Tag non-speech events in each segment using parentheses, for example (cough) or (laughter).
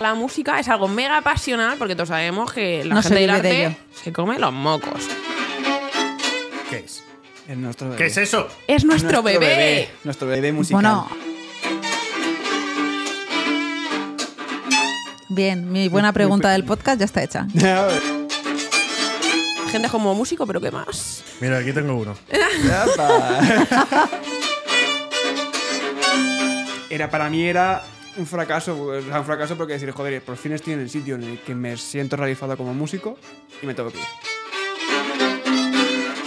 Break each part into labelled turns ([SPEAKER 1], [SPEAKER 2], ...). [SPEAKER 1] La música es algo mega pasional porque todos sabemos que la
[SPEAKER 2] No se
[SPEAKER 1] gente del
[SPEAKER 2] vive
[SPEAKER 1] arte
[SPEAKER 2] de ello.
[SPEAKER 1] se come los mocos.
[SPEAKER 3] ¿Qué es?
[SPEAKER 4] En nuestro
[SPEAKER 3] ¿Qué es eso?
[SPEAKER 1] Es nuestro, bebé.
[SPEAKER 4] Nuestro bebé musical.
[SPEAKER 2] Bueno. Bien, mi buena pregunta del podcast ya está hecha.
[SPEAKER 1] Gente como músico, pero ¿qué más?
[SPEAKER 3] Mira, aquí tengo uno.
[SPEAKER 4] (laughs) era para mí era un fracaso, o sea, un fracaso porque decir, joder, por fin estoy en el sitio en el que me siento realizado como músico y me tengo que ir.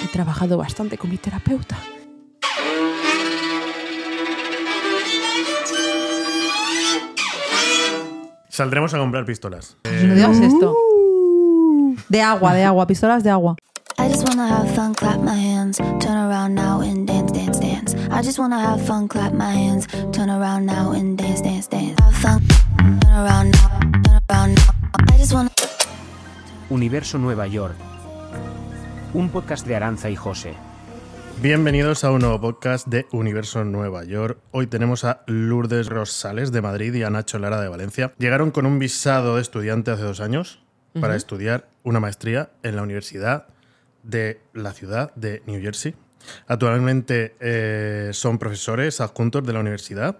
[SPEAKER 1] He trabajado bastante con mi terapeuta.
[SPEAKER 3] Saldremos a comprar pistolas.
[SPEAKER 2] No digas esto. De agua, de agua, pistolas de agua.
[SPEAKER 5] I just wanna have fun, clap my hands, turn around now and dance, dance, dance. I just wanna have fun, clap my hands, turn around now and dance, dance, dance. Have fun, turn around now, turn around now. I just wanna.
[SPEAKER 6] Universo Nueva York. Un podcast de Aranza y José.
[SPEAKER 3] Bienvenidos a un nuevo podcast de Universo Nueva York. Hoy tenemos a Lourdes Rosales de Madrid y a Nacho Lara de Valencia. Llegaron con un visado de estudiante hace dos años para estudiar una maestría en la Universidad de la ciudad de New Jersey. Actualmente eh, son profesores adjuntos de la universidad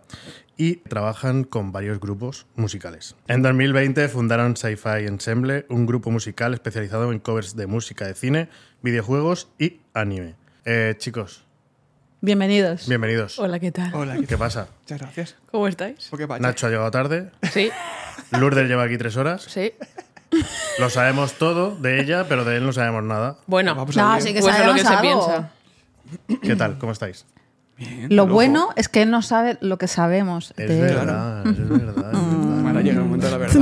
[SPEAKER 3] y trabajan con varios grupos musicales. En 2020 fundaron Sci-Fi Ensemble, un grupo musical especializado en covers de música de cine, videojuegos y anime. Eh, chicos,
[SPEAKER 1] Bienvenidos.
[SPEAKER 3] bienvenidos.
[SPEAKER 1] Hola, ¿qué tal?
[SPEAKER 4] Hola,
[SPEAKER 3] ¿Qué pasa?
[SPEAKER 4] Mm, Muchas gracias.
[SPEAKER 1] ¿Cómo estáis?
[SPEAKER 4] ¿Por qué vaya?
[SPEAKER 3] Nacho ha llegado tarde,
[SPEAKER 1] Sí,
[SPEAKER 3] Lourdes lleva aquí tres horas,
[SPEAKER 1] sí.
[SPEAKER 3] lo sabemos todo de ella, pero de él no sabemos nada.
[SPEAKER 1] Bueno,
[SPEAKER 4] Vamos a
[SPEAKER 2] No,
[SPEAKER 4] ver.
[SPEAKER 2] sí que
[SPEAKER 1] pues es lo
[SPEAKER 2] sabemos
[SPEAKER 1] que se
[SPEAKER 2] algo.
[SPEAKER 1] piensa.
[SPEAKER 3] ¿Qué tal? ¿Cómo estáis?
[SPEAKER 2] Lo
[SPEAKER 4] Loco.
[SPEAKER 2] bueno es que él no sabe lo que sabemos.
[SPEAKER 3] Es
[SPEAKER 2] de él.
[SPEAKER 3] verdad, es verdad, es
[SPEAKER 2] Ah.
[SPEAKER 3] verdad.
[SPEAKER 4] Ahora llega el momento de
[SPEAKER 1] (laughs)
[SPEAKER 4] la verdad.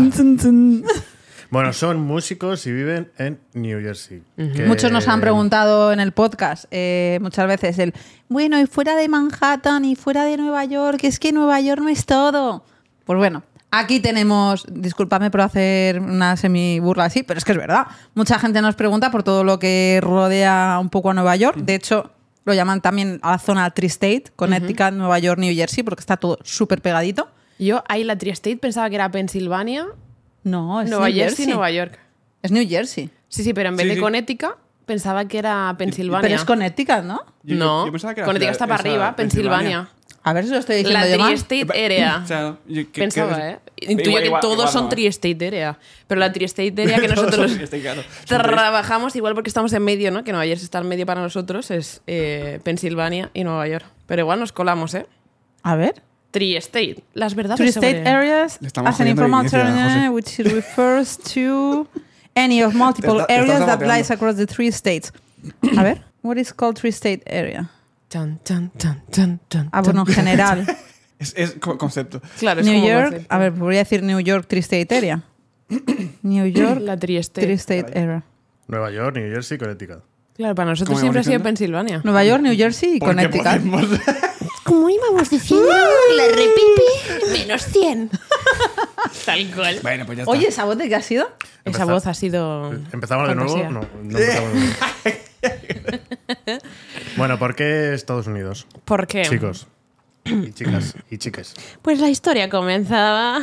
[SPEAKER 3] Bueno, son músicos y viven en New Jersey. que-
[SPEAKER 2] Muchos nos han preguntado en el podcast eh, muchas veces el, bueno, y fuera de Manhattan y fuera de Nueva York, es que Nueva York no es todo. Pues bueno, aquí tenemos, discúlpame por hacer una semi burla así, pero es que es verdad. Mucha gente nos pregunta por todo lo que rodea un poco a Nueva York. De hecho, lo llaman también a la zona Tri-State, Connecticut, Nueva York, New Jersey, porque está todo súper pegadito.
[SPEAKER 1] Yo ahí la Tri-State pensaba que era Pensilvania,
[SPEAKER 2] No, es
[SPEAKER 1] Nueva
[SPEAKER 2] New
[SPEAKER 1] Jersey,
[SPEAKER 2] Ah, Jersey.
[SPEAKER 1] Nueva York.
[SPEAKER 2] Es New Jersey.
[SPEAKER 1] Sí, sí, pero en vez
[SPEAKER 4] Sí,
[SPEAKER 1] de
[SPEAKER 4] sí.
[SPEAKER 1] Connecticut pensaba que era Pensilvania.
[SPEAKER 2] Pero es Connecticut, ¿no?
[SPEAKER 4] Yo-
[SPEAKER 1] no,
[SPEAKER 4] yo- yo pensaba que era
[SPEAKER 1] Connecticut está para
[SPEAKER 4] esa-
[SPEAKER 1] arriba, Pensilvania.
[SPEAKER 2] A ver si lo estoy diciendo
[SPEAKER 1] La
[SPEAKER 2] yo mal.
[SPEAKER 1] Tri-State Area.
[SPEAKER 4] (laughs) O sea, yo- que-
[SPEAKER 1] Pensaba,
[SPEAKER 4] que-
[SPEAKER 1] ¿eh? Intuyo
[SPEAKER 4] Igual-
[SPEAKER 1] que
[SPEAKER 4] igual-
[SPEAKER 1] todos
[SPEAKER 4] igual
[SPEAKER 1] son
[SPEAKER 4] no.
[SPEAKER 1] Tri-State Area. Pero la Tri-State Area que
[SPEAKER 4] (laughs) Todos son
[SPEAKER 1] nosotros
[SPEAKER 4] Tri-State, claro. Son tres.
[SPEAKER 1] trabajamos, igual porque estamos en medio, ¿no? Que Nueva York está en medio para nosotros, es eh, Pensilvania y Nueva York. Pero igual nos colamos, ¿eh?
[SPEAKER 2] A ver.
[SPEAKER 1] Tri-State. Las verdades
[SPEAKER 2] Three state
[SPEAKER 1] sobre-
[SPEAKER 2] areas
[SPEAKER 4] Le estamos
[SPEAKER 2] as an
[SPEAKER 4] jodiendo
[SPEAKER 2] informal
[SPEAKER 4] evidencia,
[SPEAKER 2] term
[SPEAKER 4] José.
[SPEAKER 2] which refers to any of multiple
[SPEAKER 4] Te está- te
[SPEAKER 2] areas
[SPEAKER 4] estás
[SPEAKER 2] that
[SPEAKER 4] saboteando.
[SPEAKER 2] lies across the three states. A ver, what is called three state area?
[SPEAKER 1] Chan, chan, chan, chan, chan,
[SPEAKER 2] Ah, bueno, en
[SPEAKER 1] chan.
[SPEAKER 2] (laughs) general.
[SPEAKER 4] Es, es co- concepto.
[SPEAKER 1] (laughs) Claro, es
[SPEAKER 2] New
[SPEAKER 1] como
[SPEAKER 2] York,
[SPEAKER 1] concepto.
[SPEAKER 2] a ver, podría decir New York three state area. New York
[SPEAKER 1] La Tri-State.
[SPEAKER 2] three state area.
[SPEAKER 3] Nueva York, New Jersey, Connecticut.
[SPEAKER 1] Claro, para nosotros
[SPEAKER 4] ¿Cómo
[SPEAKER 1] siempre ha
[SPEAKER 4] íbamos
[SPEAKER 1] sido
[SPEAKER 4] diciendo?
[SPEAKER 1] Pensilvania. (laughs)
[SPEAKER 2] Nueva York, New Jersey y
[SPEAKER 4] Porque
[SPEAKER 2] Connecticut.
[SPEAKER 4] podemos-
[SPEAKER 5] Como íbamos diciendo, la repipi
[SPEAKER 4] (laughs)
[SPEAKER 5] menos 100.
[SPEAKER 1] Tal cual.
[SPEAKER 4] bueno, pues ya está.
[SPEAKER 2] Oye, ¿esa voz de qué ha sido?
[SPEAKER 1] Esa
[SPEAKER 3] Empezar-
[SPEAKER 1] voz ha sido.
[SPEAKER 3] ¿Empezamos de nuevo?
[SPEAKER 1] fantasía.
[SPEAKER 3] No, no empezamos de nuevo.
[SPEAKER 1] (laughs)
[SPEAKER 3] bueno, ¿por qué Estados Unidos?
[SPEAKER 1] ¿Por qué? (clears throat)
[SPEAKER 3] Chicos y chicas y chiques.
[SPEAKER 1] Pues la historia comenzaba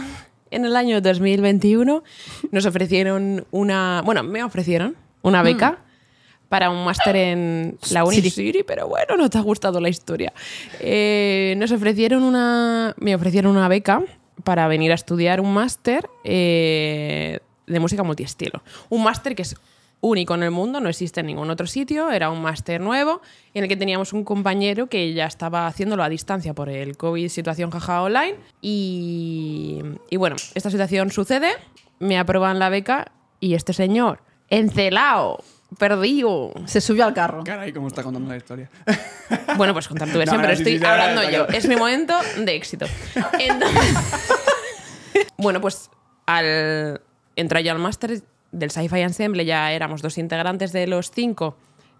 [SPEAKER 1] en el año 2021. Nos ofrecieron una. Bueno, me ofrecieron una beca para un máster en la Uni City, pero bueno, no te ha gustado la historia. Eh, nos ofrecieron una. Me ofrecieron una beca para venir a estudiar un máster eh, de música multiestilo. Un máster que es único en el mundo, no existe en ningún otro sitio, era un máster nuevo en el que teníamos un compañero que ya estaba haciéndolo a distancia por el COVID, situación jaja online, y, y bueno, esta situación sucede, me aprueban la beca y este señor, encelao, perdido.
[SPEAKER 2] Se subió al carro.
[SPEAKER 4] Caray, cómo está contando
[SPEAKER 2] (laughs)
[SPEAKER 4] la historia.
[SPEAKER 1] Bueno, pues contar tu versión,
[SPEAKER 4] No, no,
[SPEAKER 1] pero
[SPEAKER 4] sí,
[SPEAKER 1] estoy
[SPEAKER 4] sí, sí,
[SPEAKER 1] hablando
[SPEAKER 4] ahora,
[SPEAKER 1] yo.
[SPEAKER 4] ahora.
[SPEAKER 1] Es mi momento de éxito. Entonces- (laughs) bueno, pues al entrar yo al máster del Sci-Fi Ensemble ya éramos dos integrantes de los cinco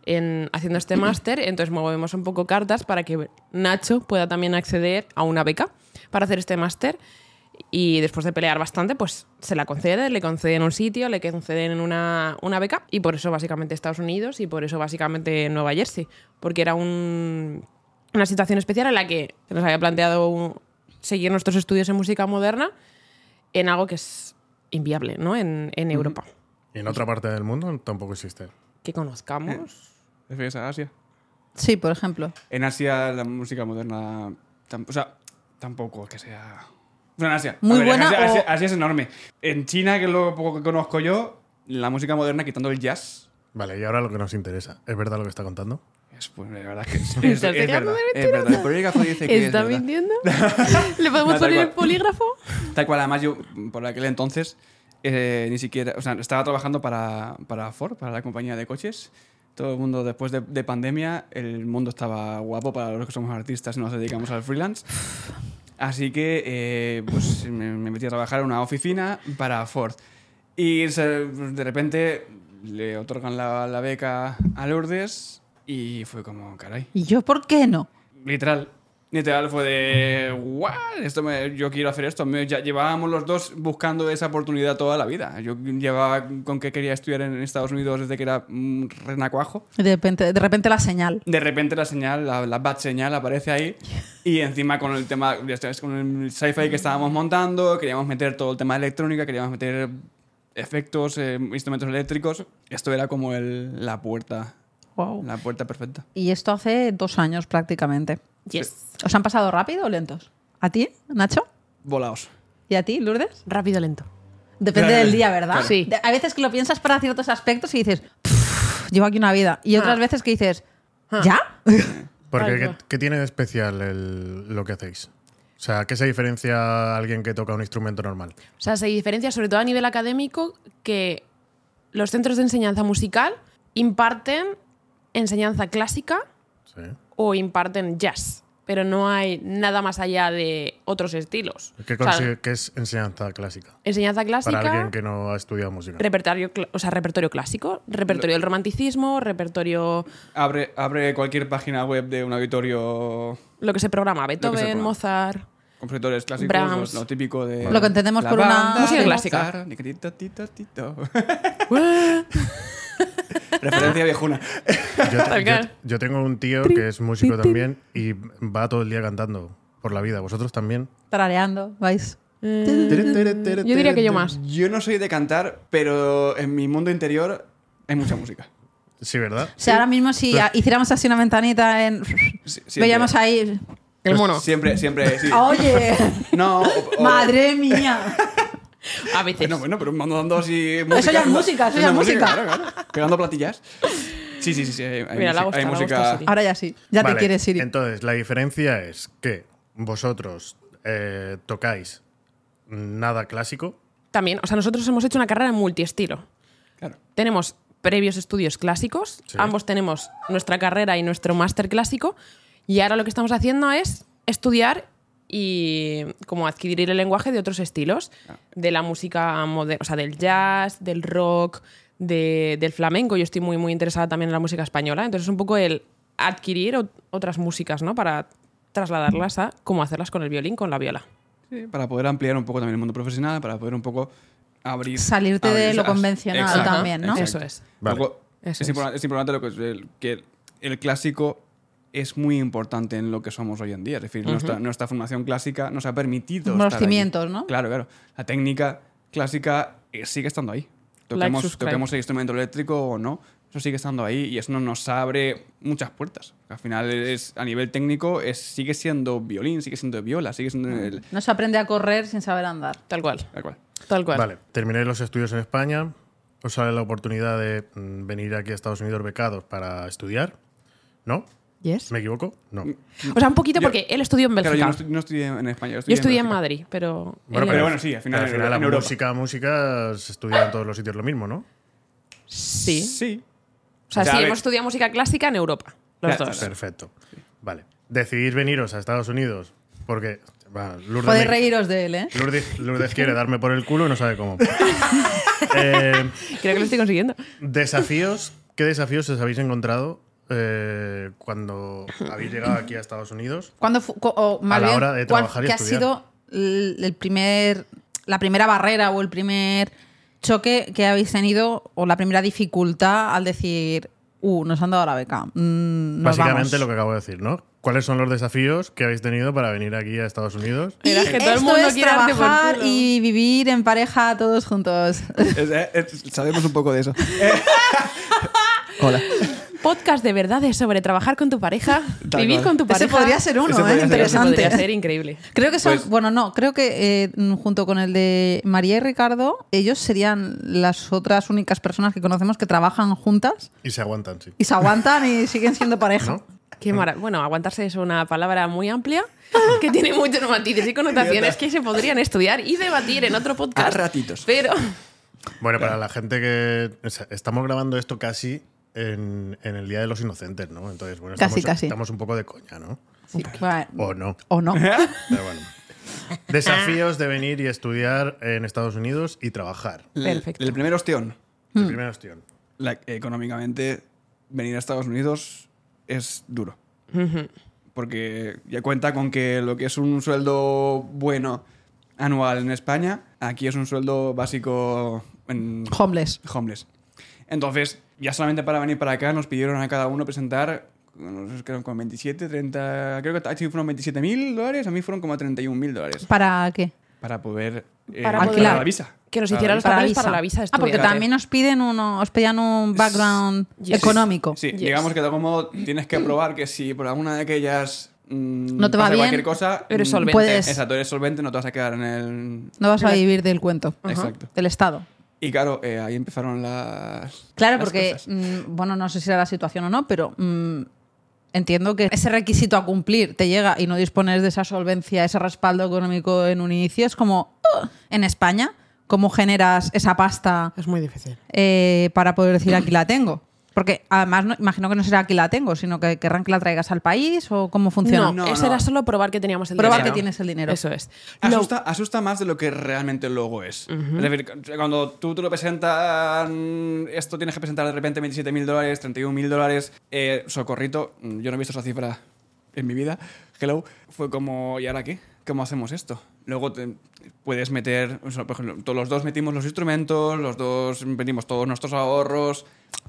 [SPEAKER 1] en, haciendo este máster, entonces movemos un poco cartas para que Nacho pueda también acceder a una beca para hacer este máster. Y después de pelear bastante, pues se la concede, le conceden un sitio, le conceden una, una beca y por eso básicamente Estados Unidos y por eso básicamente Nueva Jersey, porque era un, una situación especial en la que se nos había planteado un- seguir nuestros estudios en música moderna en algo que es inviable, ¿no? En, en Europa.
[SPEAKER 3] Y en otra parte del mundo tampoco existe.
[SPEAKER 1] Que conozcamos.
[SPEAKER 4] ¿Te refieres a Asia?
[SPEAKER 2] Sí, por ejemplo.
[SPEAKER 4] En Asia la música moderna. tam- o sea, tampoco es que sea. O sea, en Asia.
[SPEAKER 2] Muy
[SPEAKER 4] A ver,
[SPEAKER 2] buena
[SPEAKER 4] Asia, Asia-
[SPEAKER 2] o-
[SPEAKER 4] Asia es enorme. En China, que es lo poco que conozco yo, la música moderna, quitando el jazz.
[SPEAKER 3] Vale, y ahora lo que nos interesa. ¿Es verdad lo que está contando?
[SPEAKER 4] Es, pues, la verdad
[SPEAKER 2] (laughs)
[SPEAKER 4] que es, es, es
[SPEAKER 1] Estás dejando
[SPEAKER 4] verdad.
[SPEAKER 1] de
[SPEAKER 4] Es verdad. El polígrafo dice que es
[SPEAKER 1] ¿Está
[SPEAKER 4] verdad.
[SPEAKER 3] (laughs)
[SPEAKER 1] mintiendo? ¿Le podemos
[SPEAKER 4] No, tal
[SPEAKER 1] poner el
[SPEAKER 4] cual.
[SPEAKER 1] polígrafo?
[SPEAKER 4] Tal cual, además yo por aquel entonces eh, ni siquiera, o sea, estaba trabajando para, para Ford, para la compañía de coches. Todo el mundo después de, de pandemia, el mundo estaba guapo para los que somos artistas y nos dedicamos al freelance. Así que eh, pues me, me metí a trabajar en una oficina para Ford. Y se- de repente le otorgan la, la beca a Lourdes y fue como, caray,
[SPEAKER 2] ¿Y yo por qué no?
[SPEAKER 4] Literal. Literal fue de. "What? Esto me- yo quiero hacer esto. Me- ya llevábamos los dos buscando esa oportunidad toda la vida. Yo llevaba con que quería estudiar en Estados Unidos desde que era un renacuajo.
[SPEAKER 2] Y De repente, de repente la señal.
[SPEAKER 4] De repente la señal, la, la bad señal aparece ahí. Y encima con el tema, ya sabes, con el sci-fi que estábamos montando, queríamos meter todo el tema de electrónica, queríamos meter efectos, eh, instrumentos eléctricos. Esto era como el- la puerta,
[SPEAKER 2] Wow.
[SPEAKER 4] la puerta perfecta.
[SPEAKER 2] Y esto hace dos años prácticamente.
[SPEAKER 1] Yes.
[SPEAKER 2] ¿Os han pasado rápido o lentos? ¿A ti, Nacho?
[SPEAKER 4] Volaos.
[SPEAKER 2] ¿Y a ti, Lourdes?
[SPEAKER 1] Rápido, lento.
[SPEAKER 2] Depende
[SPEAKER 4] Claro,
[SPEAKER 2] del día, ¿verdad?
[SPEAKER 1] claro. Sí.
[SPEAKER 2] De- A veces que lo piensas para ciertos aspectos y dices, "Pff, llevo aquí una vida. Y otras
[SPEAKER 1] Ah.
[SPEAKER 2] veces que dices, ¿ya? (laughs)
[SPEAKER 3] Porque,
[SPEAKER 1] Tal
[SPEAKER 3] ¿qué,
[SPEAKER 1] cual.
[SPEAKER 3] qué tiene de especial el- lo que hacéis? O sea, ¿qué se diferencia a alguien que toca un instrumento normal?
[SPEAKER 1] O sea, se diferencia sobre todo a nivel académico que los centros de enseñanza musical imparten enseñanza clásica
[SPEAKER 3] Sí.
[SPEAKER 1] o imparten jazz, pero no hay nada más allá de otros estilos.
[SPEAKER 3] ¿Qué,
[SPEAKER 1] O sea,
[SPEAKER 3] consigue- qué es enseñanza clásica?
[SPEAKER 1] enseñanza clásica,
[SPEAKER 3] Para alguien que no ha estudiado música.
[SPEAKER 1] repertorio, cl- o sea, repertorio clásico, repertorio del romanticismo, repertorio
[SPEAKER 4] Abre, abre cualquier página web de un auditorio
[SPEAKER 1] lo que se programa, Beethoven,
[SPEAKER 4] programa.
[SPEAKER 1] Mozart. (laughs)
[SPEAKER 4] compositores clásicos,
[SPEAKER 1] Brahms.
[SPEAKER 4] Lo, lo típico de.
[SPEAKER 2] Lo que entendemos
[SPEAKER 4] la
[SPEAKER 2] por una-
[SPEAKER 4] banda
[SPEAKER 1] Música
[SPEAKER 4] de
[SPEAKER 1] clásica.
[SPEAKER 4] Mozart. Niquitito, tito, tito. (laughs) Referencia viejuna.
[SPEAKER 3] Yo, te-
[SPEAKER 1] Tal
[SPEAKER 3] yo-
[SPEAKER 1] cual.
[SPEAKER 3] yo tengo un tío que es músico también y va todo el día cantando por la vida. ¿Vosotros también?
[SPEAKER 2] Tarareando, vais.
[SPEAKER 1] Yo diría que yo más.
[SPEAKER 4] Eh, Yo no soy de cantar, pero en mi mundo interior hay mucha música.
[SPEAKER 3] Sí, ¿verdad?
[SPEAKER 2] O sea, ahora mismo si a- hiciéramos así una ventanita en... (laughs)
[SPEAKER 4] Sí- siempre.
[SPEAKER 2] Veíamos ahí...
[SPEAKER 1] El mono.
[SPEAKER 4] Siempre, siempre. sí.
[SPEAKER 2] ¡Oye!
[SPEAKER 4] No. o- o-
[SPEAKER 2] Oh. (laughs) ¡Madre mía!
[SPEAKER 1] A veces.
[SPEAKER 4] Bueno, bueno, pero mandando así. Música,
[SPEAKER 2] ya es música, eso ya es música.
[SPEAKER 4] claro, claro. Pegando platillas. Sí, sí, sí. sí, hay, hay
[SPEAKER 1] Mira, le ha
[SPEAKER 4] música- hay
[SPEAKER 1] gustado, le ha
[SPEAKER 4] música.
[SPEAKER 1] gustado, Siri.
[SPEAKER 2] Ahora ya sí. Ya
[SPEAKER 3] Vale,
[SPEAKER 2] te quieres ir.
[SPEAKER 3] Entonces, la diferencia es que vosotros eh, tocáis nada clásico.
[SPEAKER 1] También, o sea, nosotros hemos hecho una carrera en multiestilo.
[SPEAKER 4] Claro.
[SPEAKER 1] tenemos previos estudios clásicos,
[SPEAKER 3] Sí.
[SPEAKER 1] ambos tenemos nuestra carrera y nuestro máster clásico, y ahora lo que estamos haciendo es estudiar y como adquirir el lenguaje de otros estilos,
[SPEAKER 4] Ah.
[SPEAKER 1] de la música moderna, o sea, del jazz, del rock, de- del flamenco. Yo estoy muy, muy interesada también en la música española, entonces es un poco el adquirir ot- otras músicas, ¿no? Para trasladarlas a cómo hacerlas con el violín, con la viola.
[SPEAKER 4] Sí, para poder ampliar un poco también el mundo profesional, para poder un poco abrir.
[SPEAKER 2] Salirte de
[SPEAKER 4] abrir
[SPEAKER 2] lo
[SPEAKER 4] esas-
[SPEAKER 2] convencional
[SPEAKER 4] Exacto,
[SPEAKER 2] también, ¿no?
[SPEAKER 1] Eso
[SPEAKER 4] exacto.
[SPEAKER 1] es.
[SPEAKER 3] Vale.
[SPEAKER 4] Luego,
[SPEAKER 1] Eso
[SPEAKER 4] es,
[SPEAKER 1] es.
[SPEAKER 4] Importante, es importante lo que, es el, que el clásico es muy importante en lo que somos hoy en día. Es decir, nuestra, nuestra formación clásica nos ha permitido.
[SPEAKER 2] Los
[SPEAKER 4] estar allí.
[SPEAKER 2] cimientos, ¿no?
[SPEAKER 4] Claro, claro. La técnica clásica eh, sigue estando ahí.
[SPEAKER 1] Like,
[SPEAKER 4] Toquemos,
[SPEAKER 1] subscribe.
[SPEAKER 4] toquemos el instrumento eléctrico o no, eso sigue estando ahí y eso nos abre muchas puertas. Al final, es, a nivel técnico, es, sigue siendo violín, sigue siendo viola, sigue siendo. el-
[SPEAKER 2] No se aprende a correr sin saber andar.
[SPEAKER 1] Tal cual.
[SPEAKER 4] tal cual.
[SPEAKER 1] Tal cual.
[SPEAKER 3] Vale, termináis los estudios en España, os sale la oportunidad de mm, venir aquí a Estados Unidos becados para estudiar. ¿No?
[SPEAKER 1] Yes.
[SPEAKER 3] ¿Me equivoco? No.
[SPEAKER 4] Mm.
[SPEAKER 1] O sea, un poquito
[SPEAKER 4] Yo-
[SPEAKER 1] porque él estudió en Bélgica.
[SPEAKER 4] Claro, yo no, estu- no estudié en España.
[SPEAKER 1] Yo estudié en
[SPEAKER 4] Bélgica.
[SPEAKER 1] Madrid, pero. él
[SPEAKER 4] pero
[SPEAKER 1] en-
[SPEAKER 4] Eh, bueno, sí, al final
[SPEAKER 3] pero
[SPEAKER 4] en Euro-
[SPEAKER 3] la
[SPEAKER 4] en Europa.
[SPEAKER 3] música, música se estudia en todos los sitios lo mismo, ¿no?
[SPEAKER 1] Sí.
[SPEAKER 4] Sí.
[SPEAKER 1] O sea,
[SPEAKER 4] Ya
[SPEAKER 1] sí,
[SPEAKER 4] ves.
[SPEAKER 1] hemos estudiado música clásica en Europa, los
[SPEAKER 4] Ya,
[SPEAKER 1] dos.
[SPEAKER 3] Perfecto. Vale. Decidís veniros a Estados Unidos porque. va, Lourdes,
[SPEAKER 2] Podéis
[SPEAKER 3] me-
[SPEAKER 2] reíros de él, ¿eh?
[SPEAKER 3] Lourdes, Lourdes quiere darme por el culo y no
[SPEAKER 2] (laughs)
[SPEAKER 3] sabe cómo. Eh,
[SPEAKER 1] Creo que lo estoy consiguiendo.
[SPEAKER 3] Desafíos. ¿Qué desafíos os habéis encontrado eh, cuando habéis llegado aquí a Estados Unidos?
[SPEAKER 2] ¿Cuándo fu- cu- o más
[SPEAKER 3] A la
[SPEAKER 2] bien,
[SPEAKER 3] hora de
[SPEAKER 2] cuál-
[SPEAKER 3] trabajar y
[SPEAKER 2] ¿Qué ha
[SPEAKER 3] estudiar.
[SPEAKER 2] sido el el primer, la primera barrera o el primer choque que habéis tenido o la primera dificultad al decir, uh, nos han dado la beca? mm, nos
[SPEAKER 3] Básicamente
[SPEAKER 2] vamos"?
[SPEAKER 3] lo que acabo de decir, ¿no? ¿Cuáles son los desafíos que habéis tenido para venir aquí a Estados Unidos?
[SPEAKER 1] Era
[SPEAKER 2] Y
[SPEAKER 1] que todo el
[SPEAKER 2] esto
[SPEAKER 1] mundo
[SPEAKER 2] es
[SPEAKER 1] quiere darte por
[SPEAKER 2] trabajar
[SPEAKER 1] culo.
[SPEAKER 2] y vivir en pareja todos juntos. (laughs)
[SPEAKER 4] Es- eh, es- sabemos un poco
[SPEAKER 1] (laughs)
[SPEAKER 4] de eso. Eh, Hola.
[SPEAKER 1] Podcast de verdades sobre trabajar con tu (laughs) pareja,
[SPEAKER 4] Tal
[SPEAKER 1] vivir
[SPEAKER 4] cual.
[SPEAKER 1] con tu pareja.
[SPEAKER 2] Ese podría ser uno,
[SPEAKER 4] Ese
[SPEAKER 2] ¿eh?
[SPEAKER 4] podría ser
[SPEAKER 1] Pero ese
[SPEAKER 2] interesante.
[SPEAKER 1] podría ser increíble.
[SPEAKER 2] Creo que son,
[SPEAKER 4] Pues-
[SPEAKER 2] bueno, no, creo que eh, mm, junto con el de María y Ricardo, ellos serían las otras únicas personas que conocemos que trabajan juntas
[SPEAKER 3] Y se aguantan, sí.
[SPEAKER 2] y se aguantan y siguen siendo pareja.
[SPEAKER 3] ¿No?
[SPEAKER 1] Qué mara- Bueno, aguantarse es una palabra muy amplia que tiene muchos matices y connotaciones que se podrían estudiar y debatir en otro podcast.
[SPEAKER 4] A ratitos.
[SPEAKER 1] Pero
[SPEAKER 3] Bueno, para la gente que. o sea, estamos grabando esto casi en, en el Día de los Inocentes, ¿no? Entonces, bueno,
[SPEAKER 2] Casi,
[SPEAKER 3] estamos,
[SPEAKER 2] casi.
[SPEAKER 3] estamos un poco de coña, ¿no?
[SPEAKER 2] Va-
[SPEAKER 3] O no.
[SPEAKER 2] O no.
[SPEAKER 3] Pero bueno. Desafíos de venir y estudiar en Estados Unidos y trabajar.
[SPEAKER 1] Perfecto.
[SPEAKER 4] El, el primer ostión.
[SPEAKER 3] La
[SPEAKER 1] Mm.
[SPEAKER 3] primera opción.
[SPEAKER 4] la- económicamente, venir a Estados Unidos es duro. Porque ya cuenta con que lo que es un sueldo bueno anual en España, aquí es un sueldo básico en
[SPEAKER 2] Homeless.
[SPEAKER 4] homeless. Entonces, ya solamente para venir para acá nos pidieron a cada uno presentar, no sé, creo con 27, 30, creo que a ti fueron 27 mil dólares, a mí fueron como 31 mil dólares
[SPEAKER 2] ¿Para qué?
[SPEAKER 4] para poder eh,
[SPEAKER 1] Para
[SPEAKER 4] para
[SPEAKER 2] poder-
[SPEAKER 4] la visa.
[SPEAKER 1] que nos
[SPEAKER 4] Para la
[SPEAKER 1] hicieran los
[SPEAKER 4] visa.
[SPEAKER 1] papeles para la visa de
[SPEAKER 2] Ah, porque
[SPEAKER 1] estudiante.
[SPEAKER 2] también os piden uno, os pedían un background
[SPEAKER 1] Yes.
[SPEAKER 2] económico.
[SPEAKER 4] Sí,
[SPEAKER 1] Yes.
[SPEAKER 4] digamos que de algún modo tienes que probar que si por alguna de aquellas mm,
[SPEAKER 2] No te va
[SPEAKER 4] pasa
[SPEAKER 2] bien,
[SPEAKER 4] cualquier cosa,
[SPEAKER 1] eres
[SPEAKER 4] mm,
[SPEAKER 1] solvente.
[SPEAKER 2] Puedes-
[SPEAKER 4] Exacto, eres solvente, no te vas a quedar en el.
[SPEAKER 2] No vas a vivir del cuento.
[SPEAKER 4] Exacto.
[SPEAKER 2] Del Estado.
[SPEAKER 4] Y claro, eh, ahí empezaron las.
[SPEAKER 2] Claro,
[SPEAKER 4] las
[SPEAKER 2] porque,
[SPEAKER 4] cosas.
[SPEAKER 2] mm, bueno, no sé si era la situación o no, pero mm, entiendo que ese requisito a cumplir te llega y no dispones de esa solvencia, ese respaldo económico en un inicio. Es como, ¡oh! en España, ¿cómo generas esa pasta
[SPEAKER 1] es muy difícil.
[SPEAKER 2] eh, para poder decir aquí la tengo? Porque además no- imagino que no será aquí la tengo, sino que querrán que la traigas al país o cómo funciona.
[SPEAKER 1] No,
[SPEAKER 4] No,
[SPEAKER 1] eso
[SPEAKER 4] no.
[SPEAKER 1] era solo probar que teníamos el
[SPEAKER 2] Probar
[SPEAKER 1] dinero.
[SPEAKER 2] que tienes el dinero.
[SPEAKER 1] Eso es. Lo-
[SPEAKER 4] Asusta, asusta más de lo que realmente luego es. Es decir, cuando tú te lo presentan, esto tienes que presentar de repente 27 mil dólares, 31 mil dólares, eh, socorrito, mm, yo no he visto esa cifra en mi vida, hello, fue como, ¿y ahora qué? ¿Cómo hacemos esto? Luego te- puedes meter, o sea, por ejemplo, todos los dos metimos los instrumentos, los dos metimos todos nuestros ahorros,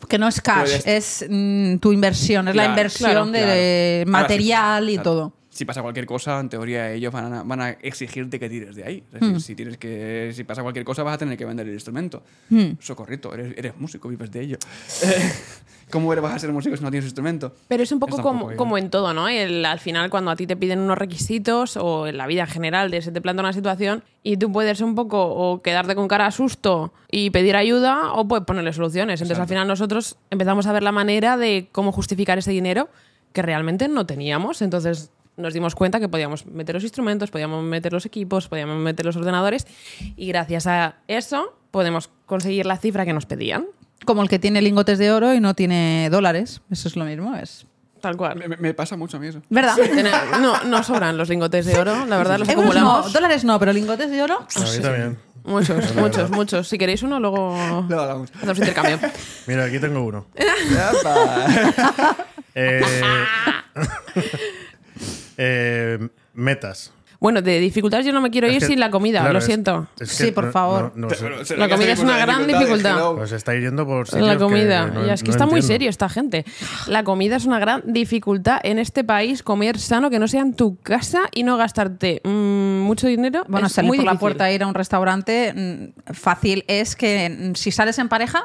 [SPEAKER 2] Que no es cash, es mm, tu inversión, es la
[SPEAKER 4] Claro,
[SPEAKER 2] inversión
[SPEAKER 4] claro,
[SPEAKER 2] de
[SPEAKER 4] claro.
[SPEAKER 2] de
[SPEAKER 4] Ahora,
[SPEAKER 2] material
[SPEAKER 4] si-
[SPEAKER 2] y
[SPEAKER 4] claro,
[SPEAKER 2] todo.
[SPEAKER 4] Si pasa cualquier cosa, en teoría ellos van a, van a exigirte que tires de ahí. Es
[SPEAKER 1] Hmm.
[SPEAKER 4] decir, si, tienes que, si pasa cualquier cosa, vas a tener que vender el instrumento.
[SPEAKER 1] Hmm.
[SPEAKER 4] Socorrito, eres, eres músico, vives de ello. (laughs) ¿Cómo eres, vas a ser músico si no tienes instrumento?
[SPEAKER 1] Pero es un poco
[SPEAKER 4] Está un
[SPEAKER 1] como,
[SPEAKER 4] poco ahí.
[SPEAKER 1] como en todo, ¿no? El- al final, cuando a ti te piden unos requisitos o en la vida en general, de se te plantea una situación y tú puedes un poco o quedarte con cara a susto y pedir ayuda o puedes ponerle soluciones. Entonces, al final, nosotros empezamos a ver la manera de cómo justificar ese dinero que realmente no teníamos. Entonces, nos dimos cuenta que podíamos meter los instrumentos, podíamos meter los equipos, podíamos meter los ordenadores y gracias a eso podemos conseguir la cifra que nos pedían.
[SPEAKER 2] Como el que tiene lingotes de oro y no tiene dólares. Eso es lo mismo, es.
[SPEAKER 1] Tal cual.
[SPEAKER 4] Me, me- me pasa mucho a mí eso.
[SPEAKER 2] ¿Verdad? (laughs)
[SPEAKER 1] Tener- No, no sobran los lingotes de oro, la verdad, los
[SPEAKER 2] Euros no,
[SPEAKER 1] acumulamos.
[SPEAKER 2] dólares no, pero lingotes de oro.
[SPEAKER 3] A mí también. (laughs)
[SPEAKER 1] Muchos, muchos, muchos. Si queréis uno, luego (laughs)
[SPEAKER 4] Lo hablamos.
[SPEAKER 1] hacemos intercambio.
[SPEAKER 3] Mira, aquí tengo
[SPEAKER 1] (laughs)
[SPEAKER 3] uno.
[SPEAKER 4] ¡Apa!
[SPEAKER 3] Eh, eh, metas.
[SPEAKER 1] Bueno, de dificultades yo no me quiero ir
[SPEAKER 3] Es que-
[SPEAKER 1] sin la comida,
[SPEAKER 3] claro,
[SPEAKER 1] lo
[SPEAKER 3] es-
[SPEAKER 1] siento.
[SPEAKER 3] es que
[SPEAKER 2] Sí, por
[SPEAKER 3] no-
[SPEAKER 2] favor.
[SPEAKER 3] no- no sé.
[SPEAKER 4] Pero será
[SPEAKER 1] La
[SPEAKER 4] que
[SPEAKER 1] comida es
[SPEAKER 4] hacemos
[SPEAKER 1] una
[SPEAKER 4] las
[SPEAKER 1] gran
[SPEAKER 4] dificultades,
[SPEAKER 1] dificultad.
[SPEAKER 4] hello.
[SPEAKER 3] Pues está yendo por sitios
[SPEAKER 1] la
[SPEAKER 3] que
[SPEAKER 1] comida.
[SPEAKER 3] no-
[SPEAKER 1] ya, es que
[SPEAKER 3] no
[SPEAKER 1] está muy
[SPEAKER 3] entiendo.
[SPEAKER 1] serio esta gente. La comida es una gran dificultad en este país. Comer sano, que no sea en tu casa y no gastarte mm, mucho dinero.
[SPEAKER 2] Bueno,
[SPEAKER 1] es
[SPEAKER 2] salir
[SPEAKER 1] muy
[SPEAKER 2] por la
[SPEAKER 1] difícil.
[SPEAKER 2] puerta e ir a un restaurante mm, fácil es que mm, si sales en pareja,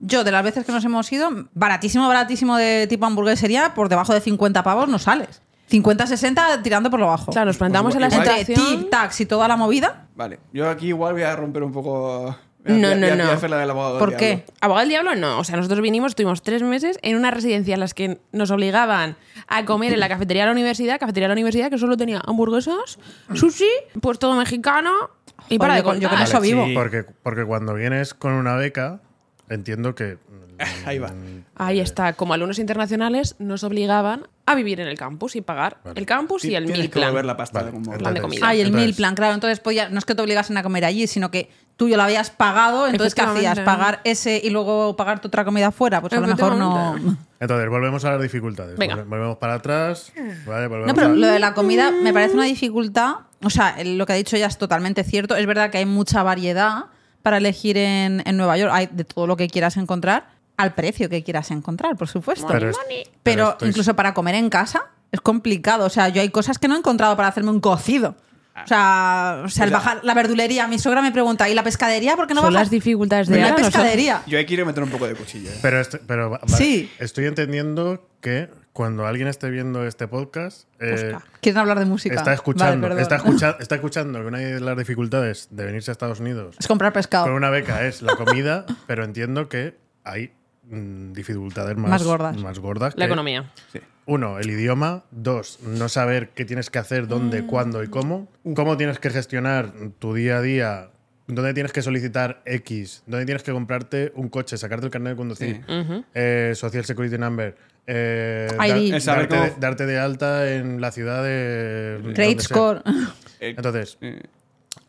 [SPEAKER 2] yo de las veces que nos hemos ido, baratísimo, baratísimo de tipo hamburguesería, por debajo de 50 pavos no sales. 50, 60 tirando por lo bajo.
[SPEAKER 1] Claro, nos plantamos
[SPEAKER 4] Pues
[SPEAKER 1] en la
[SPEAKER 4] igual-
[SPEAKER 2] Entre
[SPEAKER 1] situación.
[SPEAKER 2] tic-tacs y toda la movida.
[SPEAKER 4] Vale, yo aquí igual voy a romper un poco...
[SPEAKER 1] No,
[SPEAKER 4] voy a-
[SPEAKER 1] no,
[SPEAKER 4] voy a-
[SPEAKER 1] no.
[SPEAKER 4] voy a hacer la del abogado
[SPEAKER 2] ¿Por
[SPEAKER 4] del
[SPEAKER 2] qué?
[SPEAKER 4] diablo.
[SPEAKER 1] Abogado del diablo, no. O sea, nosotros vinimos, estuvimos tres meses en una residencia en las que nos obligaban a comer en la cafetería de la universidad, cafetería de la universidad que solo tenía hamburguesas, sushi, pues todo mexicano y
[SPEAKER 2] Joder,
[SPEAKER 1] para de
[SPEAKER 2] yo con- yo pues con
[SPEAKER 1] contar.
[SPEAKER 2] eso vivo.
[SPEAKER 3] Porque, porque cuando vienes con una beca, entiendo que. mm,
[SPEAKER 4] Ahí va.
[SPEAKER 1] Ahí está, como alumnos internacionales nos obligaban a vivir en el campus y pagar el campus y el
[SPEAKER 4] Tienes
[SPEAKER 1] meal
[SPEAKER 4] que volver
[SPEAKER 1] plan.
[SPEAKER 4] la pasta de
[SPEAKER 3] Vale,
[SPEAKER 4] algún modo.
[SPEAKER 3] entonces-
[SPEAKER 1] de comida.
[SPEAKER 2] Ay, Ah, el
[SPEAKER 3] Entonces-
[SPEAKER 2] meal plan, claro. Entonces, pues ya- no es que te obligasen a comer allí, sino que tú ya lo habías pagado. Entonces, ¿qué hacías?
[SPEAKER 1] Efectivamente.
[SPEAKER 2] ¿Pagar ese y luego pagar tu otra comida fuera? Pues a lo mejor no.
[SPEAKER 1] Efectivamente.
[SPEAKER 3] Entonces, volvemos a las dificultades.
[SPEAKER 1] Venga.
[SPEAKER 3] Volve- Volvemos para atrás. Vale, volvemos
[SPEAKER 2] No, pero
[SPEAKER 3] a-
[SPEAKER 2] lo de la comida me parece una dificultad. O sea, el- lo que ha dicho ella es totalmente cierto. Es verdad que hay mucha variedad para elegir en, en Nueva York. Hay de todo lo que quieras encontrar, al precio que quieras encontrar, por supuesto.
[SPEAKER 3] Pero
[SPEAKER 2] Pero,
[SPEAKER 3] es- pero estoy-
[SPEAKER 2] incluso para comer en casa. Es complicado. O sea, yo hay cosas que no he encontrado para hacerme un cocido. O sea, o sea, el
[SPEAKER 4] O sea,
[SPEAKER 2] bajar la verdulería, mi sogra me pregunta, ¿y la pescadería por qué no
[SPEAKER 1] Son
[SPEAKER 2] bajas?
[SPEAKER 1] las dificultades de
[SPEAKER 2] Pero
[SPEAKER 1] ahora,
[SPEAKER 2] la
[SPEAKER 1] no son-
[SPEAKER 2] pescadería.
[SPEAKER 4] Yo ahí quiero meter un poco de cuchilla. ¿eh?
[SPEAKER 3] Pero, este- pero va-
[SPEAKER 2] Sí.
[SPEAKER 3] vale, estoy entendiendo que cuando alguien esté viendo este podcast, eh,
[SPEAKER 2] Ostras, Quieren hablar de música.
[SPEAKER 3] está escuchando,
[SPEAKER 2] Vale, perdón.
[SPEAKER 3] está, escucha- está escuchando que una de las dificultades de venirse a Estados Unidos
[SPEAKER 2] (laughs) Es comprar pescado.
[SPEAKER 3] con una beca es la comida, pero entiendo que hay mm, dificultades más,
[SPEAKER 2] Más gordas.
[SPEAKER 3] más gordas
[SPEAKER 1] La
[SPEAKER 3] que-
[SPEAKER 1] economía.
[SPEAKER 4] Sí.
[SPEAKER 3] Uno, el idioma. Dos, no saber qué tienes que hacer, dónde,
[SPEAKER 2] Mm.
[SPEAKER 3] cuándo y cómo. Cómo tienes que gestionar tu día a día. Dónde tienes que solicitar X. Dónde tienes que comprarte un coche, sacarte el carnet de conducir.
[SPEAKER 4] Sí.
[SPEAKER 3] eh, Social Security Number. eh,
[SPEAKER 2] ID.
[SPEAKER 4] El saber
[SPEAKER 3] darte, de,
[SPEAKER 4] cómo-
[SPEAKER 3] darte de alta en la ciudad de. donde
[SPEAKER 2] Trade
[SPEAKER 3] sea.
[SPEAKER 2] score. (laughs)
[SPEAKER 4] Eh,
[SPEAKER 3] Entonces,
[SPEAKER 4] eh,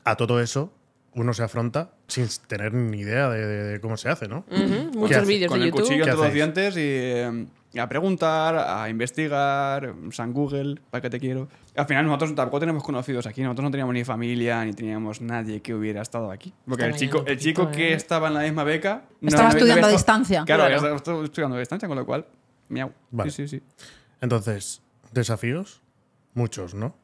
[SPEAKER 3] a todo eso uno se afronta sin tener ni idea de, de- de cómo se hace, ¿no?
[SPEAKER 1] Ujú, Muchos
[SPEAKER 3] haces?
[SPEAKER 1] vídeos
[SPEAKER 4] con
[SPEAKER 1] de
[SPEAKER 4] el
[SPEAKER 1] YouTube. (laughs)
[SPEAKER 4] cuchillo
[SPEAKER 3] ¿Qué
[SPEAKER 4] entre los
[SPEAKER 3] hacéis?
[SPEAKER 4] dientes y eh, a preguntar, a investigar, San Google, para que te quiero. Al final nosotros tampoco tenemos conocidos aquí, nosotros no teníamos ni familia, ni teníamos nadie que hubiera estado aquí. Porque
[SPEAKER 1] Está
[SPEAKER 4] el
[SPEAKER 1] bien,
[SPEAKER 4] chico,
[SPEAKER 1] un
[SPEAKER 4] el chico
[SPEAKER 1] poquito,
[SPEAKER 4] que
[SPEAKER 1] ¿eh?
[SPEAKER 4] estaba en la misma beca...
[SPEAKER 2] Estaba
[SPEAKER 4] no había- no había
[SPEAKER 2] estudiando a
[SPEAKER 4] estado-
[SPEAKER 2] distancia.
[SPEAKER 4] Claro,
[SPEAKER 1] Claro.
[SPEAKER 4] estaba estu- estudiando a distancia, con lo cual... Miau.
[SPEAKER 3] Vale.
[SPEAKER 4] Sí, sí, sí.
[SPEAKER 3] Entonces, desafíos, muchos, ¿no?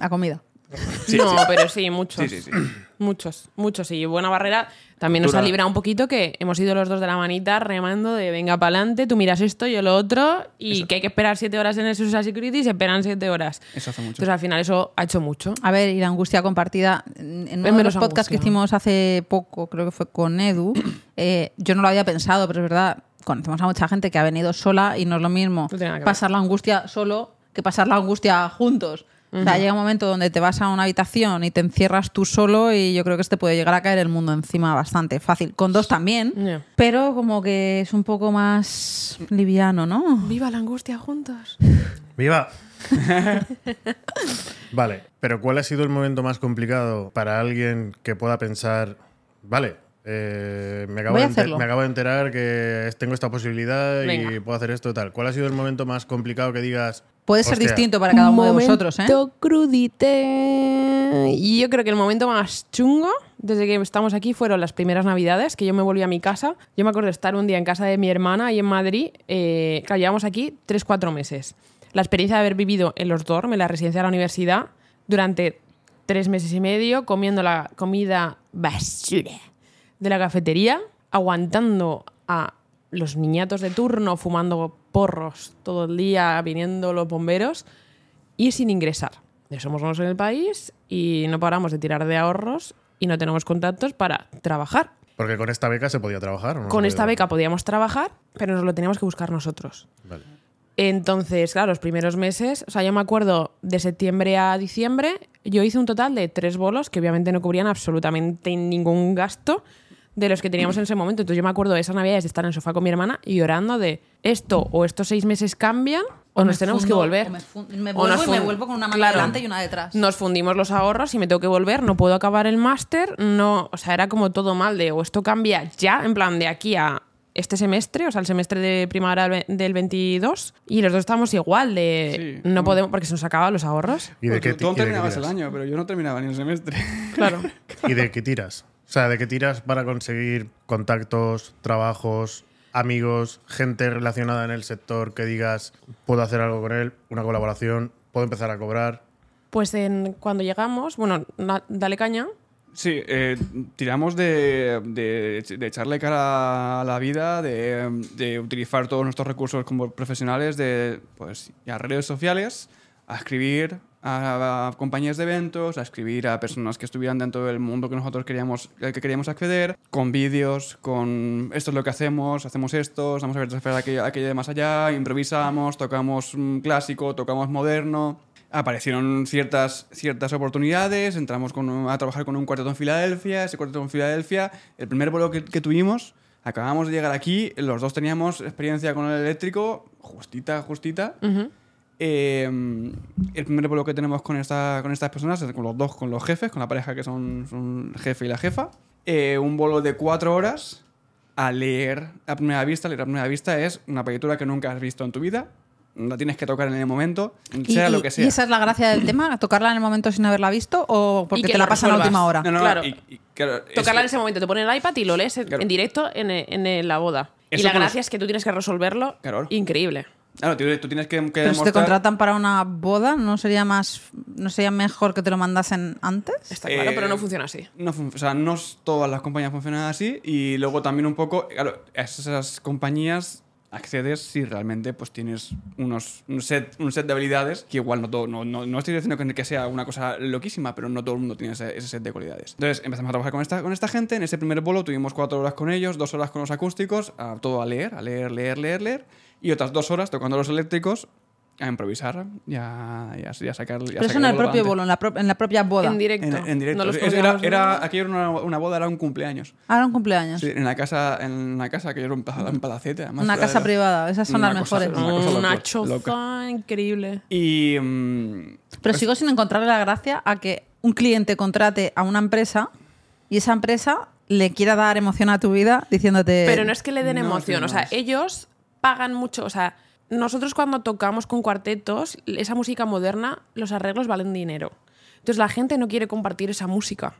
[SPEAKER 2] A comida.
[SPEAKER 1] no, pero sí, muchos.
[SPEAKER 4] Sí, sí, sí.
[SPEAKER 1] Muchos, muchos. Y buena barrera también nos
[SPEAKER 4] Dura.
[SPEAKER 1] ha librado un poquito que hemos ido los dos de la manita remando de venga para adelante, tú miras esto, yo lo otro, y que hay que esperar siete horas en el Social Security y se esperan siete horas.
[SPEAKER 4] Eso hace mucho.
[SPEAKER 1] Entonces al final eso ha hecho mucho.
[SPEAKER 2] A ver, y la angustia compartida. En en uno de
[SPEAKER 1] menos
[SPEAKER 2] los podcasts que
[SPEAKER 1] angustia.
[SPEAKER 2] hicimos hace poco, creo que fue
[SPEAKER 1] (clears throat)
[SPEAKER 2] con Edu, eh, yo no lo había pensado, pero es verdad, conocemos a mucha gente que ha venido sola y no es lo mismo
[SPEAKER 1] No tiene nada que ver.
[SPEAKER 2] pasar la angustia solo que pasar la angustia juntos. O sea, llega un momento donde te vas a una habitación y te encierras tú solo y yo creo que este puede llegar a caer el mundo encima bastante fácil. Con dos también,
[SPEAKER 1] Ya.
[SPEAKER 2] pero como que es un poco más liviano, ¿no?
[SPEAKER 1] Viva la angustia juntos. (laughs)
[SPEAKER 3] ¡Viva! vale, pero ¿cuál ha sido el momento más complicado para alguien que pueda pensar, vale, eh, me, acabo
[SPEAKER 2] Voy a
[SPEAKER 3] de enter-
[SPEAKER 2] hacerlo.
[SPEAKER 3] me acabo de enterar que es- tengo esta posibilidad y
[SPEAKER 1] Venga.
[SPEAKER 3] puedo hacer esto y tal? ¿Cuál ha sido el momento más complicado que digas?
[SPEAKER 2] Puede ser
[SPEAKER 3] "Hostia,
[SPEAKER 2] distinto para cada uno de vosotros, ¿eh?
[SPEAKER 1] Momento crudite. Y yo creo que el momento más chungo desde que estamos aquí fueron las primeras navidades, que yo me volví a mi casa. Yo me acuerdo de estar un día en casa de mi hermana y en Madrid. Eh, claro, llevamos aquí 3-4 meses. La experiencia de haber vivido en los dorm, en la residencia de la universidad, durante tres meses y medio, comiendo la comida basura de la cafetería, aguantando a los niñatos de turno fumando porros todo el día, viniendo los bomberos y sin ingresar. Ya somos unos en el país y no paramos de tirar de ahorros y no tenemos contactos para trabajar.
[SPEAKER 3] Porque con esta beca se podía trabajar. ¿o no?
[SPEAKER 1] Con esta beca podíamos trabajar, pero nos lo teníamos que buscar nosotros.
[SPEAKER 3] Vale.
[SPEAKER 1] Entonces, claro, los primeros meses, o sea, yo me acuerdo de septiembre a diciembre, yo hice un total de tres bolos que obviamente no cubrían absolutamente ningún gasto de los que teníamos en ese momento. Entonces yo me acuerdo de esas navidades de estar en el sofá con mi hermana y llorando de esto o estos seis meses cambian o, nos
[SPEAKER 2] me
[SPEAKER 1] tenemos que
[SPEAKER 2] fundo,
[SPEAKER 1] volver.
[SPEAKER 2] o me, fun- me
[SPEAKER 1] O
[SPEAKER 2] vuelvo
[SPEAKER 1] nos
[SPEAKER 2] y me
[SPEAKER 1] fun-
[SPEAKER 2] vuelvo con una mano
[SPEAKER 1] Claro.
[SPEAKER 2] delante y una detrás.
[SPEAKER 1] Nos fundimos los ahorros y me tengo que volver, no puedo acabar el máster, no, o sea, era como todo mal de o esto cambia ya, en plan de aquí a este semestre, o sea, el semestre de primavera del ve- del 22 y los dos estamos igual de
[SPEAKER 4] Sí. mm.
[SPEAKER 1] no podemos porque se nos acaban los ahorros.
[SPEAKER 3] (clears throat) ¿Y de, qué,
[SPEAKER 4] Pues
[SPEAKER 3] ti-
[SPEAKER 4] Tú- tú
[SPEAKER 3] y de qué
[SPEAKER 4] terminabas el
[SPEAKER 3] tiras?
[SPEAKER 4] año, pero yo no terminaba ni el semestre.
[SPEAKER 1] Claro.
[SPEAKER 3] ¿Y de qué tiras? O sea, ¿de qué tiras para conseguir contactos, trabajos, amigos, gente relacionada en el sector que digas, puedo hacer algo con él, una colaboración, puedo empezar a cobrar?
[SPEAKER 1] (laughs) Pues en, cuando llegamos, bueno, na- dale caña.
[SPEAKER 4] Sí, eh, tiramos de, de- de echarle cara a la vida, de, de utilizar todos nuestros recursos como profesionales, de pues, ir a redes sociales, a escribir a, a compañías de eventos, a escribir a personas que estuvieran dentro del mundo que nosotros queríamos, al que queríamos acceder, con vídeos, con esto es lo que hacemos, hacemos esto, estamos abiertos a esperar a que, a que llegue más allá, improvisamos, tocamos mm, clásico, tocamos moderno aparecieron ciertas, ciertas oportunidades, entramos con un- a trabajar con un cuarteto en Filadelfia, ese cuarteto en Filadelfia, el primer vuelo que, que tuvimos, acabamos de llegar aquí, los dos teníamos experiencia con el eléctrico, justita, justita. Eh, el primer vuelo que tenemos con, esta, con estas personas, con los dos, con los jefes, con la pareja que son, son el jefe y la jefa, Eh, un vuelo de cuatro horas a leer a primera vista. Leer a primera vista es una película que nunca has visto en tu vida. La tienes que tocar en el momento,
[SPEAKER 2] Y-
[SPEAKER 4] sea
[SPEAKER 2] y,
[SPEAKER 4] lo que sea.
[SPEAKER 2] y esa es la gracia del tema? ¿Tocarla en el momento sin haberla visto o
[SPEAKER 1] Y
[SPEAKER 2] porque
[SPEAKER 1] que
[SPEAKER 2] te Mm. la
[SPEAKER 1] lo
[SPEAKER 2] pasan a la
[SPEAKER 1] resuelvas.
[SPEAKER 2] última hora?
[SPEAKER 4] No, no,
[SPEAKER 1] Claro.
[SPEAKER 4] y- y, claro, es-
[SPEAKER 1] Tocarla en ese momento, te ponen el iPad y lo lees en,
[SPEAKER 4] Claro.
[SPEAKER 1] en directo en, en la boda. y
[SPEAKER 4] Eso
[SPEAKER 1] la
[SPEAKER 4] con los-
[SPEAKER 1] gracia es que tú tienes que resolverlo.
[SPEAKER 4] Claro.
[SPEAKER 1] Increíble.
[SPEAKER 4] Claro, tú, tú tienes que, que
[SPEAKER 2] Pero si te
[SPEAKER 4] demostrar-
[SPEAKER 2] contratan para una boda, ¿no sería más no sería mejor que te lo mandasen antes?
[SPEAKER 1] Está claro,
[SPEAKER 4] Eh,
[SPEAKER 1] pero no funciona así.
[SPEAKER 4] No, fun- o sea, no s- todas las compañías funcionan así y luego también un poco, claro, a esas compañías accedes si realmente pues tienes unos, un, set, un set de habilidades que igual no todo, no, no, no estoy diciendo que- que sea una cosa loquísima, pero no todo el mundo tiene ese, ese set de cualidades. Entonces empezamos a trabajar con esta, con esta gente, en ese primer bolo tuvimos cuatro horas con ellos, dos horas con los acústicos, a, todo a leer, a leer, leer, leer, leer, y otras dos horas tocando los eléctricos, a improvisar y a, y a- y a sacar... y a
[SPEAKER 2] Pero eso
[SPEAKER 4] sacar
[SPEAKER 2] en el
[SPEAKER 4] para
[SPEAKER 2] propio
[SPEAKER 4] adelante.
[SPEAKER 2] bolo, en la, pro- en la propia boda.
[SPEAKER 1] En directo.
[SPEAKER 4] En, en directo.
[SPEAKER 1] No los
[SPEAKER 4] Es- era,
[SPEAKER 1] poníamos
[SPEAKER 4] era-
[SPEAKER 1] nada.
[SPEAKER 4] aquello era una, una boda, era un cumpleaños.
[SPEAKER 2] Ahora un cumpleaños.
[SPEAKER 4] Sí, en la casa, en la casa que era un, pala- un palacete. además,
[SPEAKER 2] Ah. una
[SPEAKER 4] era-
[SPEAKER 2] casa privada, esas son
[SPEAKER 4] Una
[SPEAKER 2] las
[SPEAKER 4] cosa-
[SPEAKER 2] mejores.
[SPEAKER 4] una cosa
[SPEAKER 1] una
[SPEAKER 4] loca,
[SPEAKER 1] choza
[SPEAKER 4] loca.
[SPEAKER 1] increíble.
[SPEAKER 4] Y. mm,
[SPEAKER 2] Pero sigo sin encontrarle la gracia a que un cliente contrate a una empresa y esa empresa le quiera dar emoción a tu vida diciéndote...
[SPEAKER 1] Pero no es que le den
[SPEAKER 4] no,
[SPEAKER 1] emoción,
[SPEAKER 4] sí,
[SPEAKER 1] o sea,
[SPEAKER 4] no es.
[SPEAKER 1] ellos pagan mucho, o sea, nosotros cuando tocamos con cuartetos, esa música moderna, los arreglos valen dinero. Entonces la gente no quiere compartir esa música,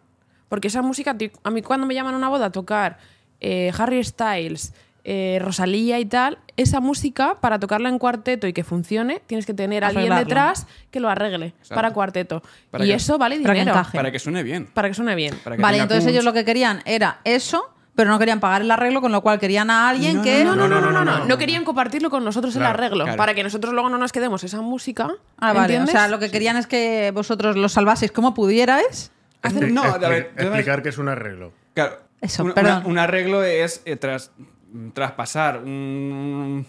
[SPEAKER 1] porque esa música, ti- a mí cuando me llaman a una boda a tocar eh, Harry Styles, eh, Rosalía y tal, esa música para tocarla en cuarteto y que funcione, tienes que tener a alguien
[SPEAKER 2] Arreglarlo.
[SPEAKER 1] detrás que lo arregle para cuarteto.
[SPEAKER 4] Para
[SPEAKER 1] y
[SPEAKER 4] que-
[SPEAKER 1] eso vale
[SPEAKER 2] para que
[SPEAKER 1] dinero.
[SPEAKER 2] encaje.
[SPEAKER 4] para que suene bien.
[SPEAKER 1] para que suene bien.
[SPEAKER 4] para que
[SPEAKER 2] Vale,
[SPEAKER 4] tenga
[SPEAKER 2] entonces
[SPEAKER 4] punch.
[SPEAKER 2] ellos lo que querían era eso, pero no querían pagar el arreglo, con lo cual querían a alguien
[SPEAKER 4] No,
[SPEAKER 2] que...
[SPEAKER 4] no,
[SPEAKER 1] No, no, no, no, no. No querían compartirlo con nosotros
[SPEAKER 3] Claro,
[SPEAKER 1] el arreglo.
[SPEAKER 4] claro.
[SPEAKER 1] Para que nosotros luego no nos quedemos esa música.
[SPEAKER 2] Ah, vale.
[SPEAKER 1] ¿entiendes?
[SPEAKER 2] O sea, lo que querían es que vosotros lo salvaseis como pudierais.
[SPEAKER 4] Hacer-
[SPEAKER 3] Expli-
[SPEAKER 4] no, a ver,
[SPEAKER 3] expli-
[SPEAKER 4] además-
[SPEAKER 3] explicar que es un arreglo.
[SPEAKER 4] Claro.
[SPEAKER 2] Eso,
[SPEAKER 4] un, una-
[SPEAKER 2] perdón.
[SPEAKER 4] un arreglo es eh, tras, traspasar un. un-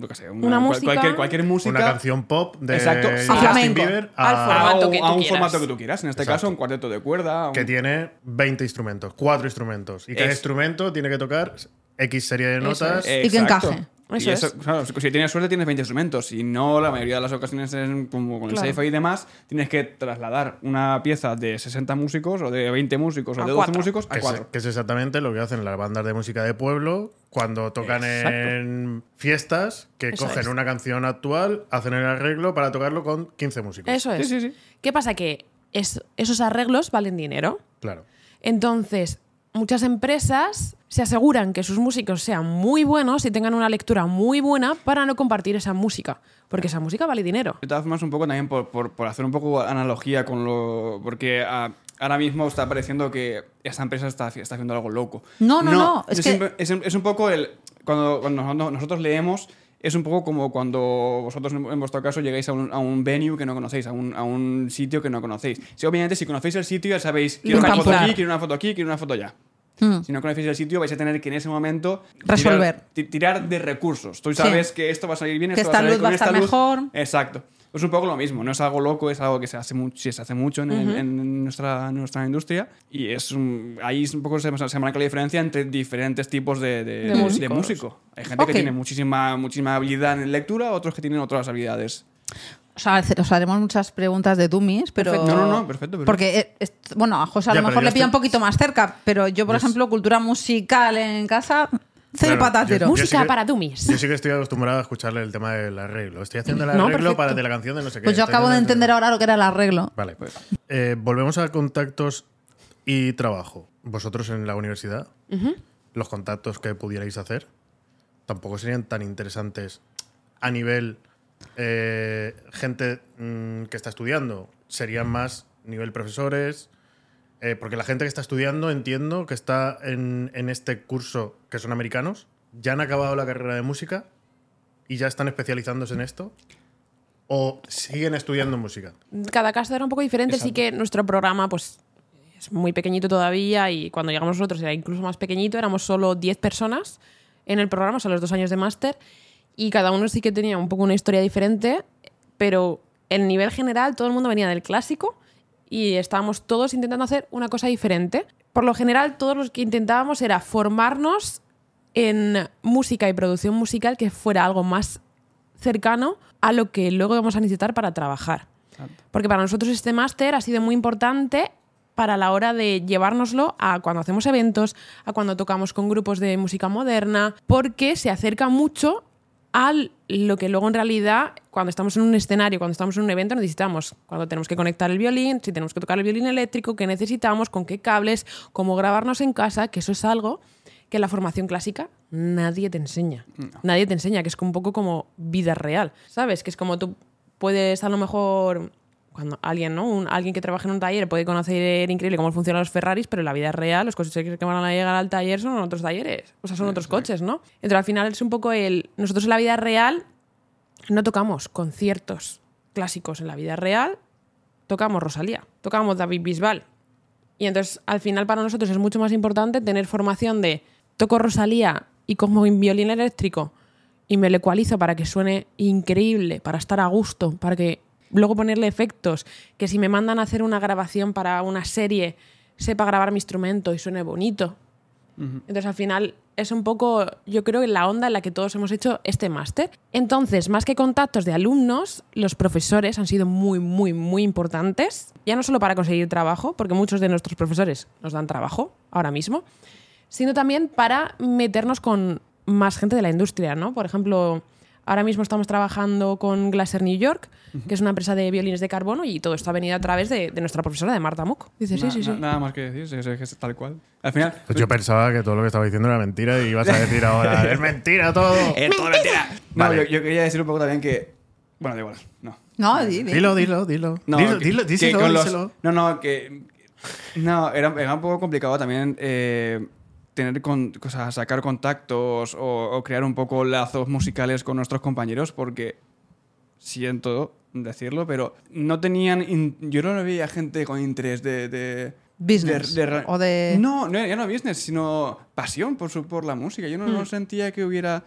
[SPEAKER 4] yo qué sé, una,
[SPEAKER 1] Una
[SPEAKER 4] cual-
[SPEAKER 1] música.
[SPEAKER 4] Cualquier, cualquier música.
[SPEAKER 3] Una canción pop de
[SPEAKER 4] Exacto, sí.
[SPEAKER 3] Justin
[SPEAKER 2] Flamenco.
[SPEAKER 3] Bieber
[SPEAKER 1] Al
[SPEAKER 3] a-
[SPEAKER 1] formato.
[SPEAKER 4] A, un-
[SPEAKER 1] que tú
[SPEAKER 4] a un
[SPEAKER 1] quieras.
[SPEAKER 4] formato que tú quieras. En este
[SPEAKER 3] Exacto.
[SPEAKER 4] caso, un cuarteto de cuerda. un-
[SPEAKER 3] que tiene 20 instrumentos, cuatro instrumentos. Y cada
[SPEAKER 4] Es-
[SPEAKER 3] instrumento tiene que tocar X serie de
[SPEAKER 1] Eso
[SPEAKER 3] notas.
[SPEAKER 1] es.
[SPEAKER 2] Y que
[SPEAKER 4] Eh, Exacto.
[SPEAKER 2] encaje.
[SPEAKER 4] Y
[SPEAKER 1] Eso
[SPEAKER 4] eso,
[SPEAKER 1] es.
[SPEAKER 4] claro, si tienes suerte tienes 20 instrumentos, si no, la mayoría de las ocasiones es como con el
[SPEAKER 1] Claro.
[SPEAKER 4] sci-fi y demás, tienes que trasladar una pieza de 60 músicos o de 20 músicos o
[SPEAKER 1] A
[SPEAKER 4] de 12
[SPEAKER 1] cuatro.
[SPEAKER 4] músicos a
[SPEAKER 3] Que es,
[SPEAKER 4] 4.
[SPEAKER 3] que es exactamente lo que hacen las bandas de música de pueblo cuando tocan
[SPEAKER 4] Exacto.
[SPEAKER 3] en fiestas, que
[SPEAKER 1] Eso
[SPEAKER 3] cogen
[SPEAKER 1] es.
[SPEAKER 3] una canción actual, hacen el arreglo para tocarlo con 15 músicos.
[SPEAKER 1] Eso es.
[SPEAKER 4] Sí, sí, sí.
[SPEAKER 1] ¿Qué pasa? Que es- esos arreglos valen dinero.
[SPEAKER 3] Claro.
[SPEAKER 1] Entonces, muchas empresas se aseguran que sus músicos sean muy buenos y tengan una lectura muy buena para no compartir esa música. Porque esa música vale dinero.
[SPEAKER 4] De todas formas, un poco también por, por- por hacer un poco analogía con lo... Porque ah, ahora mismo está pareciendo que esta empresa está, está haciendo algo loco.
[SPEAKER 2] No, no, no, es
[SPEAKER 4] yo
[SPEAKER 2] que-
[SPEAKER 4] siempre- es, un- es un poco el... Cuando, cuando nos- nosotros leemos, es un poco como cuando vosotros en en vuestro caso llegáis a un, a un venue que no conocéis, a un, a un sitio que no conocéis. Si obviamente si conocéis el sitio ya sabéis, quiero una foto
[SPEAKER 2] Contemplar.
[SPEAKER 4] aquí, quiero una foto aquí, quiero una foto allá.
[SPEAKER 2] Mm.
[SPEAKER 4] Si no conocéis el sitio, vais a tener que en ese momento
[SPEAKER 2] Resolver.
[SPEAKER 4] Tirar, ti- tirar de recursos. Tú
[SPEAKER 2] Sí.
[SPEAKER 4] sabes que esto va a salir bien,
[SPEAKER 2] Que
[SPEAKER 4] esto va a
[SPEAKER 2] esta
[SPEAKER 4] salir
[SPEAKER 2] luz
[SPEAKER 4] con
[SPEAKER 2] va a
[SPEAKER 4] esta
[SPEAKER 2] estar
[SPEAKER 4] luz.
[SPEAKER 2] mejor.
[SPEAKER 4] Exacto. Es un poco lo mismo, no es algo loco, es algo que se hace mucho, se hace mucho en, el- en nuestra, en nuestra industria y es un- ahí es un poco se, se marca la diferencia entre diferentes tipos de, de- de- de
[SPEAKER 1] músicos.
[SPEAKER 4] músico. Hay gente
[SPEAKER 2] Ok.
[SPEAKER 4] que tiene muchísima, muchísima habilidad en lectura, otros que tienen otras habilidades.
[SPEAKER 2] O sea, hace- os haremos muchas preguntas de dummies, pero...
[SPEAKER 4] Perfecto. No, no, no, perfecto, perfecto.
[SPEAKER 2] Porque, eh, es- bueno, a José a
[SPEAKER 3] Ya,
[SPEAKER 2] lo
[SPEAKER 3] pero
[SPEAKER 2] mejor
[SPEAKER 3] yo
[SPEAKER 2] le pilla un
[SPEAKER 3] estoy-
[SPEAKER 2] poquito más cerca, pero yo, por
[SPEAKER 3] Yo es-
[SPEAKER 2] ejemplo, cultura musical en casa, cero
[SPEAKER 3] Claro,
[SPEAKER 2] patatero.
[SPEAKER 3] yo- yo
[SPEAKER 1] música
[SPEAKER 3] sí que-
[SPEAKER 1] para dummies.
[SPEAKER 3] Yo sí que estoy acostumbrado a escucharle el tema del arreglo. Estoy haciendo el
[SPEAKER 1] No,
[SPEAKER 3] arreglo
[SPEAKER 1] perfecto.
[SPEAKER 3] para de la canción de no sé qué.
[SPEAKER 2] Pues yo
[SPEAKER 3] estoy
[SPEAKER 2] acabo de
[SPEAKER 3] haciendo el-
[SPEAKER 2] entender ahora lo que era el arreglo.
[SPEAKER 3] Vale, pues.
[SPEAKER 4] Pues.
[SPEAKER 3] volvemos a contactos y trabajo. Vosotros en la universidad, los contactos que pudierais hacer tampoco serían tan interesantes a nivel eh, gente mm, que está estudiando. Serían más nivel profesores. eh, porque la gente que está estudiando, entiendo que está en, en este curso, que son americanos, ya han acabado la carrera de música y ya están especializándose en esto. O siguen estudiando música.
[SPEAKER 1] cada caso era un poco diferente, sí que nuestro programa pues es muy pequeñito todavía y cuando llegamos nosotros era incluso más pequeñito, éramos solo 10 personas en el programa, o sea, los dos años de máster y cada uno sí que tenía un poco una historia diferente, pero en nivel general todo el mundo venía del clásico y estábamos todos intentando hacer una cosa diferente. Por lo general todos los que intentábamos era formarnos en música y producción musical que fuera algo más cercano a lo que luego vamos a necesitar para trabajar. Porque para nosotros este máster ha sido muy importante para la hora de llevárnoslo a cuando hacemos eventos, a cuando tocamos con grupos de música moderna, porque se acerca mucho a lo que luego en realidad cuando estamos en un escenario, cuando estamos en un evento necesitamos, cuando tenemos que conectar el violín, si tenemos que tocar el violín eléctrico, qué necesitamos, con qué cables, cómo grabarnos en casa, que eso es algo que la formación clásica nadie te enseña. Nadie te enseña, que es un poco como vida real, ¿sabes? Que es como tú puedes a lo mejor cuando alguien, ¿no? Un- alguien que trabaja en un taller puede conocer increíble cómo funcionan los Ferraris, pero en la vida real los coches que van a llegar al taller son otros talleres, o sea, son otros coches, ¿no? Entonces al final es un poco el nosotros en la vida real no tocamos conciertos clásicos en la vida real, tocamos Rosalía, tocamos David Bisbal. Y entonces, al final, para nosotros es mucho más importante tener formación de toco Rosalía y como un violín eléctrico y me lo ecualizo para que suene increíble, para estar a gusto, para que luego ponerle efectos, que si me mandan a hacer una grabación para una serie, sepa grabar mi instrumento y suene bonito. Entonces, al final, es un poco, yo creo, la onda en la que todos hemos hecho este máster. Entonces, más que contactos de alumnos, los profesores han sido muy, muy, muy importantes. Ya no solo para conseguir trabajo, porque muchos de nuestros profesores nos dan trabajo ahora mismo, sino también para meternos con más gente de la industria, ¿no? Por ejemplo, ahora mismo estamos trabajando con Glaser New York, que es una empresa de violines de carbono, y todo esto ha venido a través de, de nuestra profesora, de Marta Mock. Dice,
[SPEAKER 4] Na-
[SPEAKER 1] sí, sí, sí.
[SPEAKER 4] na- Nada más que decir, sí, sí, es tal cual. Al final.
[SPEAKER 3] Pues yo pensaba que todo lo que estaba diciendo era mentira y ibas a decir
[SPEAKER 4] (laughs)
[SPEAKER 3] ahora, es mentira todo.
[SPEAKER 4] Eh, No,
[SPEAKER 3] Vale.
[SPEAKER 4] yo, yo quería decir un poco también que. Bueno, da igual, no.
[SPEAKER 2] No, di, di.
[SPEAKER 3] Dilo, dilo, dilo.
[SPEAKER 4] No,
[SPEAKER 3] dilo,
[SPEAKER 4] que-
[SPEAKER 3] dilo,
[SPEAKER 4] que
[SPEAKER 3] díselo,
[SPEAKER 4] con los-
[SPEAKER 3] díselo.
[SPEAKER 4] No, no, que. No, era, era un poco complicado también eh, tener con, o sea, sacar contactos o, o crear un poco lazos musicales con nuestros compañeros porque siento decirlo, pero no tenían. in- yo no veía gente con interés de. de
[SPEAKER 2] Business,
[SPEAKER 4] ra-
[SPEAKER 2] o de-
[SPEAKER 4] No, no, ya no business, sino pasión por, su, por la música. Yo no,
[SPEAKER 2] Mm.
[SPEAKER 4] no sentía que hubiera.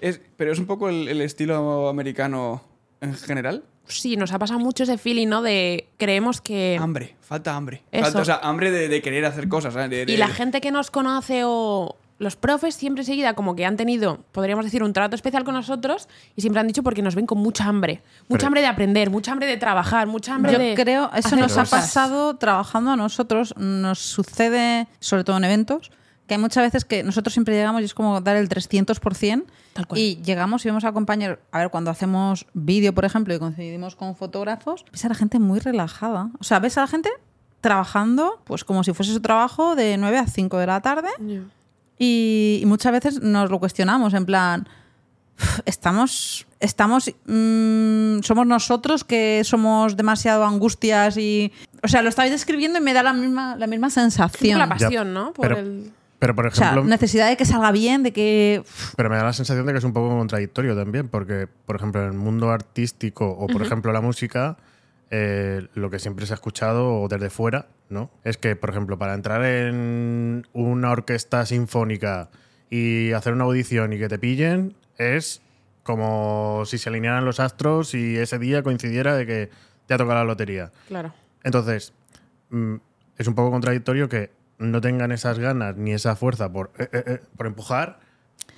[SPEAKER 4] es- pero es un poco el- el estilo americano en general.
[SPEAKER 1] Sí, nos ha pasado mucho ese feeling, ¿no? De creemos que...
[SPEAKER 4] Hambre, falta hambre.
[SPEAKER 1] Eso.
[SPEAKER 4] Falta, o sea, hambre de, de querer hacer cosas. ¿sabes? De- de-
[SPEAKER 1] Y la gente que nos conoce o los profes siempre enseguida como que han tenido, podríamos decir, un trato especial con nosotros y siempre han dicho porque nos ven con mucha hambre. Mucha
[SPEAKER 3] Pero-
[SPEAKER 1] hambre de aprender, mucha hambre de trabajar, mucha hambre
[SPEAKER 2] Yo
[SPEAKER 1] de...
[SPEAKER 2] creo, eso
[SPEAKER 1] hacer
[SPEAKER 2] nos ha
[SPEAKER 1] cosas.
[SPEAKER 2] pasado trabajando a nosotros, nos sucede, sobre todo en eventos, que hay muchas veces que nosotros siempre llegamos y es como dar el 300%.
[SPEAKER 1] Tal cual.
[SPEAKER 2] Y llegamos y vemos a compañeros, a ver, cuando hacemos vídeo, por ejemplo, y coincidimos con fotógrafos, ves a la gente muy relajada. O sea, ves a la gente trabajando, pues como si fuese su trabajo de 9 a 5 de la tarde. Y, y muchas veces nos lo cuestionamos, en plan, "Uf, estamos, estamos, mm, somos nosotros que somos demasiado angustias y, o sea, lo estáis describiendo y me da la misma, la misma sensación.
[SPEAKER 1] Un poco la
[SPEAKER 2] o
[SPEAKER 1] pasión. ¿no? Por
[SPEAKER 3] pero,
[SPEAKER 1] el-
[SPEAKER 3] pero, por
[SPEAKER 2] sea,
[SPEAKER 3] ejemplo,
[SPEAKER 2] necesidad de que salga bien, de que uf,
[SPEAKER 3] pero me da la sensación de que es un poco contradictorio también, porque, por ejemplo, en el mundo artístico o, por ejemplo, la música, eh, lo que siempre se ha escuchado o desde fuera, ¿no? Es que, por ejemplo, para entrar en una orquesta sinfónica y hacer una audición y que te pillen, es como si se alinearan los astros y ese día coincidiera de que te ha tocado la lotería.
[SPEAKER 1] Claro.
[SPEAKER 3] Entonces, mm, es un poco contradictorio que no tengan esas ganas ni esa fuerza por, eh, eh, eh, por empujar,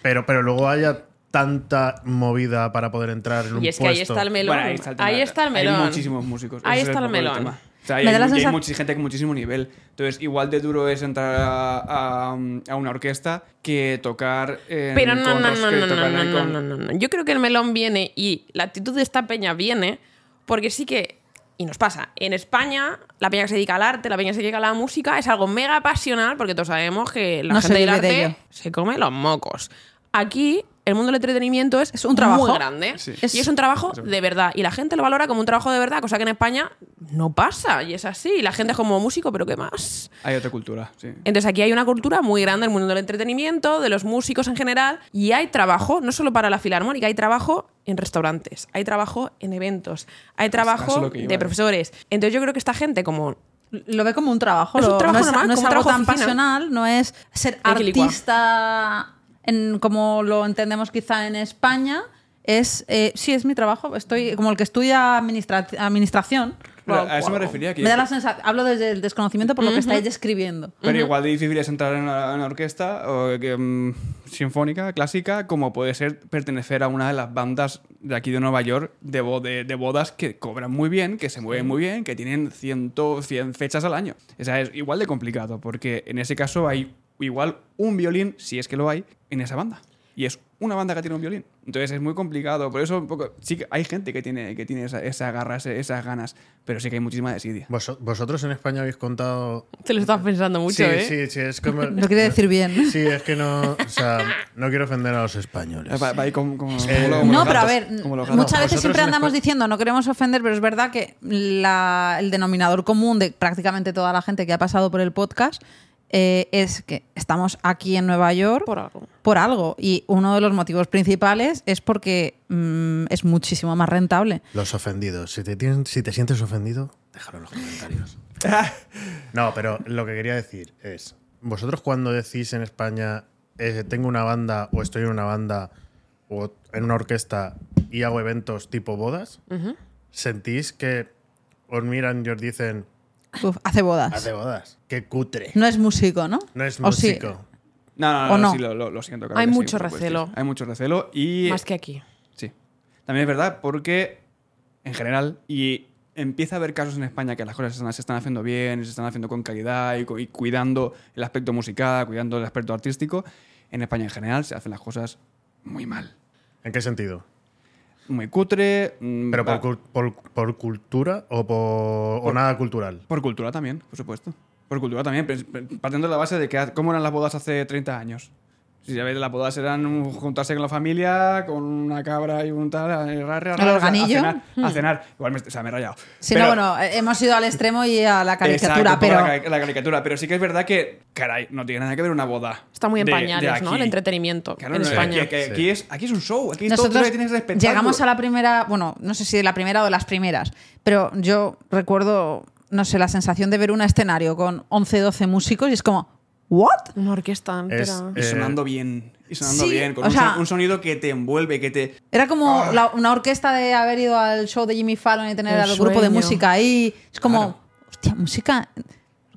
[SPEAKER 3] pero, pero luego haya tanta movida para poder entrar en un
[SPEAKER 1] Y es que ahí
[SPEAKER 3] puesto.
[SPEAKER 1] está el melón.
[SPEAKER 4] Bueno, ahí está el tema. Hay
[SPEAKER 1] melón.
[SPEAKER 4] muchísimos músicos.
[SPEAKER 1] Ahí
[SPEAKER 4] Ese es
[SPEAKER 1] está el
[SPEAKER 4] un poco
[SPEAKER 1] melón.
[SPEAKER 4] tema. O sea,
[SPEAKER 2] Me
[SPEAKER 4] hay,
[SPEAKER 2] da la
[SPEAKER 4] mu- hay
[SPEAKER 2] sensa-
[SPEAKER 4] mucha gente con muchísimo nivel. Entonces, igual de duro es entrar a, a- a una orquesta que tocar. en-
[SPEAKER 1] Pero no,
[SPEAKER 4] con
[SPEAKER 1] no,
[SPEAKER 4] los-
[SPEAKER 1] no,
[SPEAKER 4] que
[SPEAKER 1] no, no,
[SPEAKER 4] tocar
[SPEAKER 1] no,
[SPEAKER 4] en-
[SPEAKER 1] no,
[SPEAKER 4] con-
[SPEAKER 1] no, no. Yo creo que el melón viene y la actitud de esta peña viene porque sí que, y nos pasa, en España la peña que se dedica al arte, la peña que se dedica a la música es algo mega pasional porque todos sabemos que la
[SPEAKER 2] No se
[SPEAKER 1] gente del
[SPEAKER 2] vive
[SPEAKER 1] arte
[SPEAKER 2] de ello.
[SPEAKER 1] se come los mocos. Aquí el mundo del entretenimiento es,
[SPEAKER 2] Es un trabajo.
[SPEAKER 1] muy grande
[SPEAKER 4] Sí.
[SPEAKER 1] y es un trabajo de verdad y la gente lo valora como un trabajo de verdad, cosa que en España no pasa y es así. Y la gente es como músico, pero ¿qué más?
[SPEAKER 4] Hay otra cultura, sí.
[SPEAKER 1] Entonces aquí hay una cultura muy grande del mundo del entretenimiento, de los músicos en general, y hay trabajo, no solo para la filarmónica, hay trabajo en restaurantes, hay trabajo en eventos, hay
[SPEAKER 4] Pues, eso
[SPEAKER 1] trabajo
[SPEAKER 4] lo que iba,
[SPEAKER 1] de
[SPEAKER 4] eh.
[SPEAKER 1] profesores. Entonces yo creo que esta gente como...
[SPEAKER 2] lo ve como un trabajo.
[SPEAKER 1] Es un
[SPEAKER 2] lo-
[SPEAKER 1] trabajo
[SPEAKER 2] no es,
[SPEAKER 1] normal,
[SPEAKER 2] no es
[SPEAKER 1] como un
[SPEAKER 2] algo
[SPEAKER 1] trabajo
[SPEAKER 2] tan
[SPEAKER 1] de oficina.
[SPEAKER 2] pasional, no es ser
[SPEAKER 1] Hay que licuar.
[SPEAKER 2] artista en- como lo entendemos quizá en España. Es, eh, sí, es mi trabajo. Estoy como el que estudia administra- administración.
[SPEAKER 4] Pero a eso me refería. Que
[SPEAKER 2] Me da la sensación, hablo desde el desconocimiento por lo que estáis describiendo.
[SPEAKER 4] Pero igual de difícil es entrar en una, en una orquesta o que, mm, sinfónica, clásica, como puede ser pertenecer a una de las bandas de aquí de Nueva York de, bo- de, de bodas que cobran muy bien, que se mueven muy bien, que tienen 100, 100 fechas al año. O sea, es igual de complicado, porque en ese caso hay igual un violín, si es que lo hay, en esa banda. Y es una banda que tiene un violín. Entonces es muy complicado. Por eso un poco, sí que hay gente que tiene, que tiene esa, esa garra, ese- esas ganas, pero sí que hay muchísima desidia.
[SPEAKER 3] Vos- vosotros en España habéis contado.
[SPEAKER 1] Te lo estás pensando mucho,
[SPEAKER 3] sí,
[SPEAKER 1] ¿eh?
[SPEAKER 3] sí, sí, es
[SPEAKER 2] (laughs)
[SPEAKER 3] como.
[SPEAKER 2] Lo quiere decir bien.
[SPEAKER 3] Sí, es que no. O sea, no quiero ofender a los
[SPEAKER 2] Ah,
[SPEAKER 3] españoles.
[SPEAKER 4] Va- va ahí como- como- como
[SPEAKER 3] Eh,
[SPEAKER 4] lo- como
[SPEAKER 2] No,
[SPEAKER 4] los
[SPEAKER 2] pero a
[SPEAKER 4] gatos,
[SPEAKER 2] ver,
[SPEAKER 4] como los gatos.
[SPEAKER 2] muchas veces
[SPEAKER 3] Vosotros
[SPEAKER 2] siempre
[SPEAKER 3] en
[SPEAKER 2] andamos
[SPEAKER 3] Espa-
[SPEAKER 2] diciendo no queremos ofender, pero es verdad que la- el denominador común de prácticamente toda la gente que ha pasado por el podcast eh, es que estamos aquí en Nueva York
[SPEAKER 1] Por algo.
[SPEAKER 2] por algo. Y uno de los motivos principales es porque mm, es muchísimo más rentable.
[SPEAKER 3] Los ofendidos. Si te, tienes- si te sientes ofendido, déjalo en los (laughs) comentarios. No, pero lo que quería decir es, vosotros cuando decís en España, eh, tengo una banda o estoy en una banda o en una orquesta y hago eventos tipo bodas, ¿sentís que os miran y os dicen,
[SPEAKER 2] Uf, hace bodas.
[SPEAKER 3] hace bodas? ¡Qué cutre!
[SPEAKER 2] No es músico, ¿no?
[SPEAKER 3] No es
[SPEAKER 2] O sí.
[SPEAKER 3] músico.
[SPEAKER 4] No, no, no,
[SPEAKER 2] ¿O no?
[SPEAKER 4] sí, lo, lo- lo siento. claro
[SPEAKER 1] Hay
[SPEAKER 4] que sí,
[SPEAKER 1] mucho
[SPEAKER 4] por supuesto.
[SPEAKER 1] recelo.
[SPEAKER 4] Hay mucho recelo y...
[SPEAKER 1] Más que aquí.
[SPEAKER 4] Sí. También es verdad porque, en general, y empieza a haber casos en España que las cosas se están, se están haciendo bien, se están haciendo con calidad y, cu- y cuidando el aspecto musical, cuidando el aspecto artístico. En España, en general, se hacen las cosas muy mal.
[SPEAKER 3] ¿En qué sentido?
[SPEAKER 4] Muy cutre. mm,
[SPEAKER 3] ¿Pero por,
[SPEAKER 4] va-
[SPEAKER 3] cul- por- por cultura o, por, o nada cultural?
[SPEAKER 4] por cultura también, por supuesto. Por cultura también, pero- pero partiendo de la base de que ha- cómo eran las bodas hace 30 años. Si sabéis, las bodas eran un- juntarse con la familia, con una cabra y un tal, a- ra, ra, ra,
[SPEAKER 2] ¿El
[SPEAKER 4] a-
[SPEAKER 2] organillo? Mm.
[SPEAKER 4] A, cenar, a cenar. Igual me, o sea, me he rayado.
[SPEAKER 2] Sí,
[SPEAKER 4] Pero-
[SPEAKER 2] no, bueno, eh, hemos ido al extremo y a la
[SPEAKER 4] Exacto,
[SPEAKER 2] caricatura,
[SPEAKER 4] un poco
[SPEAKER 2] pero
[SPEAKER 4] La, cari- la caricatura, pero sí que es verdad que, caray, no tiene nada que ver una boda.
[SPEAKER 1] Está muy en
[SPEAKER 4] de- de
[SPEAKER 1] pañales, ¿no?
[SPEAKER 4] aquí.
[SPEAKER 1] El entretenimiento
[SPEAKER 4] Claro,
[SPEAKER 1] en
[SPEAKER 4] no,
[SPEAKER 1] España.
[SPEAKER 4] Aquí, aquí- aquí es, aquí es un show, aquí es todo
[SPEAKER 2] nosotros
[SPEAKER 4] lo que tienes que respetar.
[SPEAKER 2] llegamos a la primera, bueno, no sé si de la primera o de las primeras, pero yo recuerdo, no sé, la sensación de ver un escenario con 11, 12 músicos y es como, ¿what?
[SPEAKER 1] Una orquesta entera.
[SPEAKER 4] Y
[SPEAKER 3] eh,
[SPEAKER 4] sonando bien, y sonando
[SPEAKER 2] sí,
[SPEAKER 4] bien, con
[SPEAKER 2] o
[SPEAKER 4] un,
[SPEAKER 2] sea-
[SPEAKER 4] son- un sonido que te envuelve, que te...
[SPEAKER 2] Era como
[SPEAKER 4] Ah.
[SPEAKER 2] la- una orquesta de haber ido al show de Jimmy Fallon y tener
[SPEAKER 1] El
[SPEAKER 2] al grupo de
[SPEAKER 1] sueño.
[SPEAKER 2] música ahí. Es como,
[SPEAKER 4] Claro.
[SPEAKER 2] hostia, música.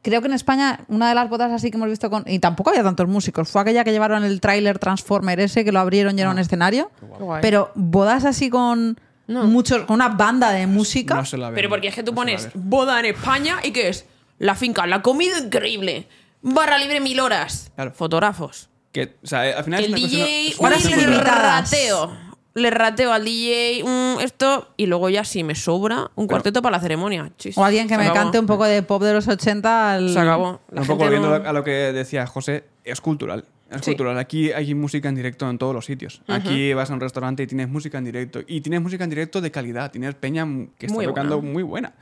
[SPEAKER 2] Creo que en España una de las bodas así que hemos visto con... Y tampoco había tantos músicos. Fue aquella que llevaron el tráiler Transformer ese, que lo abrieron y
[SPEAKER 4] Ah.
[SPEAKER 2] era un escenario.
[SPEAKER 1] Qué guay.
[SPEAKER 2] Pero bodas así con muchos, con una banda de música.
[SPEAKER 4] No se la
[SPEAKER 1] Pero
[SPEAKER 4] ven,
[SPEAKER 1] porque es que tú
[SPEAKER 4] no se la
[SPEAKER 1] pones
[SPEAKER 4] ven.
[SPEAKER 1] boda en España y ¿qué es? La finca, la comida increíble. Barra libre mil horas.
[SPEAKER 4] Claro.
[SPEAKER 1] Fotógrafos.
[SPEAKER 4] Que, o sea, eh, al final es
[SPEAKER 1] el
[SPEAKER 4] una cuestión-
[SPEAKER 1] DJ.
[SPEAKER 4] es una
[SPEAKER 1] Ahora
[SPEAKER 2] horas
[SPEAKER 4] cuestión
[SPEAKER 1] le
[SPEAKER 4] cultural.
[SPEAKER 2] ilimitadas.
[SPEAKER 1] rateo. Le rateo al DJ mm, esto y luego ya si me sobra un cuarteto para la ceremonia. Chis,
[SPEAKER 2] O alguien que
[SPEAKER 1] se
[SPEAKER 2] me
[SPEAKER 1] acabó.
[SPEAKER 2] cante un poco de pop de los 80 al...
[SPEAKER 1] Se acabó. La
[SPEAKER 4] un poco
[SPEAKER 1] gente
[SPEAKER 4] volviendo
[SPEAKER 1] no-
[SPEAKER 4] a lo que decía José, es cultural. Es
[SPEAKER 1] Sí.
[SPEAKER 4] cultural. Aquí hay música en directo en todos los sitios. Aquí vas a un restaurante y tienes música en directo. Y tienes música en directo de calidad. Tienes peña m- que está
[SPEAKER 1] Muy
[SPEAKER 4] tocando
[SPEAKER 1] buena.
[SPEAKER 4] muy buena.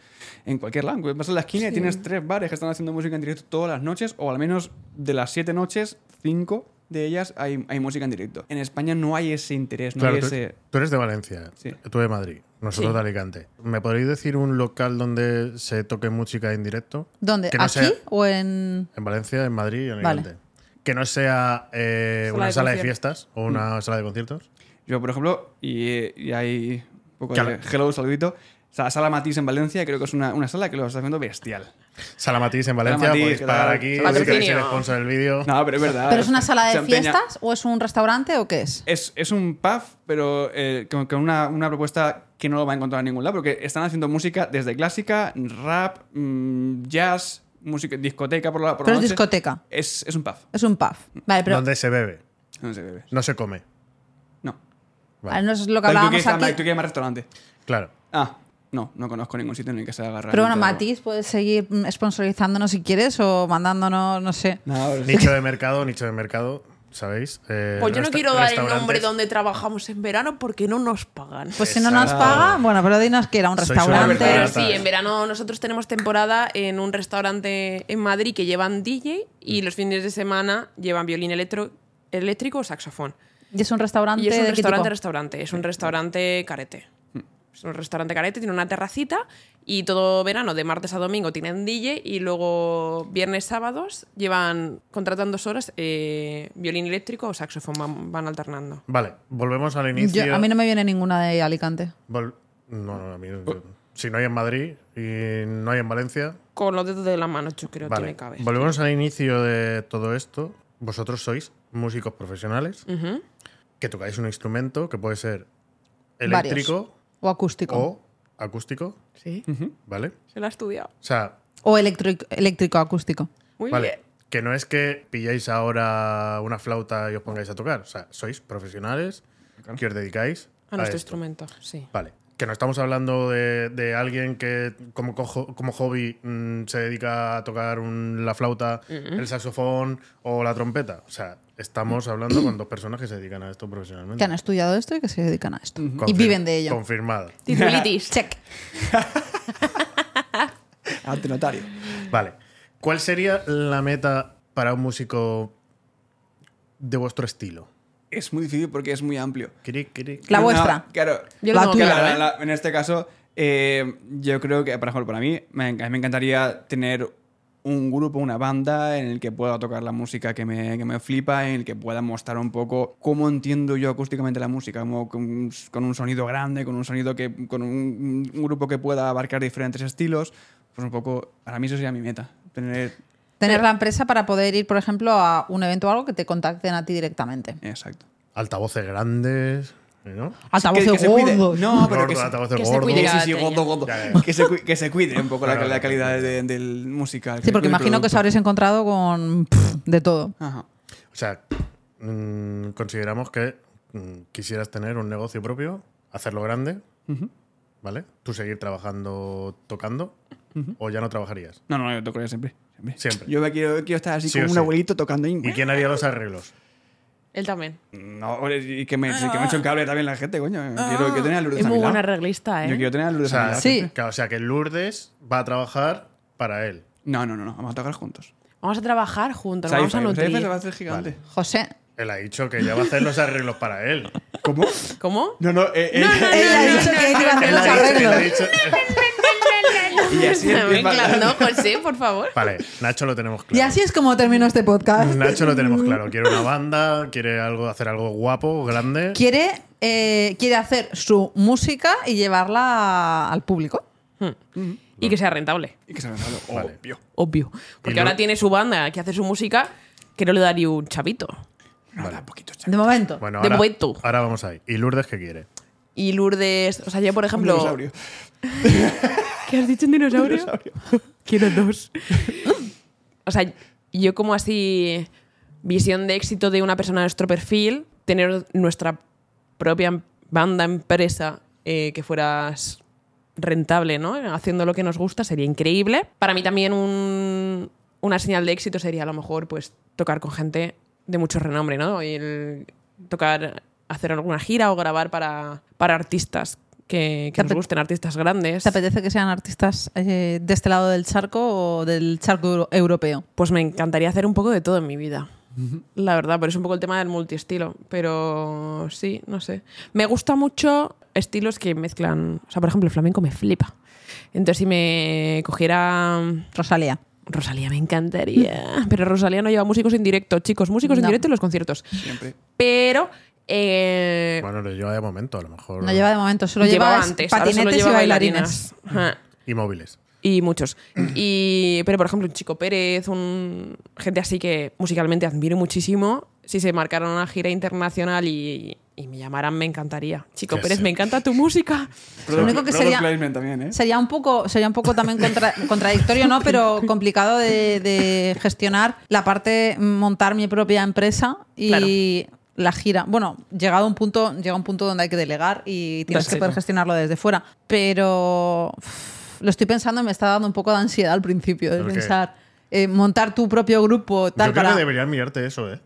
[SPEAKER 4] En cualquier lado. Vas a la esquina y tienes tres bares que están haciendo música en directo todas las noches. O al menos de las siete noches, cinco de ellas hay, hay música en directo. En España no hay ese interés, no
[SPEAKER 3] Claro,
[SPEAKER 4] hay
[SPEAKER 3] tú,
[SPEAKER 4] ese...
[SPEAKER 3] tú eres de Valencia,
[SPEAKER 4] Sí.
[SPEAKER 3] tú de Madrid, nosotros
[SPEAKER 1] Sí.
[SPEAKER 3] de Alicante. ¿Me podréis decir un local donde se toque música en directo?
[SPEAKER 2] ¿Dónde?
[SPEAKER 3] Que no
[SPEAKER 2] ¿Aquí
[SPEAKER 3] sea-
[SPEAKER 2] o en...?
[SPEAKER 3] en Valencia, en Madrid y en
[SPEAKER 2] Vale.
[SPEAKER 3] Alicante. Que no sea eh,
[SPEAKER 1] Sala
[SPEAKER 3] una
[SPEAKER 1] de
[SPEAKER 3] sala de
[SPEAKER 1] conciertos.
[SPEAKER 3] fiestas o una sala de conciertos.
[SPEAKER 4] Yo, por ejemplo, y, y hay un poco
[SPEAKER 3] Claro.
[SPEAKER 4] de hello, saludito. O sea, la sala Matisse en Valencia creo que es una, una sala que lo está haciendo bestial.
[SPEAKER 3] Sala Matiz en Valencia,
[SPEAKER 4] Matís,
[SPEAKER 3] podéis
[SPEAKER 4] que
[SPEAKER 3] pagar
[SPEAKER 4] la-
[SPEAKER 3] aquí si
[SPEAKER 1] Patrocinio.
[SPEAKER 3] queréis ser sponsor del vídeo.
[SPEAKER 4] No, pero es verdad.
[SPEAKER 2] ¿Pero es una sala de
[SPEAKER 4] Se empeña-
[SPEAKER 2] fiestas o es un restaurante o qué es?
[SPEAKER 4] Es, es un pub, pero eh, con, con una, una propuesta que no lo va a encontrar en ningún lado, porque están haciendo música desde clásica, rap, mm, jazz, música, discoteca por la, por la
[SPEAKER 2] Pero es
[SPEAKER 4] noche.
[SPEAKER 2] discoteca.
[SPEAKER 4] Es, es un pub.
[SPEAKER 2] Es un pub. Vale, pero
[SPEAKER 3] donde se bebe,
[SPEAKER 4] No sé, bebes.
[SPEAKER 3] no se come.
[SPEAKER 4] No.
[SPEAKER 2] vale, no es lo que
[SPEAKER 4] Pero tú
[SPEAKER 2] hablábamos
[SPEAKER 4] quieres,
[SPEAKER 2] aquí.
[SPEAKER 4] tú quieres más restaurante.
[SPEAKER 3] Claro.
[SPEAKER 4] Ah, no, no conozco ningún sitio en el que se agarra.
[SPEAKER 2] Pero bueno,
[SPEAKER 4] Matisse
[SPEAKER 2] Matiz, puedes seguir mm, sponsorizándonos si quieres o mandándonos, no sé.
[SPEAKER 4] No, pero sí.
[SPEAKER 3] Nicho de mercado, nicho de mercado, ¿sabéis? Eh,
[SPEAKER 1] Pues yo no
[SPEAKER 3] resta-
[SPEAKER 1] quiero dar el
[SPEAKER 3] restaurantes.
[SPEAKER 1] nombre donde trabajamos en verano porque no nos pagan.
[SPEAKER 2] Pues si no nos
[SPEAKER 3] Exacto.
[SPEAKER 2] paga, bueno, pero dinos que era un
[SPEAKER 3] Sois
[SPEAKER 1] Pero
[SPEAKER 2] restaurante.
[SPEAKER 3] supermercados.
[SPEAKER 1] sí, en verano nosotros tenemos temporada en un restaurante en Madrid que llevan DJ
[SPEAKER 3] Mm.
[SPEAKER 1] y los fines de semana llevan violín electro- eléctrico o saxofón.
[SPEAKER 2] Y es un restaurante
[SPEAKER 1] Y es un
[SPEAKER 2] de qué
[SPEAKER 1] restaurante,
[SPEAKER 2] tipo?
[SPEAKER 1] restaurante, es un restaurante carete. Es un restaurante carete, tiene una terracita y todo verano, de martes a domingo, tienen DJ y luego viernes, sábados, llevan, contratan dos horas, eh, violín eléctrico o saxofón, van, van alternando.
[SPEAKER 3] Vale, volvemos al inicio.
[SPEAKER 2] Yo- a mí no me viene ninguna de Alicante.
[SPEAKER 3] Vol- no, no, a mí no.
[SPEAKER 1] Oh.
[SPEAKER 3] Si no hay en Madrid y no hay en Valencia,
[SPEAKER 1] Con los dedos de las manos, yo creo,
[SPEAKER 3] Vale,
[SPEAKER 1] tiene que haber.
[SPEAKER 3] Volvemos al inicio de todo esto. Vosotros sois músicos profesionales
[SPEAKER 1] Ujú.
[SPEAKER 3] que tocáis un instrumento que puede ser eléctrico
[SPEAKER 2] O acústico. O,
[SPEAKER 3] o acústico,
[SPEAKER 1] Sí,
[SPEAKER 3] ¿vale?
[SPEAKER 1] se la ha estudiado.
[SPEAKER 3] O sea,
[SPEAKER 2] electric- eléctrico-acústico.
[SPEAKER 1] Muy
[SPEAKER 3] vale,
[SPEAKER 1] bien.
[SPEAKER 3] que no es que pilláis ahora una flauta y os pongáis a tocar, o sea, sois profesionales
[SPEAKER 4] Claro.
[SPEAKER 3] que os dedicáis
[SPEAKER 1] A nuestro
[SPEAKER 3] esto.
[SPEAKER 1] instrumento, sí.
[SPEAKER 3] Vale. Que no estamos hablando de, de alguien que como, cojo- como hobby mm, se dedica a tocar un- la flauta, el saxofón o la trompeta. O sea, estamos hablando con dos personas que se dedican a esto
[SPEAKER 2] Que
[SPEAKER 3] profesionalmente.
[SPEAKER 2] han estudiado esto y que se dedican a esto. Y
[SPEAKER 3] Confir-
[SPEAKER 2] viven de ello.
[SPEAKER 3] Confirmado.
[SPEAKER 1] Titulitis.
[SPEAKER 2] Check.
[SPEAKER 4] Ante notario.
[SPEAKER 3] Vale. ¿Cuál sería la meta para un músico de vuestro estilo?
[SPEAKER 4] Es muy difícil porque es muy amplio.
[SPEAKER 3] Cri, cri, cri.
[SPEAKER 2] La
[SPEAKER 4] No,
[SPEAKER 2] vuestra.
[SPEAKER 4] Claro.
[SPEAKER 2] Yo lo La tengo tuya,
[SPEAKER 4] Claro,
[SPEAKER 2] ¿eh?
[SPEAKER 4] la- la- en este caso, eh, yo creo que, por ejemplo, para mí, me, enc- me encantaría tener un grupo, una banda en el que pueda tocar la música que me, que me flipa, en el que pueda mostrar un poco cómo entiendo yo acústicamente la música, como con, un s- con un sonido grande, con un sonido que, con un, un grupo que pueda abarcar diferentes estilos, pues un poco, para mí eso sería mi meta, tener,
[SPEAKER 2] Tener la empresa para poder ir, por ejemplo, a un evento o algo que te contacten a ti directamente.
[SPEAKER 4] exacto.
[SPEAKER 3] Altavoces grandes. ¿no?
[SPEAKER 2] Altavoces
[SPEAKER 4] Que- que se cuide.
[SPEAKER 2] gordos.
[SPEAKER 4] No, pero que
[SPEAKER 3] Gordo,
[SPEAKER 4] se-
[SPEAKER 3] altavoces
[SPEAKER 1] que se
[SPEAKER 3] gordos.
[SPEAKER 1] cuide.
[SPEAKER 4] Sí, sí,
[SPEAKER 1] Ya,
[SPEAKER 4] gordo, gordo.
[SPEAKER 3] Ya, ya.
[SPEAKER 4] Que se, cu- que se cuide un poco la,
[SPEAKER 3] Claro,
[SPEAKER 4] la
[SPEAKER 3] claro.
[SPEAKER 4] calidad de- del musical.
[SPEAKER 2] Sí, porque
[SPEAKER 4] del
[SPEAKER 2] imagino que os
[SPEAKER 4] producto.
[SPEAKER 2] habréis encontrado con pff, de todo.
[SPEAKER 4] Ajá.
[SPEAKER 3] O sea, mm, consideramos que mm, quisieras tener un negocio propio, hacerlo grande, ¿vale? Tú seguir trabajando tocando o ya no trabajarías.
[SPEAKER 4] No, no, yo toco ya siempre. Siempre.
[SPEAKER 3] Siempre.
[SPEAKER 4] Yo me quiero, quiero estar así
[SPEAKER 3] Sí
[SPEAKER 4] como
[SPEAKER 3] o
[SPEAKER 4] un
[SPEAKER 3] sí.
[SPEAKER 4] abuelito tocando. Y,
[SPEAKER 3] ¿Y quién haría los arreglos?
[SPEAKER 1] Él también.
[SPEAKER 4] No, hombre, y que me, sí, que me eche un cable también la gente, coño. Quiero, quiero tener a Lourdes
[SPEAKER 1] Ah, Es
[SPEAKER 4] a
[SPEAKER 1] muy
[SPEAKER 4] mi lado.
[SPEAKER 1] buen arreglista, ¿eh?
[SPEAKER 4] Yo quiero tener a
[SPEAKER 3] O
[SPEAKER 4] Lourdes a mi
[SPEAKER 3] sea,
[SPEAKER 4] lado.
[SPEAKER 2] Sí.
[SPEAKER 3] que, o sea, que Lourdes va a trabajar para él.
[SPEAKER 4] No, no, no, no, vamos a tocar juntos.
[SPEAKER 1] Vamos a trabajar juntos, nos vamos a
[SPEAKER 4] Saifa, Saifa
[SPEAKER 1] nutrir.
[SPEAKER 4] se va a hacer gigante.
[SPEAKER 2] José.
[SPEAKER 3] Él ha dicho que ya va a hacer los arreglos para él.
[SPEAKER 4] ¿Cómo?
[SPEAKER 1] ¿Cómo?
[SPEAKER 4] No, no, eh, eh,
[SPEAKER 2] Él ha dicho que iba a (laughs) hacer
[SPEAKER 3] Él
[SPEAKER 2] los
[SPEAKER 3] ha dicho- él ha
[SPEAKER 2] arreglos.
[SPEAKER 3] dicho- eh,
[SPEAKER 1] (laughs)
[SPEAKER 4] Y así
[SPEAKER 1] Ven,
[SPEAKER 4] empieza-
[SPEAKER 1] claro, no, José, por favor.
[SPEAKER 3] Vale, Nacho lo tenemos
[SPEAKER 2] Y
[SPEAKER 3] claro.
[SPEAKER 2] así es como terminó este podcast.
[SPEAKER 3] Nacho lo tenemos claro. Quiere una banda, quiere algo, hacer algo guapo, grande.
[SPEAKER 2] Quiere, eh, quiere hacer su música y llevarla al público.
[SPEAKER 1] Y que sea rentable,
[SPEAKER 4] Y que se me Oh, sale,
[SPEAKER 3] Vale.
[SPEAKER 4] obvio.
[SPEAKER 1] obvio. Porque
[SPEAKER 3] Y
[SPEAKER 1] ahora
[SPEAKER 3] no-
[SPEAKER 1] tiene su banda que hace su música, que no le daría un chavito.
[SPEAKER 4] No, da poquito, chaval.
[SPEAKER 2] De momento.
[SPEAKER 3] Bueno,
[SPEAKER 1] De
[SPEAKER 3] ahora,
[SPEAKER 1] momento.
[SPEAKER 3] ahora vamos ahí. ¿Y Lourdes qué quiere?
[SPEAKER 1] Y Lourdes, o sea, yo por
[SPEAKER 4] Un
[SPEAKER 1] ejemplo,
[SPEAKER 4] dinosaurio.
[SPEAKER 1] ¿Qué has dicho un dinosaurio? (laughs) Quiero dos. (laughs) o sea, yo como así visión de éxito de una persona de nuestro perfil, tener nuestra propia em- banda empresa eh, que fuera s- rentable, ¿no? Haciendo lo que nos gusta sería increíble. Para mí también un- una señal de éxito sería a lo mejor pues tocar con gente de mucho renombre, ¿no? Y el tocar, hacer alguna gira o grabar para, para artistas que, que
[SPEAKER 2] ¿Te
[SPEAKER 1] nos
[SPEAKER 2] apet-
[SPEAKER 1] gusten, artistas grandes.
[SPEAKER 2] ¿Te apetece que sean artistas eh, de este lado del charco o del charco euro- europeo?
[SPEAKER 1] Pues me encantaría hacer un poco de todo en mi vida. La verdad, por eso un poco el tema del multiestilo. Pero sí, no sé. Me gusta mucho estilos que mezclan. O sea, por ejemplo, el flamenco me flipa. Entonces, si me cogiera. mm,
[SPEAKER 2] Rosalía.
[SPEAKER 1] Rosalía me encantaría. Pero Rosalía no lleva músicos en directo, chicos. Músicos en
[SPEAKER 2] No.
[SPEAKER 1] directo en los conciertos.
[SPEAKER 4] Siempre.
[SPEAKER 1] Pero. eh,
[SPEAKER 3] Bueno, lo lleva de momento, a lo mejor.
[SPEAKER 2] No lleva de momento, solo
[SPEAKER 1] llevaba
[SPEAKER 2] lleva
[SPEAKER 1] antes. ahora solo
[SPEAKER 2] patinetes y
[SPEAKER 1] lleva
[SPEAKER 2] bailarines.
[SPEAKER 1] bailarinas. Ajá.
[SPEAKER 3] Y móviles.
[SPEAKER 1] Y muchos. Y, pero, por ejemplo, un Chico Pérez, un, gente así que musicalmente admiro muchísimo. Si se marcaron una gira internacional y, y me llamaran, me encantaría. Chico
[SPEAKER 3] Ya
[SPEAKER 1] Pérez,
[SPEAKER 3] sé.
[SPEAKER 1] me encanta tu música.
[SPEAKER 4] Product-
[SPEAKER 2] único que
[SPEAKER 4] product
[SPEAKER 2] sería-
[SPEAKER 4] placement también, ¿eh?
[SPEAKER 2] Sería un poco, sería un poco también contra- (laughs) contradictorio, ¿no? Pero complicado de, de gestionar la parte mm, montar mi propia empresa y la gira. Bueno, llegado a un punto, llega un punto donde hay que delegar y tienes
[SPEAKER 1] Exacto.
[SPEAKER 2] que poder gestionarlo desde fuera. Pero uff, lo estoy pensando y me está dando un poco de ansiedad al principio de
[SPEAKER 3] ¿Por qué?
[SPEAKER 2] pensar eh, montar tu propio grupo tal
[SPEAKER 3] Yo creo
[SPEAKER 2] para.
[SPEAKER 3] que deberían mirarte eso, ¿eh?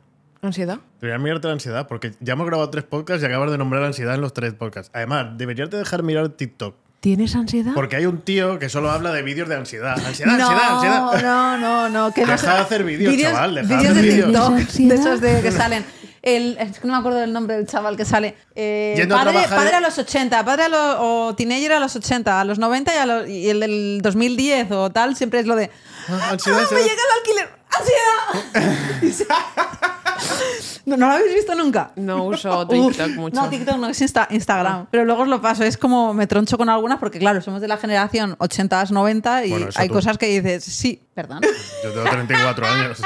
[SPEAKER 1] ¿Ansiedad?
[SPEAKER 3] Deberían mirarte la ansiedad, porque ya hemos grabado tres podcasts y acabas de nombrar la ansiedad en los tres podcasts. Además, deberías de dejar mirar TikTok,
[SPEAKER 1] ¿Tienes ansiedad?
[SPEAKER 3] porque hay un tío que solo habla de vídeos de ansiedad. Ansiedad,
[SPEAKER 2] No,
[SPEAKER 3] ansiedad,
[SPEAKER 2] no,
[SPEAKER 3] ansiedad.
[SPEAKER 2] no, no. Que
[SPEAKER 3] Deja
[SPEAKER 2] no
[SPEAKER 3] de hacer vídeos, chaval, deja de
[SPEAKER 2] vídeos
[SPEAKER 3] hacer
[SPEAKER 2] de
[SPEAKER 3] vídeos.
[SPEAKER 2] TikTok,
[SPEAKER 5] Ansiedad.
[SPEAKER 2] de esos de que salen. El, es que no me acuerdo del nombre del chaval que sale. Eh,
[SPEAKER 3] Yendo a
[SPEAKER 2] padre,
[SPEAKER 3] trabajar-
[SPEAKER 2] padre a los 80, padre a los, o teenager a los 80, a los 90 y, a los- y el del 2010 o tal, siempre es lo de.
[SPEAKER 3] (laughs) Ah,
[SPEAKER 2] ¡Ah,
[SPEAKER 3] ansiedad,
[SPEAKER 2] me
[SPEAKER 3] ansiedad.
[SPEAKER 2] llega el alquiler!
[SPEAKER 3] (laughs)
[SPEAKER 2] (laughs) ¡Ansiedad! no, no lo habéis visto nunca.
[SPEAKER 1] No uso TikTok
[SPEAKER 2] Uf,
[SPEAKER 1] mucho. Ah.
[SPEAKER 2] No, TikTok no, es Insta- Instagram. Pero luego os lo paso, es como me troncho con algunas porque, claro, somos de la generación 80s, 90 y
[SPEAKER 3] Bueno, eso
[SPEAKER 2] hay
[SPEAKER 3] tú.
[SPEAKER 2] cosas que dices, sí,
[SPEAKER 1] (laughs)
[SPEAKER 2] perdón,
[SPEAKER 3] Yo tengo 34
[SPEAKER 2] (laughs)
[SPEAKER 3] años.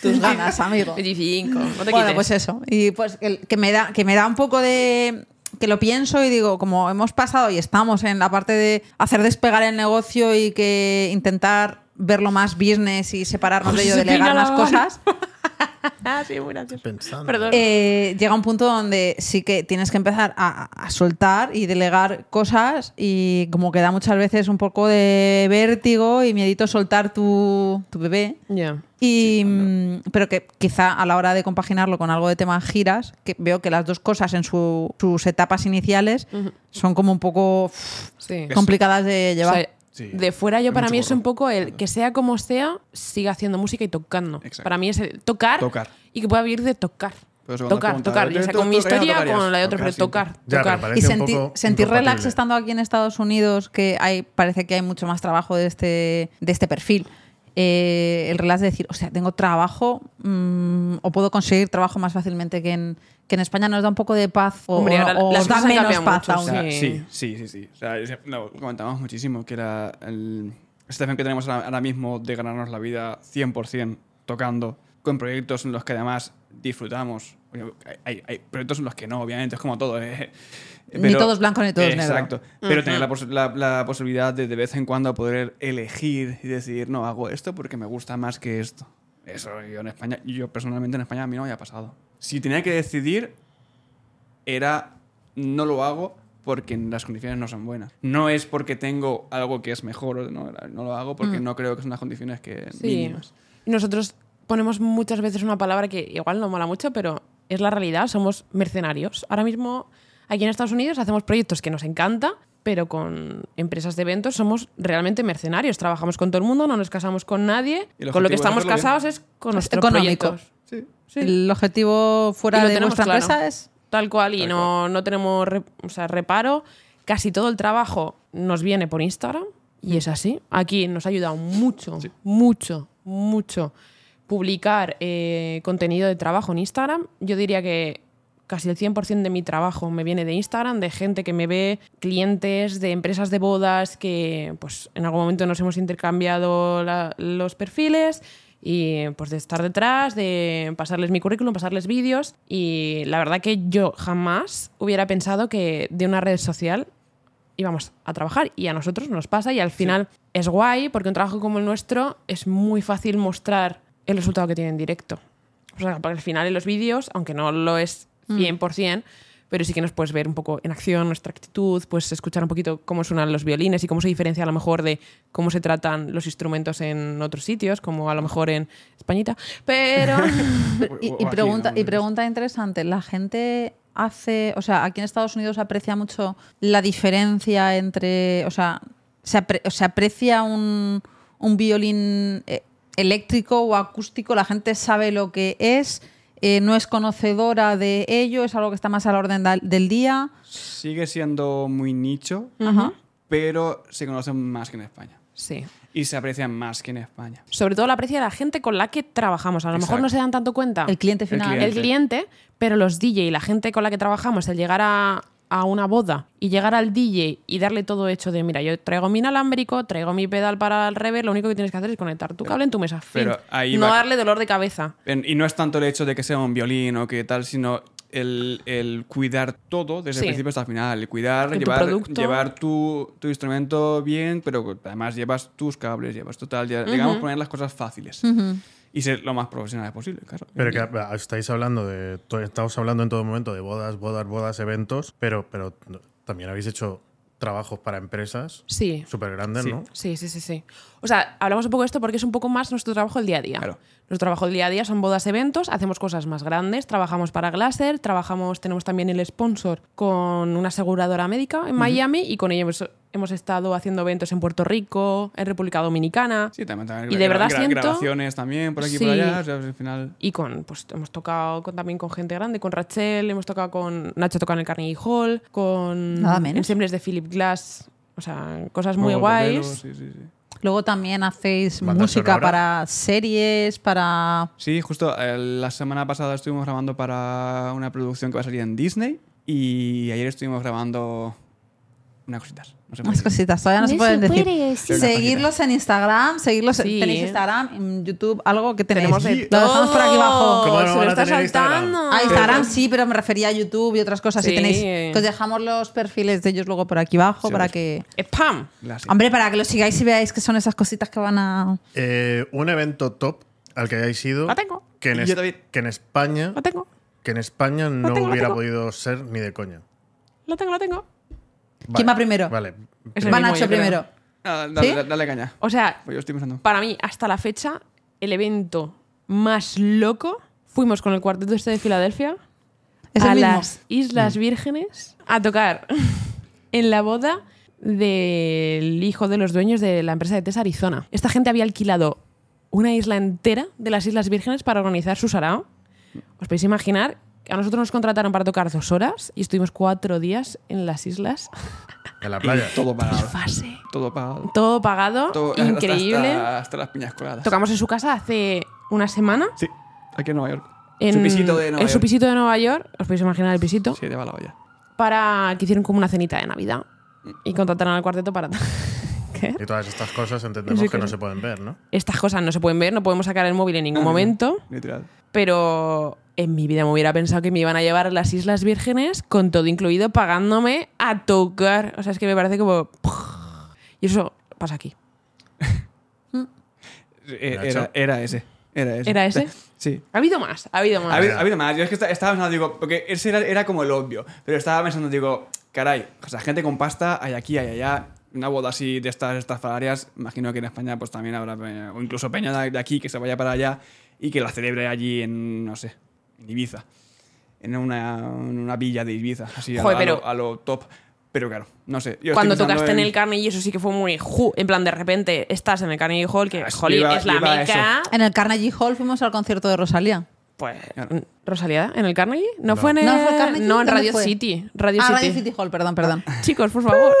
[SPEAKER 2] tus ganas, amigo.
[SPEAKER 1] 25, no te
[SPEAKER 2] Bueno,
[SPEAKER 1] quites.
[SPEAKER 2] pues eso. Y pues el- que me da, que me da un poco de que lo pienso y digo, como hemos pasado y estamos en la parte de hacer despegar el negocio y que intentar verlo más business y separarnos
[SPEAKER 1] José
[SPEAKER 2] de ello,
[SPEAKER 1] se
[SPEAKER 2] delegar
[SPEAKER 1] pilla la
[SPEAKER 2] más
[SPEAKER 1] mano.
[SPEAKER 2] cosas.
[SPEAKER 1] (laughs) Ah, sí, muy gracioso.
[SPEAKER 3] Pensando.
[SPEAKER 1] Perdón.
[SPEAKER 2] Eh, llega un punto donde sí que tienes que empezar a, a soltar y delegar cosas y como que da muchas veces un poco de vértigo y miedito soltar tu, tu bebé.
[SPEAKER 1] Ya.
[SPEAKER 2] Y, mm, pero que quizá a la hora de compaginarlo con algo de tema giras, que veo que las dos cosas en su- sus etapas iniciales son como un poco uff,
[SPEAKER 1] Sí.
[SPEAKER 2] complicadas de
[SPEAKER 1] O
[SPEAKER 2] llevar.
[SPEAKER 1] sea,
[SPEAKER 3] Sí.
[SPEAKER 1] de fuera yo
[SPEAKER 3] Hay
[SPEAKER 1] para
[SPEAKER 3] mucho
[SPEAKER 1] mí es un
[SPEAKER 3] curro.
[SPEAKER 1] poco el que sea como sea, siga haciendo música y tocando.
[SPEAKER 4] Exacto.
[SPEAKER 1] Para mí es el tocar,
[SPEAKER 4] Tocar.
[SPEAKER 1] y que pueda vivir de tocar.
[SPEAKER 4] Pero eso cuando
[SPEAKER 1] tocar,
[SPEAKER 4] pregunta,
[SPEAKER 1] tocar.
[SPEAKER 4] ¿eh?
[SPEAKER 1] Ya
[SPEAKER 4] ¿Tú-
[SPEAKER 1] sea
[SPEAKER 4] tú
[SPEAKER 1] con mi
[SPEAKER 4] tocarías o
[SPEAKER 1] historia o
[SPEAKER 4] tocarías?
[SPEAKER 1] con la de otro,
[SPEAKER 4] Tocar
[SPEAKER 1] pero
[SPEAKER 4] siempre.
[SPEAKER 1] tocar,
[SPEAKER 3] Ya, pero
[SPEAKER 1] tocar.
[SPEAKER 3] parece-
[SPEAKER 2] Y
[SPEAKER 3] Parece un
[SPEAKER 2] sentir,
[SPEAKER 3] poco
[SPEAKER 2] sentir
[SPEAKER 3] incompatible.
[SPEAKER 2] relax estando aquí en Estados Unidos, que hay, parece que hay mucho más trabajo de este, de este perfil. Eh, el relax de decir, o sea, tengo trabajo mm, o puedo conseguir trabajo más fácilmente que en, que en España, nos da un poco de paz o,
[SPEAKER 1] Hombre, ahora
[SPEAKER 2] o
[SPEAKER 1] las
[SPEAKER 2] os da
[SPEAKER 1] cosas han
[SPEAKER 2] menos
[SPEAKER 1] cambiado
[SPEAKER 2] paz
[SPEAKER 1] mucho,
[SPEAKER 2] aún.
[SPEAKER 4] O sea,
[SPEAKER 1] Sí.
[SPEAKER 4] sí, sí, sí, sí. O sea, es- no, lo comentábamos muchísimo que era el situación que tenemos ahora, ahora mismo de ganarnos la vida 100% tocando con proyectos en los que además disfrutamos. Bueno, Hay, hay proyectos en los que no, obviamente, es como todo. ¿eh?
[SPEAKER 2] Ni todos blancos, ni todos negros.
[SPEAKER 4] Exacto. Pero tener la, pos- la- la posibilidad de de vez en cuando poder elegir y decidir, no, hago esto porque me gusta más que esto. Eso yo en España, yo personalmente en España a mí no me había pasado. Si tenía que decidir, era no lo hago porque las condiciones no son buenas. No es porque tengo algo que es mejor, no, Era, no lo hago
[SPEAKER 2] Mm.
[SPEAKER 4] porque no creo que son las condiciones que
[SPEAKER 1] Sí.
[SPEAKER 4] mínimas.
[SPEAKER 1] Y Nosotros ponemos muchas veces una palabra que igual no mola mucho, pero es la realidad, somos mercenarios. Ahora mismo aquí en Estados Unidos hacemos proyectos que nos encanta, pero con empresas de eventos somos realmente mercenarios. Trabajamos con todo el mundo, no nos casamos con nadie.
[SPEAKER 4] Y el
[SPEAKER 1] Con lo que
[SPEAKER 4] objetivo es
[SPEAKER 1] estamos
[SPEAKER 4] hacerlo
[SPEAKER 1] casados es con nuestros
[SPEAKER 2] económico.
[SPEAKER 1] proyectos. Sí.
[SPEAKER 2] El objetivo
[SPEAKER 1] Y
[SPEAKER 2] fuera
[SPEAKER 1] lo
[SPEAKER 2] de
[SPEAKER 1] tenemos
[SPEAKER 2] nuestra
[SPEAKER 1] claro.
[SPEAKER 2] empresa es
[SPEAKER 1] Tal cual, y no, no tenemos re- o sea, reparo. Casi todo el trabajo nos viene por Instagram y es así. Aquí nos ha ayudado mucho, mucho, mucho publicar eh, contenido de trabajo en Instagram. Yo diría que casi el 100% de mi trabajo me viene de Instagram, de gente que me ve, clientes, de empresas de bodas que pues en algún momento nos hemos intercambiado la- los perfiles y pues de estar detrás, de pasarles mi currículum, pasarles vídeos y la verdad que yo jamás hubiera pensado que de una red social íbamos a trabajar y a nosotros nos pasa y al final es guay porque un trabajo como el nuestro es muy fácil mostrar el resultado que tiene en directo. O sea, porque al final en los vídeos, aunque no lo es 100%, pero sí que nos puedes ver un poco en acción nuestra actitud, puedes escuchar un poquito cómo suenan los violines y cómo se diferencia a lo mejor de cómo se tratan los instrumentos en otros sitios, como a lo mejor en Españita, pero... (laughs)
[SPEAKER 2] Y,
[SPEAKER 4] O- o
[SPEAKER 2] y
[SPEAKER 4] aquí,
[SPEAKER 2] pregunta,
[SPEAKER 4] ¿no?
[SPEAKER 2] y pregunta interesante, la gente hace, o sea, aquí en Estados Unidos aprecia mucho la diferencia entre, o sea, se, apre- o se aprecia un, un violín eh, eléctrico o acústico, la gente sabe lo que es, eh, no es conocedora de ello, es algo que está más a la orden da- del día.
[SPEAKER 4] Sigue siendo muy nicho,
[SPEAKER 2] Ajá.
[SPEAKER 4] pero se conocen más que en España.
[SPEAKER 1] sí.
[SPEAKER 4] Y se aprecian más que en España.
[SPEAKER 1] Sobre todo la aprecia de la gente con la que trabajamos. A lo mejor
[SPEAKER 4] Exacto.
[SPEAKER 1] no se dan tanto cuenta.
[SPEAKER 2] El cliente final.
[SPEAKER 4] Ah, cliente.
[SPEAKER 1] el cliente, pero los DJ y la gente con la que trabajamos, el llegar a, a una boda y llegar al DJ y darle todo hecho de, mira, yo traigo mi inalámbrico, traigo mi pedal para el reverb, lo único que tienes que hacer es conectar tu cable en tu mesa. Fin.
[SPEAKER 4] pero ahí
[SPEAKER 1] no
[SPEAKER 4] va-
[SPEAKER 1] darle dolor de cabeza.
[SPEAKER 4] En- y no es tanto el hecho de que sea un violín o que tal, sino el, el cuidar todo desde
[SPEAKER 1] Sí.
[SPEAKER 4] el principio hasta el final. El cuidar,
[SPEAKER 1] Que tu
[SPEAKER 4] llevar,
[SPEAKER 1] producto-
[SPEAKER 4] llevar tu, tu instrumento bien, pero además llevas tus cables, llevas tu tal. ya- Digamos, poner las cosas fáciles. Y ser lo más profesionales posible, claro.
[SPEAKER 3] Pero que ah, estáis hablando de. to- Estamos hablando en todo momento de bodas, bodas, bodas, eventos, pero, pero también habéis hecho trabajos para empresas
[SPEAKER 1] Sí.
[SPEAKER 3] súper grandes,
[SPEAKER 4] Sí.
[SPEAKER 3] ¿no?
[SPEAKER 1] Sí, sí, sí, sí. O sea, hablamos un poco de esto porque es un poco más nuestro trabajo del día a día.
[SPEAKER 4] Claro.
[SPEAKER 1] Nuestro trabajo del día a día son bodas, eventos, hacemos cosas más grandes, trabajamos para Glaser, trabajamos, tenemos también el sponsor con una aseguradora médica en Miami y con ellos hemos, hemos estado haciendo eventos en Puerto Rico, en República Dominicana
[SPEAKER 4] Sí, también, también
[SPEAKER 1] Y de verdad siento-
[SPEAKER 4] grabaciones también por aquí y por
[SPEAKER 1] Sí.
[SPEAKER 4] allá. o sea, al final.
[SPEAKER 1] y con pues hemos tocado con- también con gente grande, con Rachel, hemos tocado con Nacho tocado en el Carnegie Hall, con
[SPEAKER 2] Nada menos.
[SPEAKER 1] ensembles de Philip Glass, o sea, cosas muy
[SPEAKER 4] Luego
[SPEAKER 1] guays.
[SPEAKER 4] modelos, Sí, sí, sí.
[SPEAKER 2] Luego también hacéis
[SPEAKER 3] Banda
[SPEAKER 2] música
[SPEAKER 3] sonora.
[SPEAKER 2] para series, para...
[SPEAKER 4] Sí, justo eh, la semana pasada estuvimos grabando para una producción que va a salir en Disney y ayer estuvimos grabando unas cositas. No sé por
[SPEAKER 2] Más
[SPEAKER 4] qué.
[SPEAKER 2] cositas, todavía no se
[SPEAKER 5] No
[SPEAKER 2] pueden
[SPEAKER 5] se
[SPEAKER 2] decir.
[SPEAKER 5] puede decir.
[SPEAKER 2] Seguirlos en Instagram, seguirlos en-
[SPEAKER 1] Sí.
[SPEAKER 2] tenéis Instagram, en YouTube, algo que tenéis.
[SPEAKER 1] Tenemos de
[SPEAKER 2] Lo dejamos por aquí abajo.
[SPEAKER 3] ¿Cómo no
[SPEAKER 1] se lo
[SPEAKER 3] van a
[SPEAKER 1] está
[SPEAKER 3] tener Instagram?
[SPEAKER 1] saltando.
[SPEAKER 2] A Instagram sí, pero me refería a YouTube y otras cosas.
[SPEAKER 1] Sí.
[SPEAKER 2] Y tenéis, que os dejamos los perfiles de ellos luego por aquí abajo
[SPEAKER 4] Sí,
[SPEAKER 2] para
[SPEAKER 4] hombre.
[SPEAKER 2] que.
[SPEAKER 1] ¡Spam!
[SPEAKER 4] Las-
[SPEAKER 2] Hombre, para que los sigáis y veáis que son esas cositas que van a.
[SPEAKER 3] Eh, un evento top al que hayáis ido,
[SPEAKER 1] La tengo.
[SPEAKER 3] que en,
[SPEAKER 4] Yo
[SPEAKER 3] es-
[SPEAKER 4] también.
[SPEAKER 3] que en España,
[SPEAKER 1] La tengo.
[SPEAKER 3] que en España no
[SPEAKER 1] tengo, la
[SPEAKER 3] hubiera
[SPEAKER 1] tengo.
[SPEAKER 3] podido ser ni de coña.
[SPEAKER 1] La tengo, la tengo.
[SPEAKER 2] ¿Quién va primero?
[SPEAKER 3] Vale.
[SPEAKER 1] Es el
[SPEAKER 2] Va
[SPEAKER 1] mismo,
[SPEAKER 2] Nacho
[SPEAKER 1] yo creo.
[SPEAKER 2] primero.
[SPEAKER 4] Ah, dale,
[SPEAKER 2] ¿Sí?
[SPEAKER 4] dale, dale caña.
[SPEAKER 1] O sea,
[SPEAKER 4] Pues yo estoy pensando.
[SPEAKER 1] para mí, hasta la fecha, el evento más loco, fuimos con el cuarteto este de Filadelfia
[SPEAKER 2] Es
[SPEAKER 1] a
[SPEAKER 2] el mismo.
[SPEAKER 1] las Islas Vírgenes a tocar (laughs) en la boda del hijo de los dueños de la empresa de Tesa Arizona. Esta gente había alquilado una isla entera de las Islas Vírgenes para organizar su sarao. Os podéis imaginar que a nosotros nos contrataron para tocar dos horas y estuvimos cuatro días en las islas.
[SPEAKER 3] En la
[SPEAKER 1] (laughs)
[SPEAKER 3] playa.
[SPEAKER 4] Todo pagado.
[SPEAKER 1] Fase.
[SPEAKER 4] Todo pagado.
[SPEAKER 1] Todo pagado,
[SPEAKER 4] Todo- hasta-
[SPEAKER 1] increíble.
[SPEAKER 4] Hasta, hasta las piñas coladas.
[SPEAKER 1] Tocamos en su casa hace una semana.
[SPEAKER 4] Sí, aquí en Nueva York.
[SPEAKER 1] En,
[SPEAKER 4] Su pisito de Nueva
[SPEAKER 1] en su
[SPEAKER 4] York.
[SPEAKER 1] pisito de Nueva York, os podéis imaginar el pisito,
[SPEAKER 4] Sí, te va la olla.
[SPEAKER 1] para que hicieron como una cenita de Navidad y contrataron al cuarteto para... (laughs) ¿Qué?
[SPEAKER 3] Y todas estas cosas entendemos
[SPEAKER 1] Sí,
[SPEAKER 3] que no
[SPEAKER 1] claro.
[SPEAKER 3] se pueden ver, ¿no?
[SPEAKER 1] Estas cosas no se pueden ver, no podemos sacar el móvil en
[SPEAKER 4] (laughs)
[SPEAKER 1] ningún momento,
[SPEAKER 4] Literal.
[SPEAKER 1] pero en mi vida me hubiera pensado que me iban a llevar a las Islas Vírgenes con todo incluido, pagándome a tocar. O sea, es que me parece como... Y eso pasa aquí.
[SPEAKER 4] Eh,
[SPEAKER 3] Nacho.
[SPEAKER 4] Era, era ese. Era ese.
[SPEAKER 1] ¿Era ese?
[SPEAKER 4] Sí.
[SPEAKER 1] Ha habido más, ha habido
[SPEAKER 4] Ha
[SPEAKER 1] más.
[SPEAKER 4] habido, ha habido Ah, más. Yo es que esta- estaba pensando, digo, porque ese era, era como el obvio. Pero estaba pensando, digo, caray, o sea, gente con pasta hay aquí, hay allá. Una boda así de estas estafalarias, imagino que en España pues también habrá, eh, o incluso peña de de aquí que se vaya para allá y que la celebre allí en, no sé, en Ibiza. En una, en una villa de Ibiza, así a,
[SPEAKER 1] Joder,
[SPEAKER 4] lo, a lo-
[SPEAKER 1] pero-
[SPEAKER 4] a lo top. Pero claro, no sé. Yo estoy
[SPEAKER 1] Cuando
[SPEAKER 4] pensando
[SPEAKER 1] tocaste en... el Carnegie, eso sí que fue muy ju, en plan de repente estás en el Carnegie Hall, que
[SPEAKER 4] Ah, sí,
[SPEAKER 1] jolín,
[SPEAKER 4] iba-
[SPEAKER 1] es la
[SPEAKER 4] iba a
[SPEAKER 1] meca,
[SPEAKER 2] En el Carnegie Hall fuimos al concierto de Rosalía.
[SPEAKER 1] pues
[SPEAKER 4] Claro.
[SPEAKER 1] Rosalía, en el Carnegie, no, fue en el,
[SPEAKER 2] ¿No fue el Carnegie?
[SPEAKER 1] no, en
[SPEAKER 2] ¿Dónde
[SPEAKER 1] Radio
[SPEAKER 2] fue?
[SPEAKER 1] City, Radio
[SPEAKER 2] ah,
[SPEAKER 1] City.
[SPEAKER 2] Radio City Hall, perdón, perdón.
[SPEAKER 1] (laughs) Chicos, por
[SPEAKER 4] (laughs)
[SPEAKER 1] favor.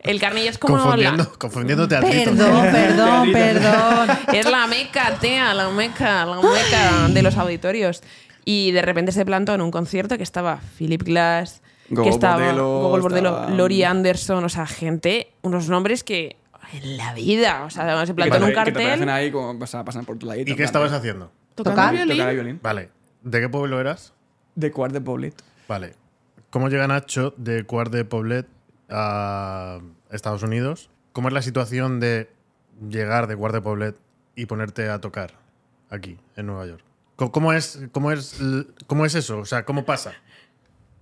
[SPEAKER 1] el Carnegie es como
[SPEAKER 3] Confundiendo,
[SPEAKER 1] la
[SPEAKER 3] confundiéndote (laughs) al Tito.
[SPEAKER 2] Perdón, perdón,
[SPEAKER 4] Teatrito.
[SPEAKER 2] perdón.
[SPEAKER 1] es la meca, tea, la meca, la meca de los auditorios. Y de repente se plantó en un concierto que estaba Philip Glass,
[SPEAKER 4] Gogol
[SPEAKER 1] que estaba
[SPEAKER 4] Bordello,
[SPEAKER 1] Gogol Bordello,
[SPEAKER 4] estaba-
[SPEAKER 1] Lori Anderson, o sea, gente, unos nombres que en la vida, o sea, se
[SPEAKER 4] Que
[SPEAKER 1] plantó en
[SPEAKER 4] te-
[SPEAKER 1] un
[SPEAKER 4] que te aparecen
[SPEAKER 1] cartel
[SPEAKER 4] ahí como, o sea, pasan por tu
[SPEAKER 3] ¿Y
[SPEAKER 4] ladito.
[SPEAKER 3] qué
[SPEAKER 4] en plan,
[SPEAKER 3] estabas haciendo?
[SPEAKER 1] tocando
[SPEAKER 2] Tocar.
[SPEAKER 1] violín.
[SPEAKER 4] Tocar el violín.
[SPEAKER 3] Vale. ¿De qué pueblo eras?
[SPEAKER 4] De Cuart de Poblet.
[SPEAKER 3] Vale. ¿Cómo llega Nacho de Cuart de Poblet a Estados Unidos? ¿Cómo es la situación de llegar de Cuart de Poblet y ponerte a tocar aquí, en Nueva York? Co- ¿Cómo es, cómo es, l- cómo es eso? O sea, ¿cómo pasa?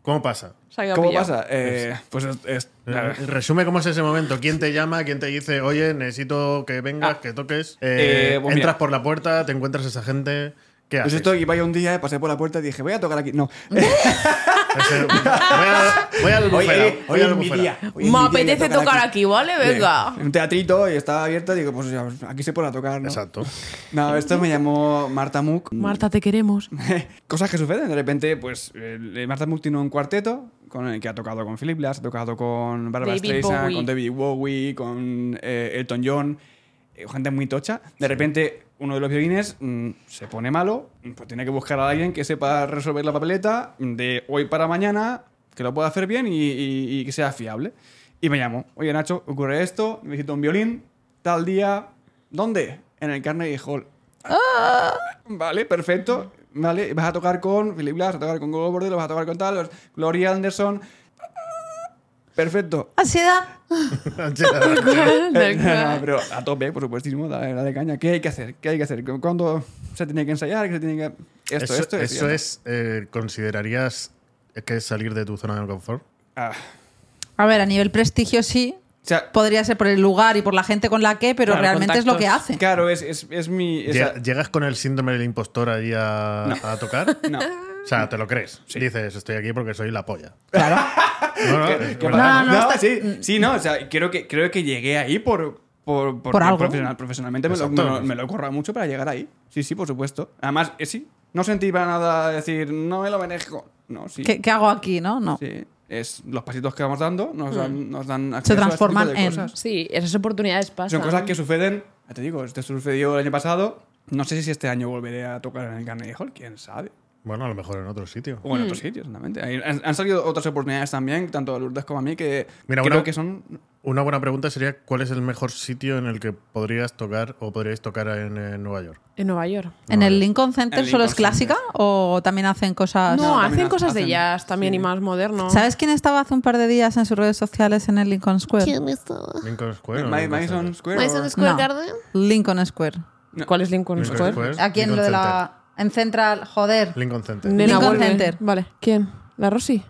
[SPEAKER 3] ¿Cómo pasa?
[SPEAKER 1] Se ha quedado
[SPEAKER 4] ¿Cómo
[SPEAKER 1] pillado.
[SPEAKER 4] pasa? Eh, pues es, es-
[SPEAKER 3] Eh, Resume cómo es ese momento. ¿Quién te llama? ¿Quién te dice, oye, necesito que vengas, que toques? Eh,
[SPEAKER 4] Ah. Eh, pues
[SPEAKER 3] entras
[SPEAKER 4] mira.
[SPEAKER 3] por la puerta, te encuentras a esa gente. ¿Qué
[SPEAKER 4] Pues
[SPEAKER 3] haces?
[SPEAKER 4] esto iba yo un día, pasé por la puerta y dije, voy a tocar aquí. No. (laughs)
[SPEAKER 3] Ese- voy, a, voy al bufera, voy
[SPEAKER 1] Me
[SPEAKER 3] al bufera.
[SPEAKER 4] hoy es eh, mi día, voy a
[SPEAKER 1] apetece tocar aquí, ¿vale? Venga.
[SPEAKER 4] Un teatrito y estaba abierto y digo, pues ya, aquí se pone a tocar, ¿no? (laughs)
[SPEAKER 3] Exacto. (laughs)
[SPEAKER 4] No, esto me llamó Marta Mook.
[SPEAKER 1] Marta, te queremos.
[SPEAKER 4] Cosas que suceden, de repente, pues eh, Marta Mook tiene un cuarteto con el que ha tocado con Philip Glass, ha tocado con Barbara
[SPEAKER 1] David
[SPEAKER 4] Streisand,
[SPEAKER 1] Bowie.
[SPEAKER 4] con David Bowie, con eh, Elton John, eh, gente muy tocha. De repente, uno de los violines mm, se pone malo, mm, pues tiene que buscar a alguien que sepa resolver la papeleta de hoy para mañana, que lo pueda hacer bien y, y- y que sea fiable. Y me llamó, oye Nacho, ocurre esto, necesito un violín, tal día, ¿dónde? En el Carnegie Hall. Vale, perfecto. Vale, vas a tocar con Philip Glass, vas a tocar con Gogo Bordello, vas a tocar con tal, Gloria Anderson. Perfecto.
[SPEAKER 1] (laughs)
[SPEAKER 2] Ansiedad.
[SPEAKER 4] (laughs)
[SPEAKER 1] Del cual.
[SPEAKER 4] Eh, Pero a tope, por supuestísimo, dale, dale caña. ¿Qué hay que hacer? ¿Qué hay que hacer? ¿Cuándo se tiene que ensayar? ¿Qué se tiene que...? Esto,
[SPEAKER 3] eso
[SPEAKER 4] esto. esto,
[SPEAKER 3] eso
[SPEAKER 4] ya.
[SPEAKER 3] es, eh, ¿considerarías que es salir de tu zona de confort?
[SPEAKER 4] Ah.
[SPEAKER 2] A ver, a nivel prestigio sí.
[SPEAKER 4] O sea,
[SPEAKER 2] Podría ser por el lugar y por la gente con la que, pero
[SPEAKER 1] Claro,
[SPEAKER 2] realmente es lo que
[SPEAKER 1] contactos.
[SPEAKER 2] hace.
[SPEAKER 4] claro, es, es, es mi... es
[SPEAKER 3] Llega-
[SPEAKER 4] a-
[SPEAKER 3] ¿Llegas con el síndrome del impostor ahí a, a tocar?
[SPEAKER 4] (laughs) no.
[SPEAKER 3] O sea, ¿te lo crees? Dices, estoy aquí porque soy la polla. No, no, es
[SPEAKER 4] ¿Qué
[SPEAKER 3] verdad.
[SPEAKER 4] pasa?
[SPEAKER 2] No, no, está-
[SPEAKER 4] sí, sí, no, o sea, creo que, creo que llegué ahí por, por,
[SPEAKER 2] Por algo.
[SPEAKER 4] profesional- profesionalmente me lo, me,
[SPEAKER 3] Exacto.
[SPEAKER 4] lo- me lo he currado mucho para llegar ahí. Sí, sí, por supuesto. Además, eh, sí, no sentí para nada decir, no me lo merezco. No, sí.
[SPEAKER 2] ¿Qué, qué hago aquí, no? No.
[SPEAKER 4] Sí, es los pasitos que vamos dando nos dan, nos dan
[SPEAKER 2] Mm. Se
[SPEAKER 4] acceso a este
[SPEAKER 2] transforman
[SPEAKER 4] tipo de
[SPEAKER 2] en-
[SPEAKER 4] cosas.
[SPEAKER 1] Sí, esas oportunidades pasan.
[SPEAKER 4] Son cosas que suceden, ya te digo, esto sucedió el año pasado. No sé si este año volveré a tocar en el Carnegie Hall, quién sabe.
[SPEAKER 3] Bueno, a lo mejor en otro sitio.
[SPEAKER 2] Mm.
[SPEAKER 4] O en otros sitios, solamente. Hay- Han, han salido otras oportunidades también, tanto a Lourdes como a mí, que
[SPEAKER 3] Mira,
[SPEAKER 4] creo
[SPEAKER 3] una-
[SPEAKER 4] que son
[SPEAKER 3] Una buena pregunta sería, ¿cuál es el mejor sitio en el que podrías tocar o podríais tocar en, eh, Nueva York?
[SPEAKER 1] En Nueva York.
[SPEAKER 2] ¿En el Lincoln Center
[SPEAKER 4] El
[SPEAKER 2] solo es
[SPEAKER 4] Lincoln Center.
[SPEAKER 2] clásica o también hacen cosas.?
[SPEAKER 1] No,
[SPEAKER 4] Ah, también
[SPEAKER 1] hacen
[SPEAKER 4] ha-
[SPEAKER 1] cosas de
[SPEAKER 4] hacen-
[SPEAKER 1] jazz también y más moderno.
[SPEAKER 2] ¿Sabes quién estaba hace un par de días en sus redes sociales en el Lincoln Square?
[SPEAKER 3] Lincoln Square. o
[SPEAKER 4] Ma-
[SPEAKER 3] Lincoln
[SPEAKER 4] Madison
[SPEAKER 3] Center?
[SPEAKER 4] Square. o-
[SPEAKER 2] No, Lincoln Square.
[SPEAKER 4] No.
[SPEAKER 1] ¿Cuál es Lincoln
[SPEAKER 3] Lincoln
[SPEAKER 1] Square?
[SPEAKER 3] Square.
[SPEAKER 2] Aquí en
[SPEAKER 3] Lincoln
[SPEAKER 2] lo de
[SPEAKER 3] Center.
[SPEAKER 2] la. En Central, joder.
[SPEAKER 3] Lincoln Center.
[SPEAKER 1] Nena,
[SPEAKER 2] Lincoln
[SPEAKER 1] vuelve.
[SPEAKER 2] Center.
[SPEAKER 1] Vale. ¿Quién? ¿La Rosy?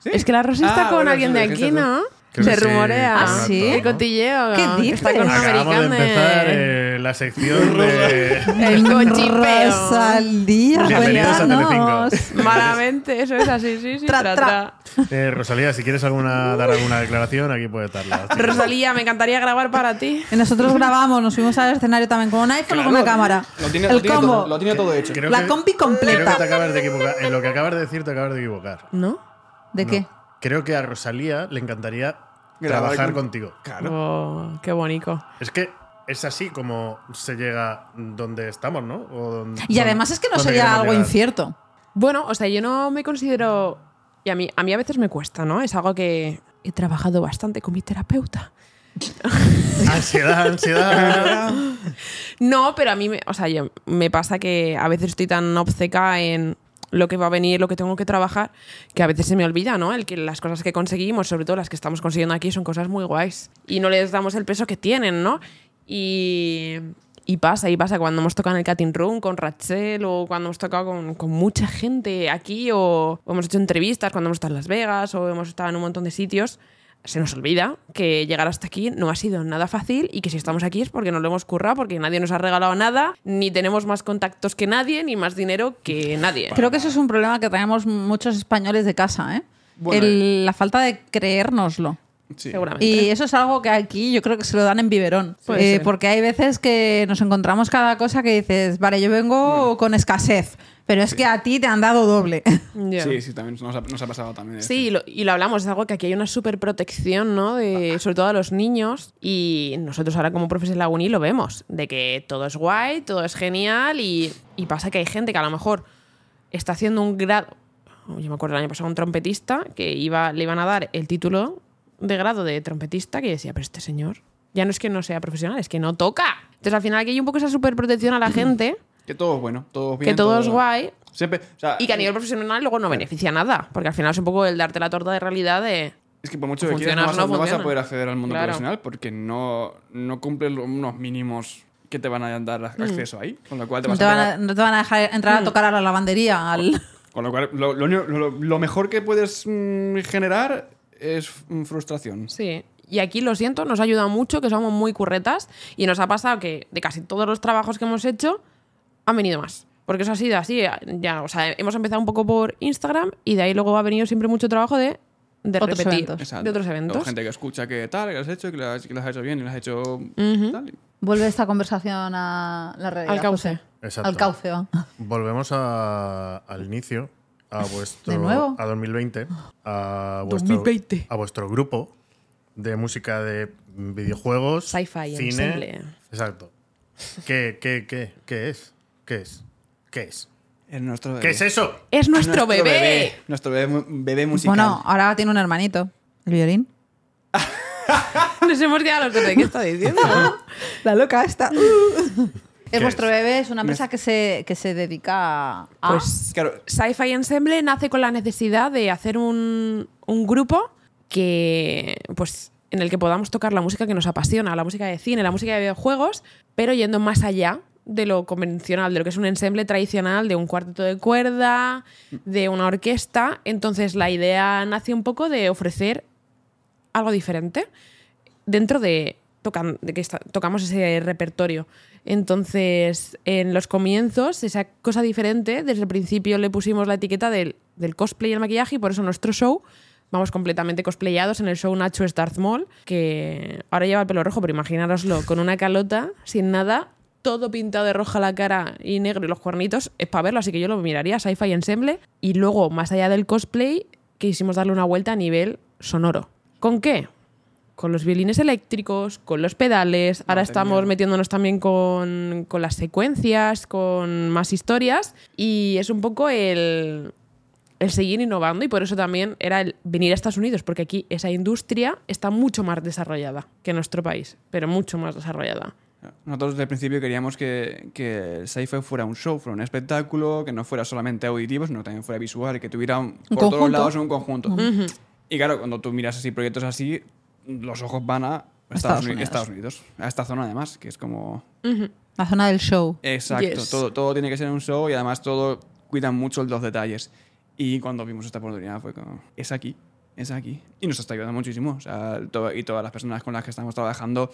[SPEAKER 4] ¿Sí?
[SPEAKER 1] Es que la Rosy está
[SPEAKER 4] Ah,
[SPEAKER 1] con
[SPEAKER 4] bueno,
[SPEAKER 1] alguien
[SPEAKER 4] sí,
[SPEAKER 1] de
[SPEAKER 4] lo
[SPEAKER 1] aquí,
[SPEAKER 4] dijiste tú.
[SPEAKER 1] ¿no?
[SPEAKER 3] Creo
[SPEAKER 1] Se
[SPEAKER 3] que sí,
[SPEAKER 1] rumorea.
[SPEAKER 2] ¿Ah, sí?
[SPEAKER 1] El cotilleo.
[SPEAKER 2] ¿Qué
[SPEAKER 1] que Está con
[SPEAKER 2] dices?
[SPEAKER 1] una
[SPEAKER 3] Acabamos
[SPEAKER 1] americana.
[SPEAKER 3] de empezar eh, la sección de...
[SPEAKER 1] El cochipeo.
[SPEAKER 2] Rosalía,
[SPEAKER 3] Pues Bienvenidos a
[SPEAKER 2] cuéntanos.
[SPEAKER 3] Telecinco.
[SPEAKER 1] Malamente, eso es así, sí, sí.
[SPEAKER 2] Tra,
[SPEAKER 1] tra,
[SPEAKER 2] tra.
[SPEAKER 1] tra.
[SPEAKER 3] Eh, Rosalía, si quieres alguna, dar alguna declaración, aquí
[SPEAKER 2] (laughs)
[SPEAKER 3] puedes darla. sí.
[SPEAKER 1] Rosalía, me encantaría grabar para ti.
[SPEAKER 2] Y nosotros grabamos, nos fuimos al escenario también con un iPhone o con una cámara.
[SPEAKER 4] Lo tiene,
[SPEAKER 2] el
[SPEAKER 4] lo tiene
[SPEAKER 2] combo.
[SPEAKER 4] todo, lo tiene todo hecho.
[SPEAKER 3] Creo
[SPEAKER 2] La compi completa.
[SPEAKER 3] creo que te acabas de equivocar. En lo que acabas de decir, te acabas de equivocar.
[SPEAKER 1] ¿No?
[SPEAKER 2] ¿De qué?
[SPEAKER 3] Creo que a Rosalía le encantaría
[SPEAKER 4] Grabar
[SPEAKER 3] trabajar
[SPEAKER 4] con-
[SPEAKER 3] contigo.
[SPEAKER 1] Oh, qué bonito.
[SPEAKER 3] Es que es así como se llega donde estamos, ¿no? O don-
[SPEAKER 2] Y
[SPEAKER 3] don-
[SPEAKER 2] además es que no
[SPEAKER 3] donde
[SPEAKER 2] sería
[SPEAKER 3] queremos
[SPEAKER 2] algo
[SPEAKER 3] llegar.
[SPEAKER 2] incierto.
[SPEAKER 1] Bueno, o sea, yo no me considero. Y a mí, a mí a veces me cuesta, ¿no? Es algo que he trabajado bastante con mi terapeuta.
[SPEAKER 2] (laughs)
[SPEAKER 3] Ansiedad, ansiedad.
[SPEAKER 1] No, pero a mí, me, o sea, yo- me pasa que a veces estoy tan obceca en lo que va a venir, lo que tengo que trabajar, que a veces se me olvida, ¿no? El que las cosas que conseguimos, sobre todo las que estamos consiguiendo aquí, son cosas muy guays y no les damos el peso que tienen, ¿no? Y, y pasa, y pasa cuando hemos tocado en el Cutting Room con Rachel o cuando hemos tocado con, con mucha gente aquí o, o hemos hecho entrevistas cuando hemos estado en Las Vegas o hemos estado en un montón de sitios se nos olvida que llegar hasta aquí no ha sido nada fácil y que si estamos aquí es porque nos lo hemos currado, porque nadie nos ha regalado nada, ni tenemos más contactos que nadie, ni más dinero que nadie.
[SPEAKER 2] Creo que eso es un problema que tenemos muchos españoles de casa, ¿eh?
[SPEAKER 4] Bueno,
[SPEAKER 2] El- la falta de creérnoslo.
[SPEAKER 4] Sí.
[SPEAKER 1] Seguramente.
[SPEAKER 2] Y eso es algo que aquí yo creo que se lo dan en biberón.
[SPEAKER 1] Puede
[SPEAKER 2] Eh,
[SPEAKER 1] ser.
[SPEAKER 2] porque hay veces que nos encontramos cada cosa que dices, vale, yo vengo con escasez, pero es que a ti te han dado doble.
[SPEAKER 1] Ya.
[SPEAKER 4] Sí, sí, también nos ha, nos ha pasado también. ¿eh?
[SPEAKER 1] Sí, y lo, y lo hablamos, es algo que aquí hay una superprotección, ¿no? De, sobre todo a los niños. Y nosotros ahora como profes de Laguni lo vemos, de que todo es guay, todo es genial y, y pasa que hay gente que a lo mejor está haciendo un grado... Yo me acuerdo el año pasado un trompetista que iba, le iban a dar el título de grado de trompetista que yo decía, pero este señor ya no es que no sea profesional, es que no toca. Entonces al final aquí hay un poco esa superprotección a la gente,
[SPEAKER 4] Que todo es bueno, todo es bien.
[SPEAKER 1] que todo es guay,
[SPEAKER 4] Siempre, o sea,
[SPEAKER 1] y que a nivel profesional luego no beneficia nada, porque al final es un poco el darte la torta de realidad de...
[SPEAKER 4] Es que por mucho que quieras
[SPEAKER 1] Funcionar
[SPEAKER 4] no vas, a,
[SPEAKER 1] no
[SPEAKER 4] no vas a
[SPEAKER 1] funciona.
[SPEAKER 4] poder acceder al mundo
[SPEAKER 1] Claro.
[SPEAKER 4] profesional porque no, no cumples lo- unos mínimos que te van a dar
[SPEAKER 1] Mm.
[SPEAKER 4] acceso ahí. Con lo cual te
[SPEAKER 2] No
[SPEAKER 4] vas
[SPEAKER 2] te,
[SPEAKER 4] a
[SPEAKER 2] van a,
[SPEAKER 4] pegar-
[SPEAKER 2] no te van a dejar entrar a tocar a la lavandería. (laughs) Al...
[SPEAKER 4] Con lo cual, lo, lo único- lo- lo mejor que puedes mm, generar es mm, frustración.
[SPEAKER 1] Sí. Y aquí, lo siento, nos ha ayudado mucho, que somos muy curretas y nos ha pasado que de casi todos los trabajos que hemos hecho han venido más. Porque eso ha sido así, ya, o sea, hemos empezado un poco por Instagram y de ahí luego ha venido siempre mucho trabajo de, de
[SPEAKER 2] Otros
[SPEAKER 1] repetir,
[SPEAKER 2] eventos.
[SPEAKER 4] Exacto.
[SPEAKER 1] de otros
[SPEAKER 4] O
[SPEAKER 1] eventos.
[SPEAKER 4] gente que escucha que tal, que lo has hecho, que lo has, que lo has hecho bien y lo has hecho tal.
[SPEAKER 2] Vuelve esta conversación a la realidad.
[SPEAKER 1] Al cauce.
[SPEAKER 2] José.
[SPEAKER 3] Exacto.
[SPEAKER 2] Al cauce. va.
[SPEAKER 3] Volvemos a- al inicio, a vuestro.
[SPEAKER 2] ¿De nuevo?
[SPEAKER 3] A 2020. A vuestro,
[SPEAKER 1] 2020.
[SPEAKER 3] A vuestro grupo de música de videojuegos.
[SPEAKER 1] Sci-fi,
[SPEAKER 3] cine.
[SPEAKER 1] ensemble.
[SPEAKER 3] Exacto. ¿Qué, qué, qué, qué es? ¿Qué es? ¿Qué es?
[SPEAKER 4] Es nuestro bebé.
[SPEAKER 3] ¿Qué es eso?
[SPEAKER 1] Es nuestro, bebé.
[SPEAKER 4] Nuestro bebé, mu- bebé musical.
[SPEAKER 2] Bueno, ahora tiene un hermanito, el violín.
[SPEAKER 1] (laughs) Nos hemos quedado los dos de qué está diciendo.
[SPEAKER 2] (laughs) La loca esta.
[SPEAKER 3] ¿Qué
[SPEAKER 2] es vuestro
[SPEAKER 3] es?
[SPEAKER 2] bebé, es una empresa que se, que se dedica a...
[SPEAKER 1] Pues
[SPEAKER 4] Claro,
[SPEAKER 1] Sci-Fi Ensemble nace con la necesidad de hacer un, un grupo que, pues, en el que podamos tocar la música que nos apasiona, la música de cine, la música de videojuegos, pero yendo más allá de lo convencional, de lo que es un ensemble tradicional, de un cuarteto de cuerda, de una orquesta. Entonces la idea nace un poco de ofrecer algo diferente dentro de, tocan- de que esta- tocamos ese repertorio. Entonces, en los comienzos, esa cosa diferente, desde el principio le pusimos la etiqueta del, del cosplay y el maquillaje y por eso nuestro show vamos completamente cosplayados en el show Nacho es Darth Maul, que ahora lleva el pelo rojo, pero imaginároslo, con una calota, sin nada, todo pintado de roja la cara y negro y los cuernitos, es para verlo, así que yo lo miraría, sci-fi ensemble. Y luego, más allá del cosplay, quisimos darle una vuelta a nivel sonoro. ¿Con qué? con los violines eléctricos, con los pedales. Ahora estamos metiéndonos también con, con las secuencias, con más historias. Y es un poco el, el seguir innovando y por eso también era el venir a Estados Unidos, porque aquí esa industria está mucho más desarrollada que en nuestro país, pero mucho más desarrollada.
[SPEAKER 4] Nosotros desde el principio queríamos que, que el sci-fi fuera un show, fuera un espectáculo, que no fuera solamente auditivo, sino también fuera visual, que tuviera un- por
[SPEAKER 2] conjunto.
[SPEAKER 4] todos lados un conjunto. Y claro, cuando tú miras así proyectos así, los ojos van a
[SPEAKER 2] Estados
[SPEAKER 4] Estados, Uni-
[SPEAKER 2] Unidos.
[SPEAKER 4] Estados Unidos. a esta zona además, que es como...
[SPEAKER 2] La zona del show.
[SPEAKER 4] Exacto,
[SPEAKER 1] Yes.
[SPEAKER 4] todo, todo tiene que ser un show y además todo cuidan mucho los detalles. Y cuando vimos esta oportunidad fue como, es aquí, es aquí. Y nos está ayudando muchísimo. o sea, to- y todas las personas con las que estamos trabajando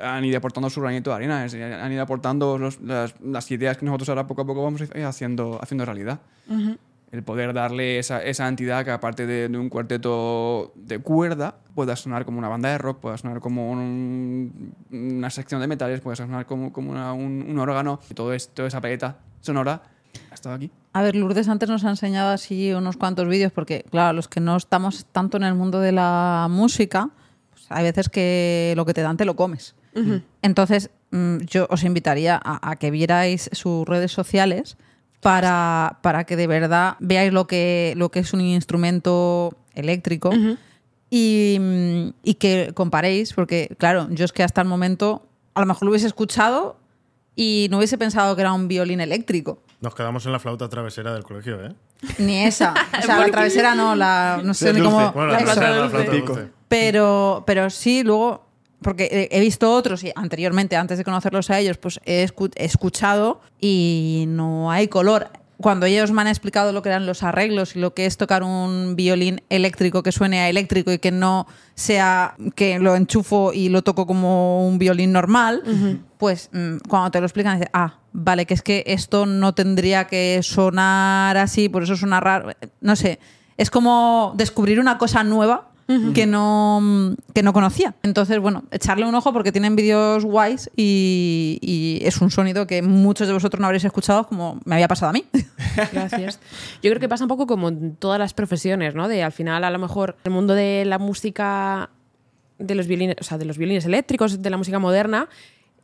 [SPEAKER 4] han ido aportando su granito de arena, es- han ido aportando los- las, las ideas que nosotros ahora poco a poco vamos a ir haciendo, haciendo realidad. El poder darle esa, esa entidad que aparte de, de un cuarteto de cuerda, pueda sonar como una banda de rock, pueda sonar como un- una sección de metales, pueda sonar como, como una- un, un órgano. Todo esto, toda esa paleta sonora ha estado aquí.
[SPEAKER 2] A ver, Lourdes antes nos ha enseñado así unos cuantos vídeos, porque, claro, los que no estamos tanto en el mundo de la música, pues hay veces que lo que te dan te lo comes. Entonces, mm, yo os invitaría a, a que vierais sus redes sociales para, para que de verdad veáis lo que, lo que es un instrumento eléctrico. Y, mm, y que comparéis, porque claro, yo es que hasta el momento a lo mejor lo hubiese escuchado y no hubiese pensado que era un violín eléctrico.
[SPEAKER 3] Nos quedamos en la flauta travesera del colegio, ¿eh?
[SPEAKER 2] Ni esa. O sea, la travesera no, la. No sé ni
[SPEAKER 3] Dulce.
[SPEAKER 2] cómo.
[SPEAKER 3] Bueno, la,
[SPEAKER 2] eso.
[SPEAKER 3] travesera, la
[SPEAKER 1] dulce.
[SPEAKER 3] flauta
[SPEAKER 4] Pico.
[SPEAKER 3] dulce.
[SPEAKER 2] Pero, pero sí, luego. Porque he- he visto otros y anteriormente, antes de conocerlos a ellos, pues he escu- he escuchado y no hay color. Cuando ellos me han explicado lo que eran los arreglos y lo que es tocar un violín eléctrico que suene a eléctrico y que no sea que lo enchufo y lo toco como un violín normal, pues mm, cuando te lo explican, dices, ah, vale, que es que esto no tendría que sonar así, por eso suena raro. No sé, es como descubrir una cosa nueva que, no, que no conocía. Entonces, bueno, echarle un ojo porque tienen vídeos guays y, y es un sonido que muchos de vosotros no habréis escuchado como me había pasado a (laughs) mí.
[SPEAKER 1] Gracias. (laughs) Yo creo que pasa un poco como en todas las profesiones, ¿no? De al final, a lo mejor, el mundo de la música, de los violines, o sea, de los violines eléctricos, de la música moderna,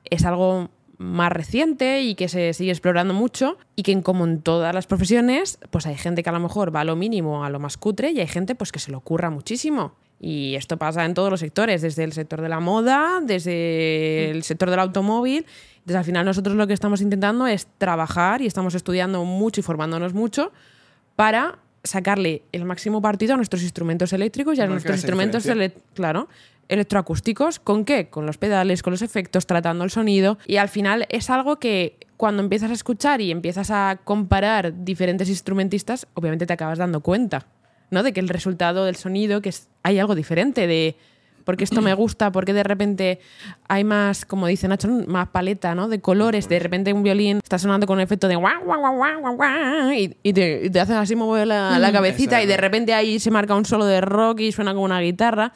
[SPEAKER 1] es algo más reciente y que se sigue explorando mucho y que en- como en todas las profesiones pues hay gente que a lo mejor va a lo mínimo a lo más cutre y hay gente pues que se lo curra muchísimo y esto pasa en todos los sectores desde el sector de la moda desde el sector del automóvil entonces al final nosotros lo que estamos intentando es trabajar y estamos estudiando mucho y formándonos mucho para sacarle el máximo partido a nuestros instrumentos eléctricos y a
[SPEAKER 4] Marcar
[SPEAKER 1] nuestros
[SPEAKER 4] esa
[SPEAKER 1] instrumentos ele-
[SPEAKER 4] diferencia.
[SPEAKER 1] ele- claro, electroacústicos, ¿con qué? Con los pedales, con los efectos, tratando el sonido. Y al final es algo que cuando empiezas a escuchar y empiezas a comparar diferentes instrumentistas, obviamente te acabas dando cuenta, ¿no? De que el resultado del sonido, que es- hay algo diferente de... Porque esto me gusta, porque de repente hay más, como dice Nacho, más paleta, ¿no? De colores. De repente un violín está sonando con un efecto de guau, guau, guau, guau, guau, guau, y, y te, y te hacen así mover la, la cabecita y de
[SPEAKER 4] Exacto.
[SPEAKER 1] repente ahí se marca un solo de rock y suena como una guitarra,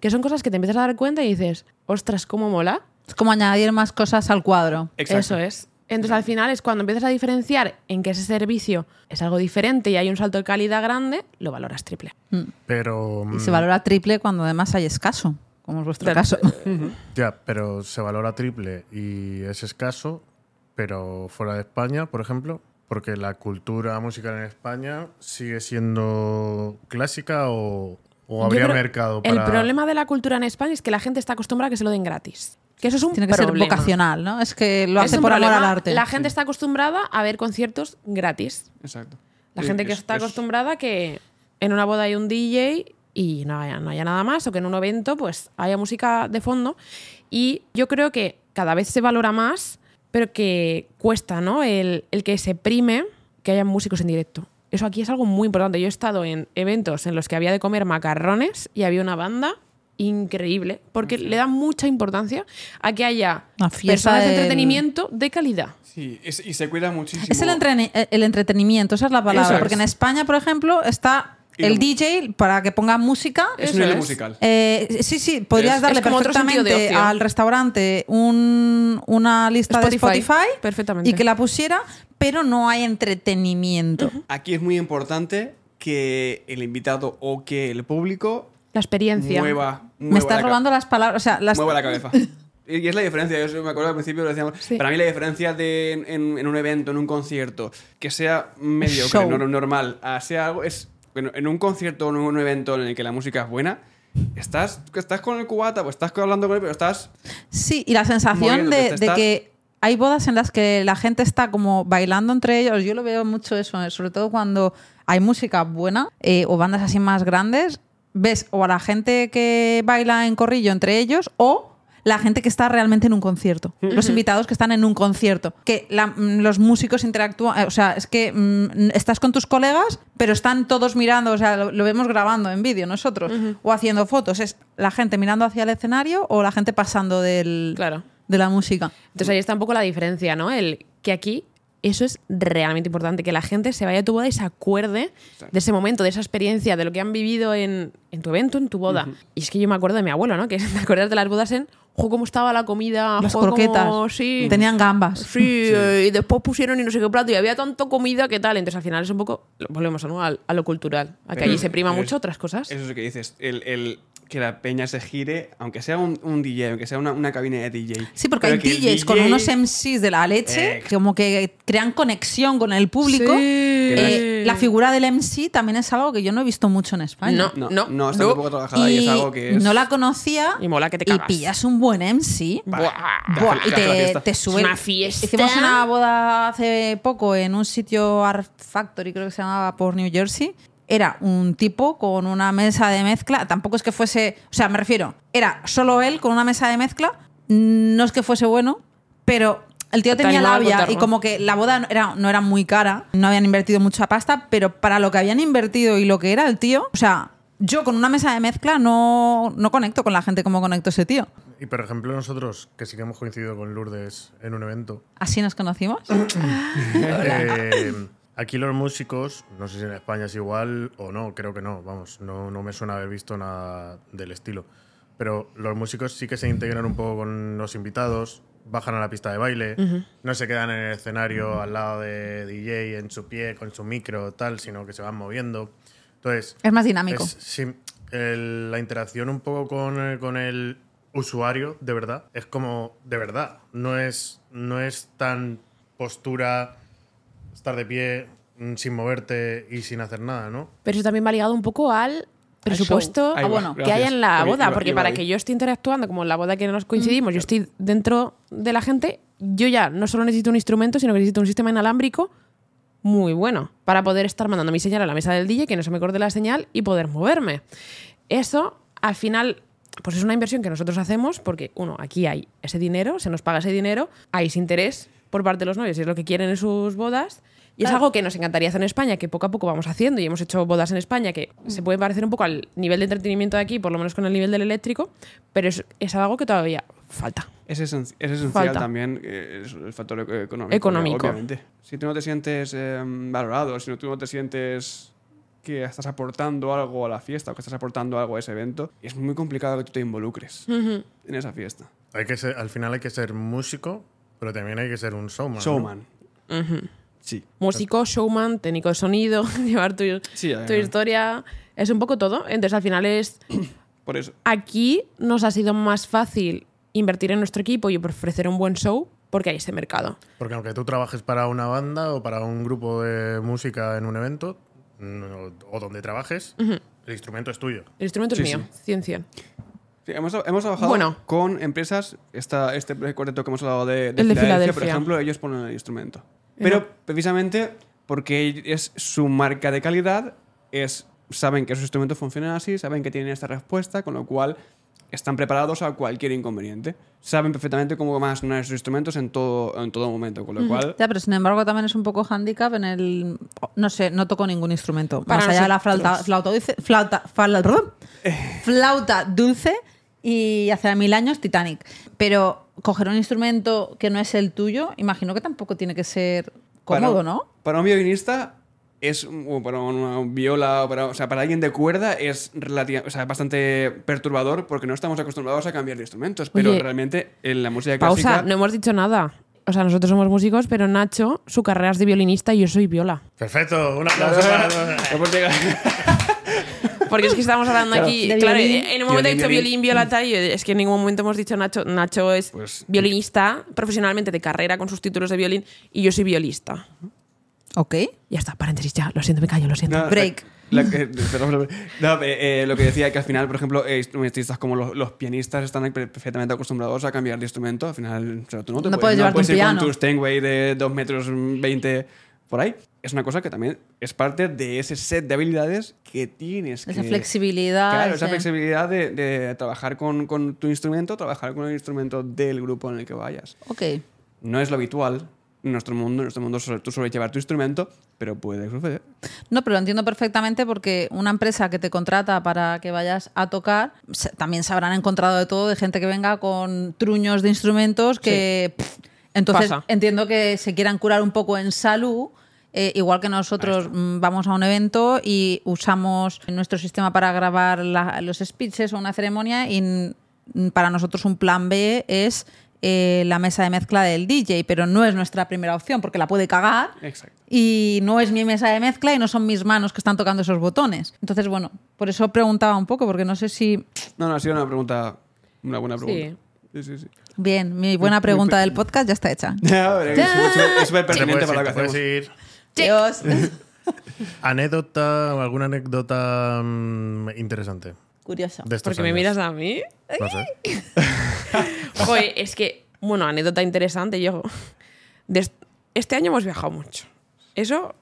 [SPEAKER 1] que son cosas que te empiezas a dar cuenta y dices, ostras, cómo mola.
[SPEAKER 2] Es como añadir más cosas al cuadro.
[SPEAKER 4] Exacto.
[SPEAKER 1] Eso es. Entonces al final es cuando empiezas a diferenciar en que ese servicio es algo diferente y hay un salto de calidad grande, lo valoras triple.
[SPEAKER 3] Pero.
[SPEAKER 2] Y
[SPEAKER 3] mm,
[SPEAKER 2] se valora triple cuando además hay escaso, como es vuestro
[SPEAKER 1] Tan-
[SPEAKER 2] caso. (laughs)
[SPEAKER 3] Ya, pero se valora triple y es escaso, pero fuera de España, por ejemplo, porque la cultura musical en España sigue siendo clásica o, o
[SPEAKER 1] Yo
[SPEAKER 3] habría
[SPEAKER 1] creo-
[SPEAKER 3] mercado para.
[SPEAKER 1] El problema de la cultura en España es que la gente está acostumbrada a que se lo den gratis. Que eso es un
[SPEAKER 2] Tiene que
[SPEAKER 1] problema.
[SPEAKER 2] ser vocacional, ¿no? Es que lo
[SPEAKER 1] Es
[SPEAKER 2] hace
[SPEAKER 1] un
[SPEAKER 2] por amor al
[SPEAKER 1] problema.
[SPEAKER 2] arte.
[SPEAKER 1] La gente está acostumbrada a ver conciertos gratis.
[SPEAKER 4] Exacto.
[SPEAKER 1] La
[SPEAKER 4] Sí,
[SPEAKER 1] gente que
[SPEAKER 4] es-
[SPEAKER 1] está
[SPEAKER 4] es-
[SPEAKER 1] acostumbrada que en una boda hay un DJ y no haya, no haya nada más, o que en un evento pues haya música de fondo. Y yo creo que cada vez se valora más, pero que cuesta, ¿no? El, el que se prime que haya músicos en directo. Eso aquí es algo muy importante. Yo he estado en eventos en los que había de comer macarrones y había una banda increíble, porque le da mucha importancia a que haya
[SPEAKER 2] Una fiesta
[SPEAKER 1] personas de
[SPEAKER 2] del-
[SPEAKER 1] entretenimiento de calidad.
[SPEAKER 4] Sí, es- y se cuida muchísimo.
[SPEAKER 2] Es el, entrene- el entretenimiento, esa es la palabra.
[SPEAKER 4] Eso es.
[SPEAKER 2] Porque en España, por ejemplo, está
[SPEAKER 4] Y
[SPEAKER 2] el
[SPEAKER 4] lo-
[SPEAKER 2] DJ para que ponga música.
[SPEAKER 4] Es
[SPEAKER 1] Eso
[SPEAKER 4] un nivel
[SPEAKER 1] es.
[SPEAKER 4] musical.
[SPEAKER 2] Eh, sí, sí, podrías
[SPEAKER 4] Es-
[SPEAKER 2] darle
[SPEAKER 1] es como otro sentido de
[SPEAKER 2] perfectamente
[SPEAKER 1] ocio.
[SPEAKER 2] al restaurante un- una lista de
[SPEAKER 1] Spotify,
[SPEAKER 2] Spotify
[SPEAKER 1] perfectamente.
[SPEAKER 2] y que la pusiera, pero no hay entretenimiento.
[SPEAKER 4] Aquí es muy importante que el invitado o que el público
[SPEAKER 1] La experiencia.
[SPEAKER 4] mueva, mueva
[SPEAKER 2] Me estás
[SPEAKER 4] la ca-
[SPEAKER 2] robando las palabras. O sea, las- (laughs)
[SPEAKER 4] mueva la cabeza. Y y es la diferencia, yo me acuerdo al principio lo decíamos.
[SPEAKER 1] Sí.
[SPEAKER 4] Para mí la diferencia de en, en- en un evento, en un concierto, que sea medio
[SPEAKER 2] Show.
[SPEAKER 4] normal, a sea algo, es bueno, en un concierto o en un evento en el que la música es buena, estás, estás con el cubata o estás hablando con él, pero estás
[SPEAKER 2] Sí, y la sensación
[SPEAKER 4] Moviéndote,
[SPEAKER 2] de,
[SPEAKER 4] te
[SPEAKER 2] de
[SPEAKER 4] estás-
[SPEAKER 2] que hay bodas en las que la gente está como bailando entre ellos. Yo lo veo mucho eso, eh, sobre todo cuando hay música buena eh, o bandas así más grandes. Ves o a la gente que baila en corrillo entre ellos o la gente que está realmente en un concierto, los invitados que están en un concierto, que la- mm, los músicos interactúan, eh, o sea, es que mm, estás con tus colegas, pero están todos mirando, o sea, lo, lo vemos grabando en vídeo nosotros, o haciendo fotos, es la gente mirando hacia el escenario o la gente pasando del,
[SPEAKER 1] Claro.
[SPEAKER 2] de la música.
[SPEAKER 1] Entonces ahí está un poco la diferencia, ¿no? El que aquí eso es realmente importante, que la gente se vaya a tu boda y se acuerde de ese momento, de esa experiencia, de lo que han vivido en, en tu evento, en tu boda. Y es que yo me acuerdo de mi abuelo, ¿no? Que (laughs) es de acordarte de las bodas en, jo, cómo estaba la comida,
[SPEAKER 2] Las
[SPEAKER 1] jo, cómo-
[SPEAKER 2] croquetas.
[SPEAKER 1] Ah, sí.
[SPEAKER 2] Tenían gambas.
[SPEAKER 1] Sí, eh, y después pusieron y no sé qué plato y había tanto comida que tal. Entonces al final es un poco, lo- volvemos a, nuevo al- a lo cultural, a que
[SPEAKER 4] Pero-
[SPEAKER 1] allí se prima
[SPEAKER 4] pero
[SPEAKER 1] mucho
[SPEAKER 4] es-
[SPEAKER 1] otras cosas.
[SPEAKER 4] Eso es lo que dices. El, el que la peña se gire, aunque sea un, un DJ, aunque sea una, una cabina de DJ.
[SPEAKER 2] Sí, porque
[SPEAKER 4] pero
[SPEAKER 2] hay
[SPEAKER 4] que el Eh,
[SPEAKER 2] DJs con
[SPEAKER 4] DJ
[SPEAKER 2] unos em- MCs de la leche
[SPEAKER 4] Ex.
[SPEAKER 2] que como que crean conexión con el público.
[SPEAKER 1] Sí.
[SPEAKER 2] Eh,
[SPEAKER 1] Sí.
[SPEAKER 2] la figura del MC también es algo que yo no he visto mucho en España.
[SPEAKER 1] No,
[SPEAKER 4] No,
[SPEAKER 1] no,
[SPEAKER 4] no, está
[SPEAKER 1] no.
[SPEAKER 4] muy poco trabajada y, es algo que es.
[SPEAKER 2] no la conocía
[SPEAKER 1] Y mola que te
[SPEAKER 2] y
[SPEAKER 1] cagas.
[SPEAKER 2] pillas un buen MC
[SPEAKER 1] Buah.
[SPEAKER 2] Buah,
[SPEAKER 4] hace-
[SPEAKER 2] y
[SPEAKER 4] te hace la
[SPEAKER 2] te,
[SPEAKER 4] fiesta.
[SPEAKER 2] te sube
[SPEAKER 1] Es una fiesta.
[SPEAKER 2] hicimos una boda hace poco en un sitio Art Factory creo que se llamaba por New Jersey era un tipo con una mesa de mezcla tampoco es que fuese o sea me refiero era solo él con una mesa de mezcla no es que fuese bueno pero el tío
[SPEAKER 1] Te
[SPEAKER 2] tenía
[SPEAKER 1] animaba a
[SPEAKER 2] labia y
[SPEAKER 1] contarlo.
[SPEAKER 2] como que la boda no era, no era muy cara, no habían invertido mucha pasta, pero para lo que habían invertido y lo que era el tío, o sea, yo con una mesa de mezcla no, no conecto con la gente como conecto ese tío.
[SPEAKER 3] Y por ejemplo, nosotros, que sí que hemos coincidido con Lourdes en un evento,
[SPEAKER 2] Así nos conocimos.
[SPEAKER 3] Eh, aquí los músicos, no sé si en España es igual o no, creo que no, vamos, no, no me suena haber visto nada del estilo. Pero los músicos sí que se integran un poco con los invitados, bajan a la pista de baile, no se quedan en el escenario al lado de DJ en su pie, con su micro, tal, sino que se van moviendo. Entonces,
[SPEAKER 2] Es más dinámico.
[SPEAKER 3] es- sí, el- la interacción un poco con, eh, con el usuario, de verdad, es como de verdad. No es, no es tan postura, estar de pie mm, sin moverte y sin hacer nada, ¿no?
[SPEAKER 1] Pero eso también va ligado un poco al presupuesto
[SPEAKER 4] Ahí
[SPEAKER 2] Ah,
[SPEAKER 4] va,
[SPEAKER 2] bueno.
[SPEAKER 1] que hay
[SPEAKER 4] gracias.
[SPEAKER 1] en la
[SPEAKER 4] Iba-
[SPEAKER 1] boda,
[SPEAKER 4] iba-
[SPEAKER 1] porque
[SPEAKER 4] iba
[SPEAKER 1] para
[SPEAKER 4] ahí. Mm.
[SPEAKER 1] que yo esté interactuando, como en la boda que nos coincidimos, yo estoy dentro de la gente, yo ya no solo necesito un instrumento, sino que necesito un sistema inalámbrico muy bueno para poder estar mandando mi señal a la mesa del DJ, que no se me corte la señal y poder moverme. Eso, al final, pues es una inversión que nosotros hacemos porque, uno, aquí hay ese dinero, se nos paga ese dinero, hay ese interés por parte de los novios, y es lo que quieren en sus bodas. Y es algo que nos encantaría hacer en España, que poco a poco vamos haciendo y hemos hecho bodas en España que se puede parecer un poco al nivel de entretenimiento de aquí, por lo menos con el nivel del eléctrico, pero es, es algo que todavía falta.
[SPEAKER 4] Es, esenci- es esencial
[SPEAKER 1] Falta.
[SPEAKER 4] también eh, es el factor eco- económico.
[SPEAKER 1] Económico.
[SPEAKER 4] Obviamente. Si tú no te sientes eh, valorado, si no- tú no te sientes que estás aportando algo a la fiesta o que estás aportando algo a ese evento, es muy complicado que tú te involucres en esa fiesta.
[SPEAKER 3] Hay que ser- al final hay que ser músico, pero también hay que ser un showman. ¿no?
[SPEAKER 4] Showman. Sí.
[SPEAKER 1] Músico, showman, técnico de sonido, (laughs) llevar tu,
[SPEAKER 4] Sí,
[SPEAKER 1] tu
[SPEAKER 4] además.
[SPEAKER 1] historia, es un poco todo. Entonces al final es
[SPEAKER 4] Por eso.
[SPEAKER 1] Aquí nos ha sido más fácil invertir en nuestro equipo y ofrecer un buen show porque hay ese mercado.
[SPEAKER 3] Porque aunque tú trabajes para una banda o para un grupo de música en un evento, no- o donde trabajes, el instrumento es tuyo.
[SPEAKER 1] El instrumento
[SPEAKER 4] Sí,
[SPEAKER 1] es mío, 100 100.
[SPEAKER 4] Sí, hemos, hemos trabajado
[SPEAKER 1] Bueno.
[SPEAKER 4] con empresas. Esta, este cuarteto que hemos hablado de,
[SPEAKER 1] El de
[SPEAKER 4] por
[SPEAKER 1] Filadelfia.
[SPEAKER 4] ejemplo, ellos ponen el instrumento. Pero precisamente porque es su marca de calidad, es, saben que sus instrumentos funcionan así, saben que tienen esta respuesta, con lo cual están preparados a cualquier inconveniente. Saben perfectamente cómo van a sonar sus instrumentos en todo, en todo momento, con lo cual.
[SPEAKER 2] Ya, pero sin embargo también es un poco handicap en el... No sé, no toco ningún instrumento.
[SPEAKER 1] Para
[SPEAKER 2] más allá de la
[SPEAKER 1] nosotros.
[SPEAKER 2] flauta, flauta dulce... Flauta, fal-
[SPEAKER 4] (laughs)
[SPEAKER 2] brr, flauta dulce y hace mil años Titanic. Pero coger un instrumento que no es el tuyo, imagino que tampoco tiene que ser cómodo,
[SPEAKER 4] para-
[SPEAKER 2] ¿no?
[SPEAKER 4] Para un violinista es un- o para una viola o para, o sea, para alguien de cuerda es relativa- o sea, bastante perturbador porque no estamos acostumbrados a cambiar de instrumentos, pero
[SPEAKER 1] Oye,
[SPEAKER 4] realmente en la música
[SPEAKER 1] Pausa,
[SPEAKER 4] clásica
[SPEAKER 1] no hemos dicho nada. O sea, nosotros somos músicos, pero Nacho, su carrera es de violinista y yo soy viola.
[SPEAKER 3] Perfecto, un aplauso
[SPEAKER 4] (laughs)
[SPEAKER 3] para
[SPEAKER 4] No puedes llegar-
[SPEAKER 1] Porque es que estamos hablando
[SPEAKER 4] Claro.
[SPEAKER 1] aquí.
[SPEAKER 2] De
[SPEAKER 1] Claro, eh,
[SPEAKER 2] violín.
[SPEAKER 1] en un momento he
[SPEAKER 4] Violín,
[SPEAKER 1] dicho
[SPEAKER 4] violín.
[SPEAKER 1] violín, viola, tal. Y es que en ningún momento hemos dicho Nacho. Nacho es
[SPEAKER 4] Pues-
[SPEAKER 1] violinista profesionalmente de carrera con sus títulos de violín y yo soy violista.
[SPEAKER 2] Ok.
[SPEAKER 1] Ya está, paréntesis ya. Lo siento, me callo, lo siento.
[SPEAKER 4] No,
[SPEAKER 2] Break.
[SPEAKER 4] la- la- eh, perdón, perdón. No, eh, eh, lo que decía que al final, por ejemplo, eh, instrumentistas como los, los pianistas están per- perfectamente acostumbrados a cambiar de instrumento. Al final, o sea, tú no te
[SPEAKER 2] No puedes llevarte un
[SPEAKER 4] ir
[SPEAKER 2] piano.
[SPEAKER 4] con tu Steinway de 2 metros 20 por ahí. es una cosa que también es parte de ese set de habilidades que tienes.
[SPEAKER 2] Esa
[SPEAKER 4] que-
[SPEAKER 2] flexibilidad.
[SPEAKER 4] Claro, esa
[SPEAKER 2] sí.
[SPEAKER 4] flexibilidad de, de trabajar con, con tu instrumento, trabajar con el instrumento del grupo en el que vayas.
[SPEAKER 2] Ok.
[SPEAKER 4] No es lo habitual en nuestro mundo, en nuestro mundo sobre, tú sobrellevar tu instrumento, pero puede suceder.
[SPEAKER 2] No, pero lo entiendo perfectamente porque una empresa que te contrata para que vayas a tocar, se- también se habrán encontrado de todo, de gente que venga con truños de instrumentos que... pff, entonces
[SPEAKER 1] Pasa.
[SPEAKER 2] entiendo que se quieran curar un poco en salud. eh, igual que nosotros mm, vamos a un evento y usamos nuestro sistema para grabar la- los speeches o una ceremonia y mm, para nosotros un plan B es eh, la mesa de mezcla del DJ, pero no es nuestra primera opción porque la puede cagar
[SPEAKER 4] Exacto.
[SPEAKER 2] y no es mi mesa de mezcla y no son mis manos que están tocando esos botones. Entonces, bueno, por eso preguntaba un poco, porque no sé si...
[SPEAKER 4] No, no, ha sido una pregunta, una buena
[SPEAKER 1] Sí.
[SPEAKER 4] pregunta. Sí, sí, sí.
[SPEAKER 2] Bien, mi buena pregunta del podcast ya está hecha.
[SPEAKER 4] (laughs) A ver, es
[SPEAKER 2] (laughs)
[SPEAKER 4] súper- es
[SPEAKER 3] Te
[SPEAKER 4] súper
[SPEAKER 3] puedes
[SPEAKER 4] pertinente para
[SPEAKER 3] ir,
[SPEAKER 4] lo que
[SPEAKER 3] te puedes
[SPEAKER 4] hacemos.
[SPEAKER 3] ir.
[SPEAKER 1] (laughs)
[SPEAKER 2] Dios.
[SPEAKER 3] Anécdota, alguna anécdota mm, interesante.
[SPEAKER 2] Curioso.
[SPEAKER 3] De estos
[SPEAKER 1] Porque me
[SPEAKER 3] años.
[SPEAKER 1] miras a mí.
[SPEAKER 3] No sé.
[SPEAKER 1] Joder, es que, bueno, anécdota interesante. Yo, (laughs) des- este año hemos viajado mucho. Eso,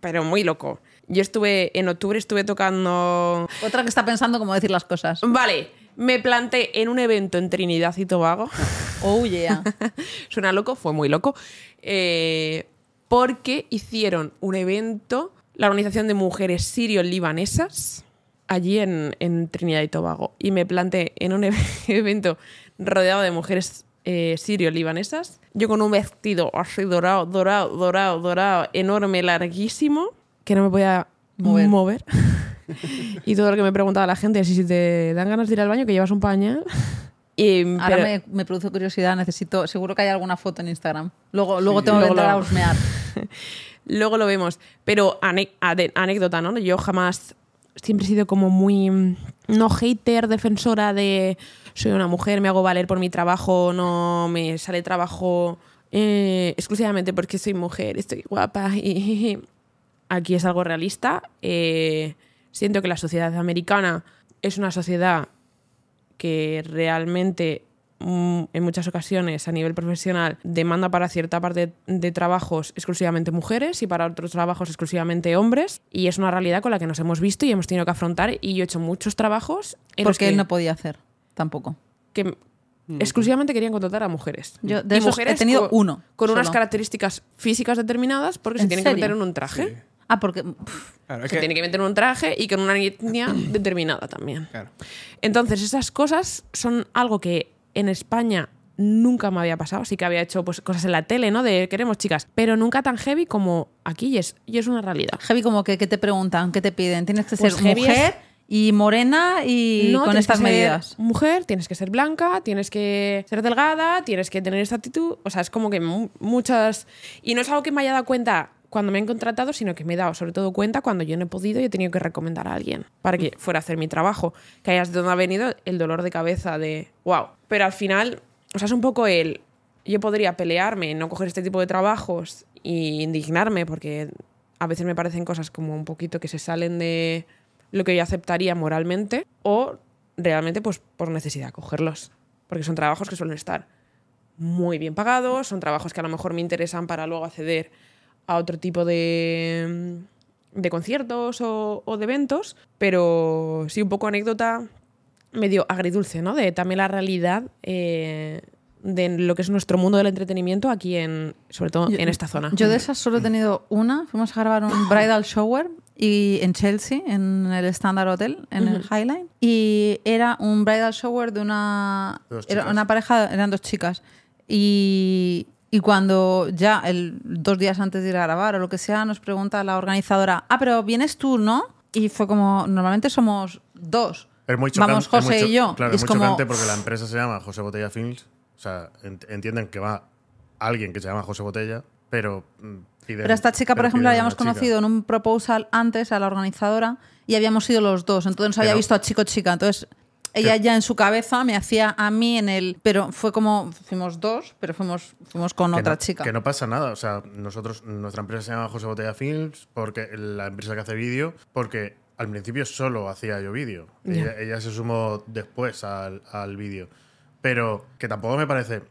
[SPEAKER 1] pero muy loco. Yo estuve, en octubre estuve tocando.
[SPEAKER 2] Otra que está pensando cómo decir las cosas.
[SPEAKER 1] Vale, me planté en un evento en Trinidad y Tobago.
[SPEAKER 2] Oh, yeah.
[SPEAKER 1] (laughs) Suena loco, fue muy loco. Eh, porque hicieron un evento, la organización de mujeres sirio-libanesas, allí en, en Trinidad y Tobago. Y me planté en un (laughs) ev- evento rodeado de mujeres eh, sirio-libanesas. Yo con un vestido así dorado, dorado, dorado, dorado, enorme, larguísimo, que no me podía
[SPEAKER 2] Mover.
[SPEAKER 1] mover. (laughs) y todo lo que me preguntaba la gente, si si te dan ganas de ir al baño, que llevas un pañal. (laughs) Y,
[SPEAKER 2] Ahora
[SPEAKER 1] pero-
[SPEAKER 2] me, me produce curiosidad, necesito... Seguro que hay alguna foto en Instagram. Luego, luego tengo que
[SPEAKER 1] luego lo
[SPEAKER 2] entrar a
[SPEAKER 1] hago.
[SPEAKER 2] husmear.
[SPEAKER 1] Luego lo vemos. Pero ane- ade- anécdota, ¿no? Yo jamás. Siempre he sido como muy. mm, No hater, defensora de. Soy una mujer, me hago valer por mi trabajo, no me sale trabajo eh, exclusivamente porque soy mujer, estoy guapa. Y (laughs) aquí es algo realista. Eh, siento que la sociedad americana es una sociedad que realmente mm, en muchas ocasiones a nivel profesional demanda para cierta parte de trabajos exclusivamente mujeres y para otros trabajos exclusivamente hombres y es una realidad con la que nos hemos visto y hemos tenido que afrontar y yo he hecho muchos trabajos en los
[SPEAKER 2] Porque él
[SPEAKER 1] que,
[SPEAKER 2] no podía hacer, tampoco.
[SPEAKER 1] que exclusivamente querían contratar a mujeres
[SPEAKER 2] Yo de
[SPEAKER 1] Y
[SPEAKER 2] esos he tenido
[SPEAKER 1] con,
[SPEAKER 2] uno
[SPEAKER 1] con unas
[SPEAKER 2] solo.
[SPEAKER 1] características físicas determinadas porque se
[SPEAKER 2] ¿En
[SPEAKER 1] tienen que
[SPEAKER 2] serio?
[SPEAKER 1] meter en un traje
[SPEAKER 4] Sí.
[SPEAKER 2] Ah, porque... pff,
[SPEAKER 4] Claro,
[SPEAKER 1] se
[SPEAKER 4] es que-
[SPEAKER 1] tienen que meter en un traje y con una
[SPEAKER 4] (clears throat)
[SPEAKER 1] etnia determinada también
[SPEAKER 4] claro.
[SPEAKER 1] entonces, esas cosas son algo que en España nunca me había pasado. Sí que había hecho pues, cosas en la tele, ¿no? De queremos chicas, pero nunca tan heavy como aquí y es, y es una realidad.
[SPEAKER 2] heavy como que, ¿qué te preguntan? ¿Qué te piden? Tienes que
[SPEAKER 1] Pues
[SPEAKER 2] ser
[SPEAKER 1] heavy es-
[SPEAKER 2] mujer y morena y
[SPEAKER 1] No
[SPEAKER 2] con
[SPEAKER 1] tienes que
[SPEAKER 2] estas
[SPEAKER 1] ser
[SPEAKER 2] medidas.
[SPEAKER 1] Mujer, tienes que ser blanca, tienes que ser delgada, tienes que tener esta actitud. O sea, es como que mu- muchas. Y no es algo que me haya dado cuenta cuando me han contratado, sino que me he dado sobre todo cuenta cuando yo no he podido y he tenido que recomendar a alguien para que fuera a hacer mi trabajo. Que hayas de dónde ha venido el dolor de cabeza de wow. Pero al final, o sea, es un poco el. Yo podría pelearme, no coger este tipo de trabajos y indignarme porque a veces me parecen cosas como un poquito que se salen de lo que yo aceptaría moralmente o realmente pues por necesidad cogerlos porque son trabajos que suelen estar muy bien pagados son trabajos que a lo mejor me interesan para luego acceder a otro tipo de mm, de conciertos o, o de eventos pero sí un poco anécdota medio agridulce no de también la realidad eh, de lo que es nuestro mundo del entretenimiento aquí en sobre todo en esta zona
[SPEAKER 2] Yo de esas solo he tenido una. Fuimos a grabar un bridal shower y en Chelsea, en el Standard Hotel, en el Highline. Y era un bridal shower de una,
[SPEAKER 3] Dos
[SPEAKER 2] era
[SPEAKER 3] chicas.
[SPEAKER 2] una pareja, eran dos chicas. Y, y cuando ya, el, dos días antes de ir a grabar o lo que sea, nos pregunta la organizadora, ah, pero vienes tú, ¿no? Y fue como, normalmente somos dos.
[SPEAKER 3] Es muy chocante.
[SPEAKER 2] Vamos, José
[SPEAKER 3] es muy cho-
[SPEAKER 2] y yo.
[SPEAKER 3] Claro,
[SPEAKER 2] Y
[SPEAKER 3] es
[SPEAKER 2] es
[SPEAKER 3] muy
[SPEAKER 2] como,
[SPEAKER 3] chocante porque la empresa se llama José Botella Films. O sea, ent- entienden que va alguien que se llama José Botella, pero mm, piden-
[SPEAKER 2] Pero a esta chica, por
[SPEAKER 3] pero
[SPEAKER 2] ejemplo, la
[SPEAKER 3] piden a
[SPEAKER 2] habíamos
[SPEAKER 3] chica.
[SPEAKER 2] conocido en un proposal antes a la organizadora y habíamos ido los dos. Entonces nos había
[SPEAKER 3] Pero-
[SPEAKER 2] visto a chico-chica. Entonces ella ya en su cabeza me hacía a mí en el. Pero fue como. Fuimos dos, pero fuimos, fuimos con
[SPEAKER 3] Que
[SPEAKER 2] otra
[SPEAKER 3] no-
[SPEAKER 2] chica.
[SPEAKER 3] Que no pasa nada. O sea, nosotros, nuestra empresa se llama José Botella Films, porque la empresa que hace vídeo, porque al principio solo hacía yo vídeo. Ella, ella se sumó después al, al vídeo. Pero que tampoco me parece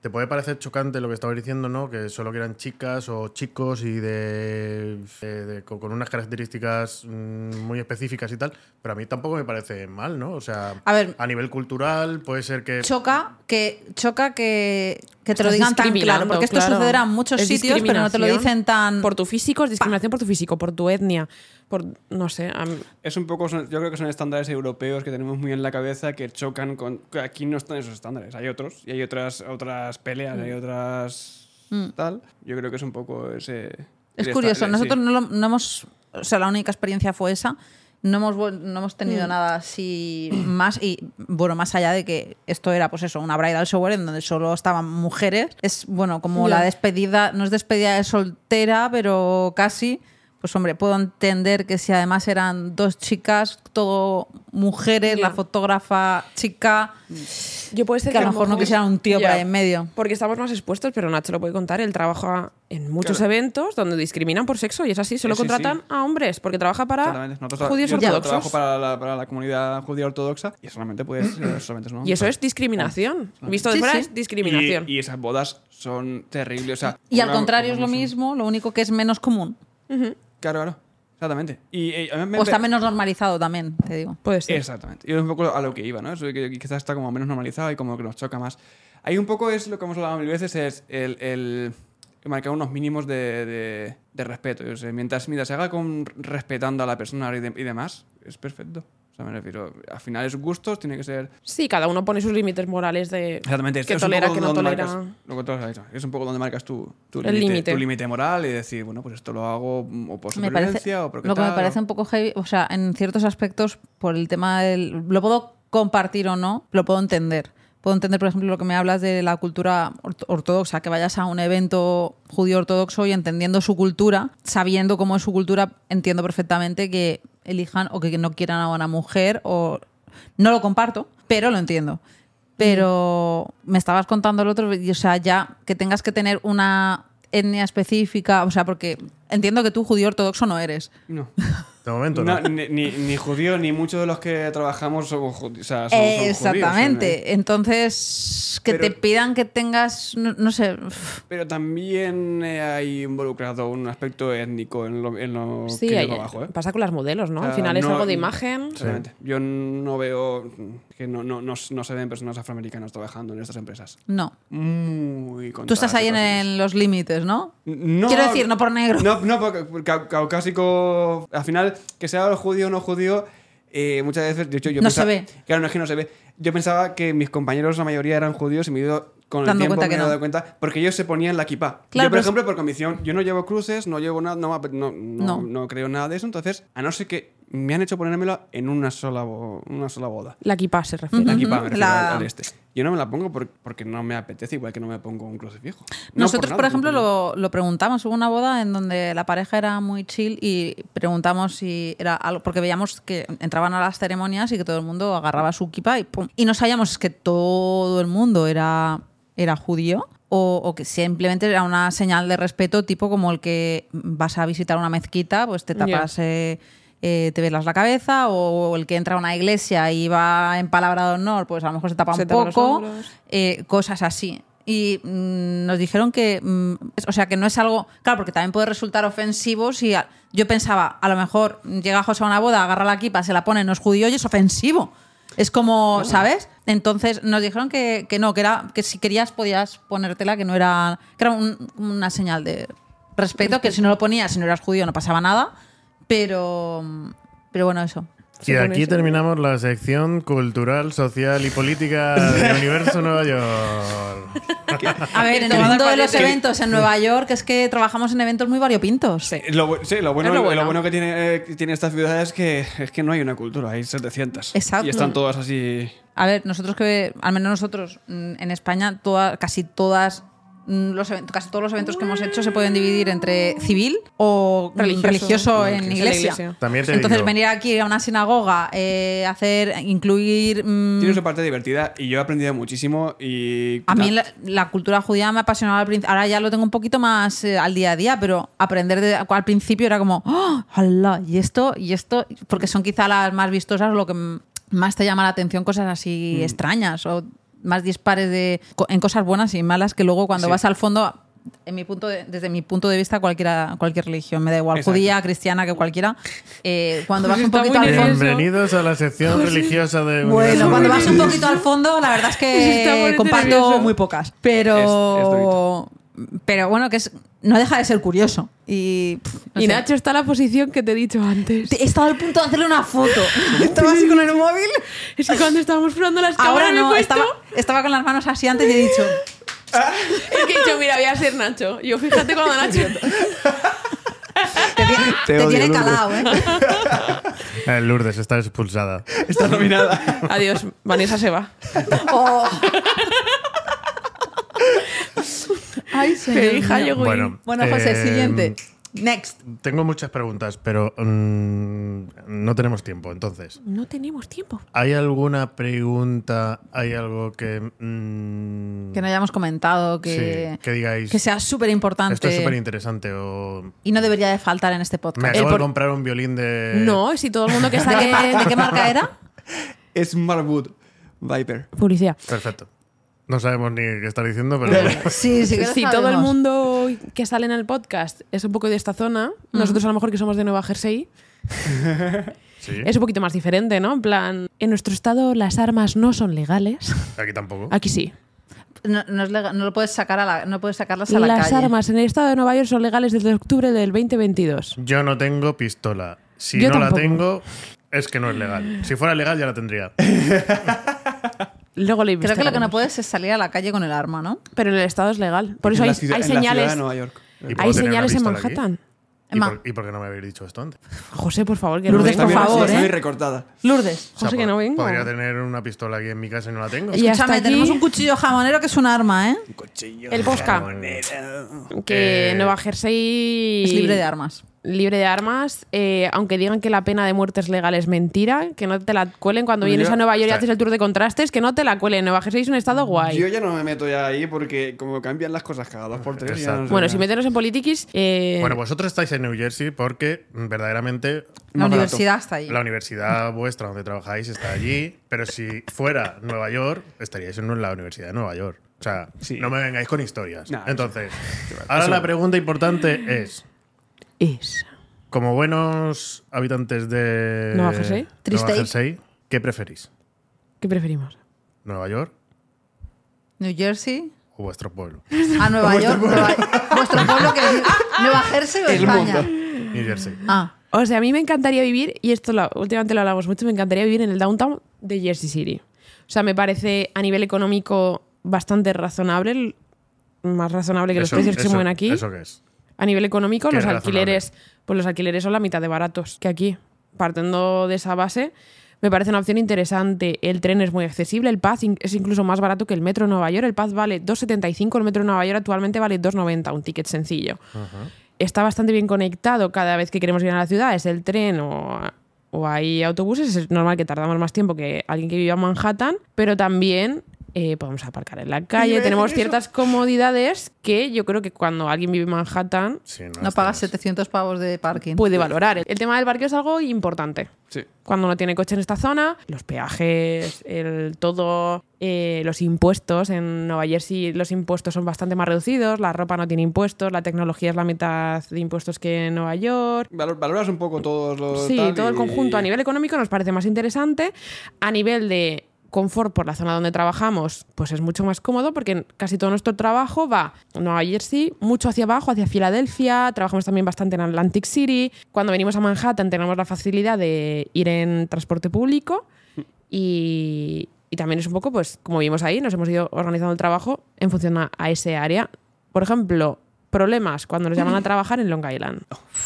[SPEAKER 3] ¿Te puede parecer chocante lo que estabas diciendo, no? Que solo que eran chicas o chicos y de, de- de- con con unas características mm, muy específicas y tal, pero a mí tampoco me parece mal, ¿no? O sea,
[SPEAKER 2] A ver.
[SPEAKER 3] nivel cultural puede ser que...
[SPEAKER 2] Choca que, choca que, que te lo
[SPEAKER 1] Estás
[SPEAKER 2] digan tan
[SPEAKER 1] discriminando,
[SPEAKER 2] claro, porque esto
[SPEAKER 1] claro.
[SPEAKER 2] sucederá en muchos
[SPEAKER 1] Es
[SPEAKER 2] sitios, pero no te lo
[SPEAKER 1] discriminación
[SPEAKER 2] dicen tan...
[SPEAKER 1] Por tu físico, es discriminación por tu físico, por tu etnia, por. No sé. a mí-
[SPEAKER 4] Es un poco, son- yo creo que son estándares europeos que tenemos muy en la cabeza que chocan con. que Aquí no están esos estándares, hay otros, y hay otras, otras peleas, hay
[SPEAKER 2] Mm.
[SPEAKER 4] otras. tal. Yo creo que es un poco ese.
[SPEAKER 2] Es
[SPEAKER 4] ese
[SPEAKER 2] curioso,
[SPEAKER 4] estándar,
[SPEAKER 2] nosotros
[SPEAKER 4] sí.
[SPEAKER 2] no, lo- no hemos... O sea, la única experiencia fue esa. No hemos, vuel- no hemos tenido
[SPEAKER 1] Mm.
[SPEAKER 2] nada así más. Y bueno, más allá de que esto era, pues eso, una bridal shower en donde solo estaban mujeres. Es, bueno, como
[SPEAKER 1] Ya.
[SPEAKER 2] la despedida... No es despedida de soltera, pero casi... Pues hombre, puedo entender que si además eran dos chicas, todo mujeres,
[SPEAKER 1] Ya.
[SPEAKER 2] la fotógrafa chica,
[SPEAKER 1] Yo puede ser
[SPEAKER 2] que a lo mejor no quisiera un tío por
[SPEAKER 1] Ya.
[SPEAKER 2] ahí en medio.
[SPEAKER 1] Porque estamos más expuestos, pero Nacho lo puede contar. Él trabaja en muchos
[SPEAKER 4] Claro.
[SPEAKER 1] eventos donde discriminan por sexo y es así. Solo
[SPEAKER 4] Sí, sí,
[SPEAKER 1] contratan
[SPEAKER 4] sí.
[SPEAKER 1] a hombres porque trabaja para
[SPEAKER 4] Exactamente. Nosotros
[SPEAKER 1] judíos
[SPEAKER 4] yo
[SPEAKER 1] ortodoxos.
[SPEAKER 4] trabajo para la, para la comunidad judía ortodoxa y solamente puedes. eh, solamente
[SPEAKER 1] Y eso es discriminación. Visto de
[SPEAKER 2] Sí,
[SPEAKER 1] fuera
[SPEAKER 2] sí.
[SPEAKER 1] es discriminación.
[SPEAKER 4] Ah, Y, y esas bodas son terribles. O sea,
[SPEAKER 2] Y al
[SPEAKER 4] una-
[SPEAKER 2] contrario es lo
[SPEAKER 4] una-
[SPEAKER 2] mismo, lo único que es menos común.
[SPEAKER 4] Claro, claro. Exactamente. Y, eh, a mí me-
[SPEAKER 2] O está menos normalizado también, te digo.
[SPEAKER 1] Puede ser.
[SPEAKER 4] Exactamente. Y es un poco a lo que iba, ¿no? Eso de que quizás está como menos normalizado y como que nos choca más. Ahí un poco es lo que hemos hablado mil veces, es el, el marcar unos mínimos de, de- de respeto. O sea, mientras, mientras se haga con respetando a la persona y, de- y demás, es perfecto. O sea, me refiero, al final es gustos, tiene que ser...
[SPEAKER 1] Sí, cada uno pone sus límites morales de
[SPEAKER 4] Exactamente,
[SPEAKER 1] que
[SPEAKER 4] es un
[SPEAKER 1] tolera,
[SPEAKER 4] poco
[SPEAKER 1] que no
[SPEAKER 4] donde
[SPEAKER 1] tolera.
[SPEAKER 4] marcas- lo que tú has dicho, es un poco donde marcas tu, tu
[SPEAKER 1] El límite.
[SPEAKER 4] tu límite moral y decir, bueno, pues esto lo hago mm, o por
[SPEAKER 2] Me parece-
[SPEAKER 4] supervivencia o porque
[SPEAKER 2] lo que me
[SPEAKER 4] tal,
[SPEAKER 2] parece
[SPEAKER 4] o-
[SPEAKER 2] un poco heavy, o sea, en ciertos aspectos, por el tema del. Lo puedo compartir o no, lo puedo entender. Puedo entender, por ejemplo, lo que me hablas de la cultura ort- ortodoxa, que vayas a un evento judío ortodoxo y entendiendo su cultura, sabiendo cómo es su cultura, entiendo perfectamente que elijan o que no quieran a una mujer o. No lo comparto, pero lo entiendo. Pero me estabas contando el otro, y, o sea, ya que tengas que tener una etnia específica, o sea, porque entiendo que tú judío ortodoxo no eres.
[SPEAKER 4] No.
[SPEAKER 3] De momento no.
[SPEAKER 4] No, ni, ni, ni judío, ni muchos de los que trabajamos somos judíos. O sea, son- son judíos,
[SPEAKER 2] Exactamente.
[SPEAKER 4] son-
[SPEAKER 2] Entonces, que te
[SPEAKER 4] Pero-
[SPEAKER 2] pidan que tengas, no, no sé, uf,
[SPEAKER 4] pero también eh, hay involucrado un aspecto étnico en lo, en lo
[SPEAKER 1] Sí,
[SPEAKER 4] que yo
[SPEAKER 1] hay-
[SPEAKER 4] trabajo. ¿eh?
[SPEAKER 1] pasa con las modelos, ¿no?
[SPEAKER 4] O sea,
[SPEAKER 1] Al final es
[SPEAKER 4] no-
[SPEAKER 1] algo de imagen.
[SPEAKER 4] Exactamente. Yo no veo que no, no, no, no se ven personas afroamericanas trabajando en estas empresas.
[SPEAKER 2] no.
[SPEAKER 4] Muy
[SPEAKER 2] Tú estás ahí en,
[SPEAKER 4] contadas
[SPEAKER 2] en los límites, ¿no?
[SPEAKER 4] No-
[SPEAKER 2] Quiero decir, no por negro.
[SPEAKER 4] No, no, por- por cau- caucásico. Al final, que sea judío o no judío, eh, muchas veces. De hecho, yo
[SPEAKER 2] No
[SPEAKER 4] pensaba-
[SPEAKER 2] se ve.
[SPEAKER 4] Claro, no es que no se ve. Yo pensaba que mis compañeros, la mayoría, eran judíos y me he ido con
[SPEAKER 2] Dando
[SPEAKER 4] el tiempo
[SPEAKER 2] cuenta
[SPEAKER 4] me
[SPEAKER 2] que
[SPEAKER 4] he
[SPEAKER 2] no.
[SPEAKER 4] dado cuenta porque ellos se ponían la kippah.
[SPEAKER 2] Claro,
[SPEAKER 4] yo, por
[SPEAKER 2] pero es-
[SPEAKER 4] ejemplo, por convicción, yo no llevo cruces, no llevo nada, no, me ap- no, no,
[SPEAKER 2] No.
[SPEAKER 4] no creo nada de eso. Entonces, a no ser que me han hecho ponérmela en una sola, bo- una sola boda.
[SPEAKER 1] La equipa se refiere.
[SPEAKER 4] La kippah, me refiero
[SPEAKER 2] la-
[SPEAKER 4] al- al este. Yo no me la pongo por- porque no me apetece, igual que no me pongo un crucifijo. No
[SPEAKER 2] Nosotros,
[SPEAKER 4] nada,
[SPEAKER 2] por ejemplo,
[SPEAKER 4] simplemente.
[SPEAKER 2] lo, lo preguntamos. Hubo una boda en donde la pareja era muy chill y preguntamos si era algo. Porque veíamos que entraban a las ceremonias y que todo el mundo agarraba su kipa y pum. Y no sabíamos que todo el mundo era, era judío o, o que simplemente era una señal de respeto, tipo como el que vas a visitar una mezquita, pues te
[SPEAKER 1] Ya.
[SPEAKER 2] tapas. eh, eh, te velas la cabeza o el que entra a una iglesia y va en palabra de honor, pues a lo mejor se tapa
[SPEAKER 1] Se
[SPEAKER 2] un
[SPEAKER 1] tapa los
[SPEAKER 2] poco,
[SPEAKER 1] hombros.
[SPEAKER 2] eh, cosas así. Y mm, nos dijeron que, mm, es- o sea, que no es algo, claro, porque también puede resultar ofensivo si a- yo pensaba, a lo mejor llega José a una boda, agarra la kipa, se la pone, no es judío y es ofensivo. Es como, ¿sabes? Entonces nos dijeron que, que no, que era que si querías podías ponértela, que no era, que era un- una señal de respeto, que si no lo ponías, si no eras judío no pasaba nada, pero, pero bueno, eso.
[SPEAKER 3] Y aquí terminamos la sección cultural, social y política
[SPEAKER 2] (laughs)
[SPEAKER 3] de Universo Nueva York.
[SPEAKER 2] A ver, en el mundo de los eventos en Nueva York es que trabajamos en eventos muy variopintos.
[SPEAKER 4] Eh, Lo, bu- sí, lo bueno,
[SPEAKER 1] Es lo
[SPEAKER 4] lo
[SPEAKER 1] bueno.
[SPEAKER 4] bueno que tiene, eh, que tiene esta ciudad es que, es que no hay una cultura, hay 700.
[SPEAKER 2] Exacto.
[SPEAKER 4] Y están todas así.
[SPEAKER 2] A ver, nosotros que, al menos nosotros mm, en España, toda- casi todas mm, los eventos, casi todos los eventos que hemos hecho se pueden dividir entre civil o mm,
[SPEAKER 1] Religioso.
[SPEAKER 2] religioso,
[SPEAKER 1] En
[SPEAKER 2] en
[SPEAKER 1] la
[SPEAKER 2] iglesia.
[SPEAKER 1] iglesia.
[SPEAKER 3] También te
[SPEAKER 2] Entonces
[SPEAKER 3] digo-
[SPEAKER 2] venir aquí a una sinagoga, eh, hacer, incluir... mm,
[SPEAKER 4] Tiene su parte divertida y yo he aprendido muchísimo. Y
[SPEAKER 2] a mí la, la cultura judía me apasionaba al principio. Ahora ya lo tengo un poquito más eh, al día a día, pero aprender de- al principio era como, ¡Oh, ¡Hala! Y esto, y esto, porque son quizá las más vistosas lo que m- más te llama la atención, cosas así extrañas o más dispares de, co- en cosas buenas y malas que luego cuando
[SPEAKER 4] Sí.
[SPEAKER 2] vas al fondo, en mi punto de- desde mi punto de vista, cualquiera, cualquier religión, me da igual,
[SPEAKER 4] Exacto.
[SPEAKER 2] judía, cristiana, que cualquiera, eh, cuando vas
[SPEAKER 1] Pues
[SPEAKER 2] un
[SPEAKER 1] está
[SPEAKER 2] poquito
[SPEAKER 1] muy
[SPEAKER 2] al fondo...
[SPEAKER 3] Bienvenidos a la sección religiosa de
[SPEAKER 2] Pues Bueno,
[SPEAKER 3] Universo
[SPEAKER 2] cuando vas
[SPEAKER 3] Universo.
[SPEAKER 2] un poquito al fondo, la verdad es
[SPEAKER 1] Se está
[SPEAKER 2] que
[SPEAKER 1] poniendo
[SPEAKER 2] comparto
[SPEAKER 1] nervioso.
[SPEAKER 2] muy pocas.
[SPEAKER 4] Es- es
[SPEAKER 2] Pero. Pero bueno, que es, no deja de ser curioso. Y. pff, no
[SPEAKER 1] y
[SPEAKER 2] sé.
[SPEAKER 1] Nacho está en la posición que te he dicho antes.
[SPEAKER 2] Te- He estado al punto de hacerle
[SPEAKER 1] (laughs)
[SPEAKER 2] una foto. Estaba así con el móvil.
[SPEAKER 1] Es que cuando estábamos probando las cámaras
[SPEAKER 2] Ahora
[SPEAKER 1] me he
[SPEAKER 2] no,
[SPEAKER 1] puesto-
[SPEAKER 2] estaba, estaba con las manos así antes y he dicho.
[SPEAKER 1] (laughs) Es que he dicho, mira, voy a ser Nacho. Yo fíjate cuando Nacho...
[SPEAKER 2] (laughs) Te, tiene- te
[SPEAKER 4] Te odio,
[SPEAKER 2] tiene
[SPEAKER 4] Lourdes.
[SPEAKER 2] calado, ¿eh?
[SPEAKER 3] Eh, Lourdes, estás expulsada.
[SPEAKER 4] Está nominada. (laughs)
[SPEAKER 1] Adiós, Vanessa se va.
[SPEAKER 2] Oh. Ay, señor.
[SPEAKER 1] Pero, hija,
[SPEAKER 2] mío.
[SPEAKER 1] yo-
[SPEAKER 3] Bueno,
[SPEAKER 2] Bueno, José,
[SPEAKER 3] eh,
[SPEAKER 2] siguiente. Next.
[SPEAKER 3] Tengo muchas preguntas, pero mm, no tenemos tiempo, entonces.
[SPEAKER 1] No tenemos tiempo.
[SPEAKER 3] ¿Hay alguna pregunta, hay algo que... mm,
[SPEAKER 2] Que no hayamos comentado,
[SPEAKER 3] sí,
[SPEAKER 2] que,
[SPEAKER 3] que digáis,
[SPEAKER 2] que sea súper
[SPEAKER 3] esto es súper
[SPEAKER 2] importante
[SPEAKER 3] interesante o...
[SPEAKER 2] y no debería de faltar en este
[SPEAKER 3] Me
[SPEAKER 2] podcast.
[SPEAKER 3] acabo
[SPEAKER 1] El
[SPEAKER 3] de
[SPEAKER 1] por-
[SPEAKER 3] comprar un violín de...
[SPEAKER 1] No, si todo el mundo que está
[SPEAKER 3] (laughs)
[SPEAKER 2] ¿De qué, mar- de
[SPEAKER 1] aquí...
[SPEAKER 2] qué marca era?
[SPEAKER 4] Es Marwood Viper.
[SPEAKER 1] (laughs) Publicidad.
[SPEAKER 3] Perfecto. No sabemos ni qué está
[SPEAKER 2] (laughs)
[SPEAKER 3] diciendo, pero...
[SPEAKER 2] Sí, sí,
[SPEAKER 1] si todo el mundo que sale en el podcast es un poco de esta zona, nosotros a lo mejor que somos de Nueva Jersey,
[SPEAKER 3] sí,
[SPEAKER 1] es un poquito más diferente, ¿no? En plan, en nuestro estado las armas no son legales.
[SPEAKER 3] aquí tampoco.
[SPEAKER 1] Aquí sí.
[SPEAKER 2] No, no es legal- no lo puedes sacar a la, no puedes sacarlas a la
[SPEAKER 1] Las
[SPEAKER 2] calle.
[SPEAKER 1] armas en el estado de Nueva York son legales desde octubre del 2022.
[SPEAKER 3] Yo no tengo pistola. Si
[SPEAKER 1] Yo
[SPEAKER 3] no la
[SPEAKER 1] tampoco.
[SPEAKER 3] tengo, es que no es legal. Si fuera legal ya
[SPEAKER 1] (laughs)
[SPEAKER 3] la tendría.
[SPEAKER 1] Luego le
[SPEAKER 2] Creo que lo que no
[SPEAKER 1] investigaremos.
[SPEAKER 2] puedes es salir a la calle con el arma, ¿no?
[SPEAKER 1] Pero en el estado es legal. Por eso
[SPEAKER 4] En
[SPEAKER 1] hay,
[SPEAKER 4] la ciudad-
[SPEAKER 1] hay
[SPEAKER 4] en la ciudad
[SPEAKER 1] señales.
[SPEAKER 4] de Nueva
[SPEAKER 3] ¿Y
[SPEAKER 4] York.
[SPEAKER 3] puedo
[SPEAKER 1] Hay
[SPEAKER 3] tener una
[SPEAKER 1] señales en
[SPEAKER 3] pistola aquí?
[SPEAKER 1] Manhattan.
[SPEAKER 3] ¿Y
[SPEAKER 2] Ma-
[SPEAKER 3] por, y por qué no me habéis dicho esto antes?
[SPEAKER 1] José, por favor, que
[SPEAKER 2] Lourdes,
[SPEAKER 1] no
[SPEAKER 4] Está
[SPEAKER 2] por
[SPEAKER 1] venga.
[SPEAKER 4] bien-
[SPEAKER 2] favor,
[SPEAKER 4] está
[SPEAKER 2] ¿eh?
[SPEAKER 4] bien recortada.
[SPEAKER 2] Lourdes.
[SPEAKER 1] José, que no vengo.
[SPEAKER 3] Podría tener una pistola aquí en mi casa y no la tengo.
[SPEAKER 1] Y hasta
[SPEAKER 2] Escúchame,
[SPEAKER 1] aquí-
[SPEAKER 2] tenemos un cuchillo jamonero que es un arma, ¿eh?
[SPEAKER 1] El Bosca, que
[SPEAKER 3] Eh,
[SPEAKER 1] Nueva Jersey
[SPEAKER 2] Es libre de armas.
[SPEAKER 1] libre de armas, eh, aunque digan que la pena de muerte es legal, es mentira, que no te la cuelen cuando
[SPEAKER 4] Bueno,
[SPEAKER 1] vienes
[SPEAKER 4] yo-
[SPEAKER 1] a Nueva York y
[SPEAKER 3] está-
[SPEAKER 1] haces el tour de contrastes, que no te la cuelen. Nueva Jersey es un estado guay.
[SPEAKER 4] Yo ya no me meto ya ahí porque como cambian las cosas cada dos por tres. ya no sé
[SPEAKER 1] bueno,
[SPEAKER 4] nada.
[SPEAKER 1] si meternos en politiquis, eh,
[SPEAKER 3] Bueno, vosotros estáis en New Jersey porque mm, verdaderamente
[SPEAKER 2] La
[SPEAKER 4] Más barato.
[SPEAKER 2] universidad está ahí.
[SPEAKER 3] la universidad vuestra donde trabajáis está allí, pero si fuera Nueva York, estaríais en la Universidad de Nueva York. O sea,
[SPEAKER 4] Sí.
[SPEAKER 3] no me vengáis con historias.
[SPEAKER 4] No,
[SPEAKER 3] Entonces, ahora la pregunta importante es,
[SPEAKER 1] es.
[SPEAKER 3] como buenos habitantes de
[SPEAKER 1] Nueva Jersey.
[SPEAKER 3] Nueva
[SPEAKER 2] Tristey.
[SPEAKER 3] Jersey, ¿qué preferís?
[SPEAKER 1] ¿Qué preferimos?
[SPEAKER 3] ¿Nueva York
[SPEAKER 2] New Jersey.
[SPEAKER 3] o vuestro pueblo?
[SPEAKER 2] A Nueva York. Nueva- vuestro pueblo que es Nueva Jersey o
[SPEAKER 4] El
[SPEAKER 2] España.
[SPEAKER 4] mundo.
[SPEAKER 3] New Jersey.
[SPEAKER 2] Ah,
[SPEAKER 1] O sea, a mí me encantaría vivir, y esto lo- últimamente lo hablamos mucho, me encantaría vivir en el downtown de Jersey City. O sea, me parece a nivel económico bastante razonable, l- más razonable que los
[SPEAKER 3] Eso-
[SPEAKER 1] precios que se
[SPEAKER 3] eso-
[SPEAKER 1] mueven aquí.
[SPEAKER 3] ¿Eso qué es?
[SPEAKER 1] A nivel económico,
[SPEAKER 3] Que
[SPEAKER 1] los
[SPEAKER 3] es
[SPEAKER 1] alquileres, pues los alquileres son la mitad de baratos que aquí. Partiendo de esa base, me parece una opción interesante. El tren es muy accesible, el Paz in- es incluso más barato que el metro de Nueva York. El Paz vale 2,75, el metro de Nueva York actualmente vale 2,90, un ticket sencillo. Está bastante bien conectado cada vez que queremos ir a la ciudad, es el tren o, o hay autobuses, es normal que tardamos más tiempo que alguien que viva en Manhattan, pero también... eh, podemos aparcar en la calle, tenemos ciertas comodidades que yo creo que cuando alguien vive en Manhattan
[SPEAKER 3] Sí,
[SPEAKER 2] no
[SPEAKER 3] es
[SPEAKER 2] pagas
[SPEAKER 3] tenis.
[SPEAKER 2] 700 pavos de parking.
[SPEAKER 1] puede valorar. El tema del parqueo es algo importante.
[SPEAKER 4] Sí.
[SPEAKER 1] Cuando uno tiene coche en esta zona, los peajes, el todo, eh, los impuestos. En Nueva Jersey los impuestos son bastante más reducidos, la ropa no tiene impuestos, la tecnología es la mitad de impuestos que en Nueva York.
[SPEAKER 4] Valor- Valoras un poco todos los.
[SPEAKER 1] Sí,
[SPEAKER 4] tal
[SPEAKER 1] todo el
[SPEAKER 4] y-
[SPEAKER 1] conjunto a nivel económico nos parece más interesante. A nivel de confort por la zona donde trabajamos, pues es mucho más cómodo porque casi todo nuestro trabajo va a Nueva Jersey, mucho hacia abajo, hacia Filadelfia, trabajamos también bastante en Atlantic City. Cuando venimos a Manhattan tenemos la facilidad de ir en transporte público y, y también es un poco, pues como vimos ahí, nos hemos ido organizando el trabajo en función a, a ese área. Por ejemplo, problemas cuando nos llaman (laughs) a trabajar en Long Island.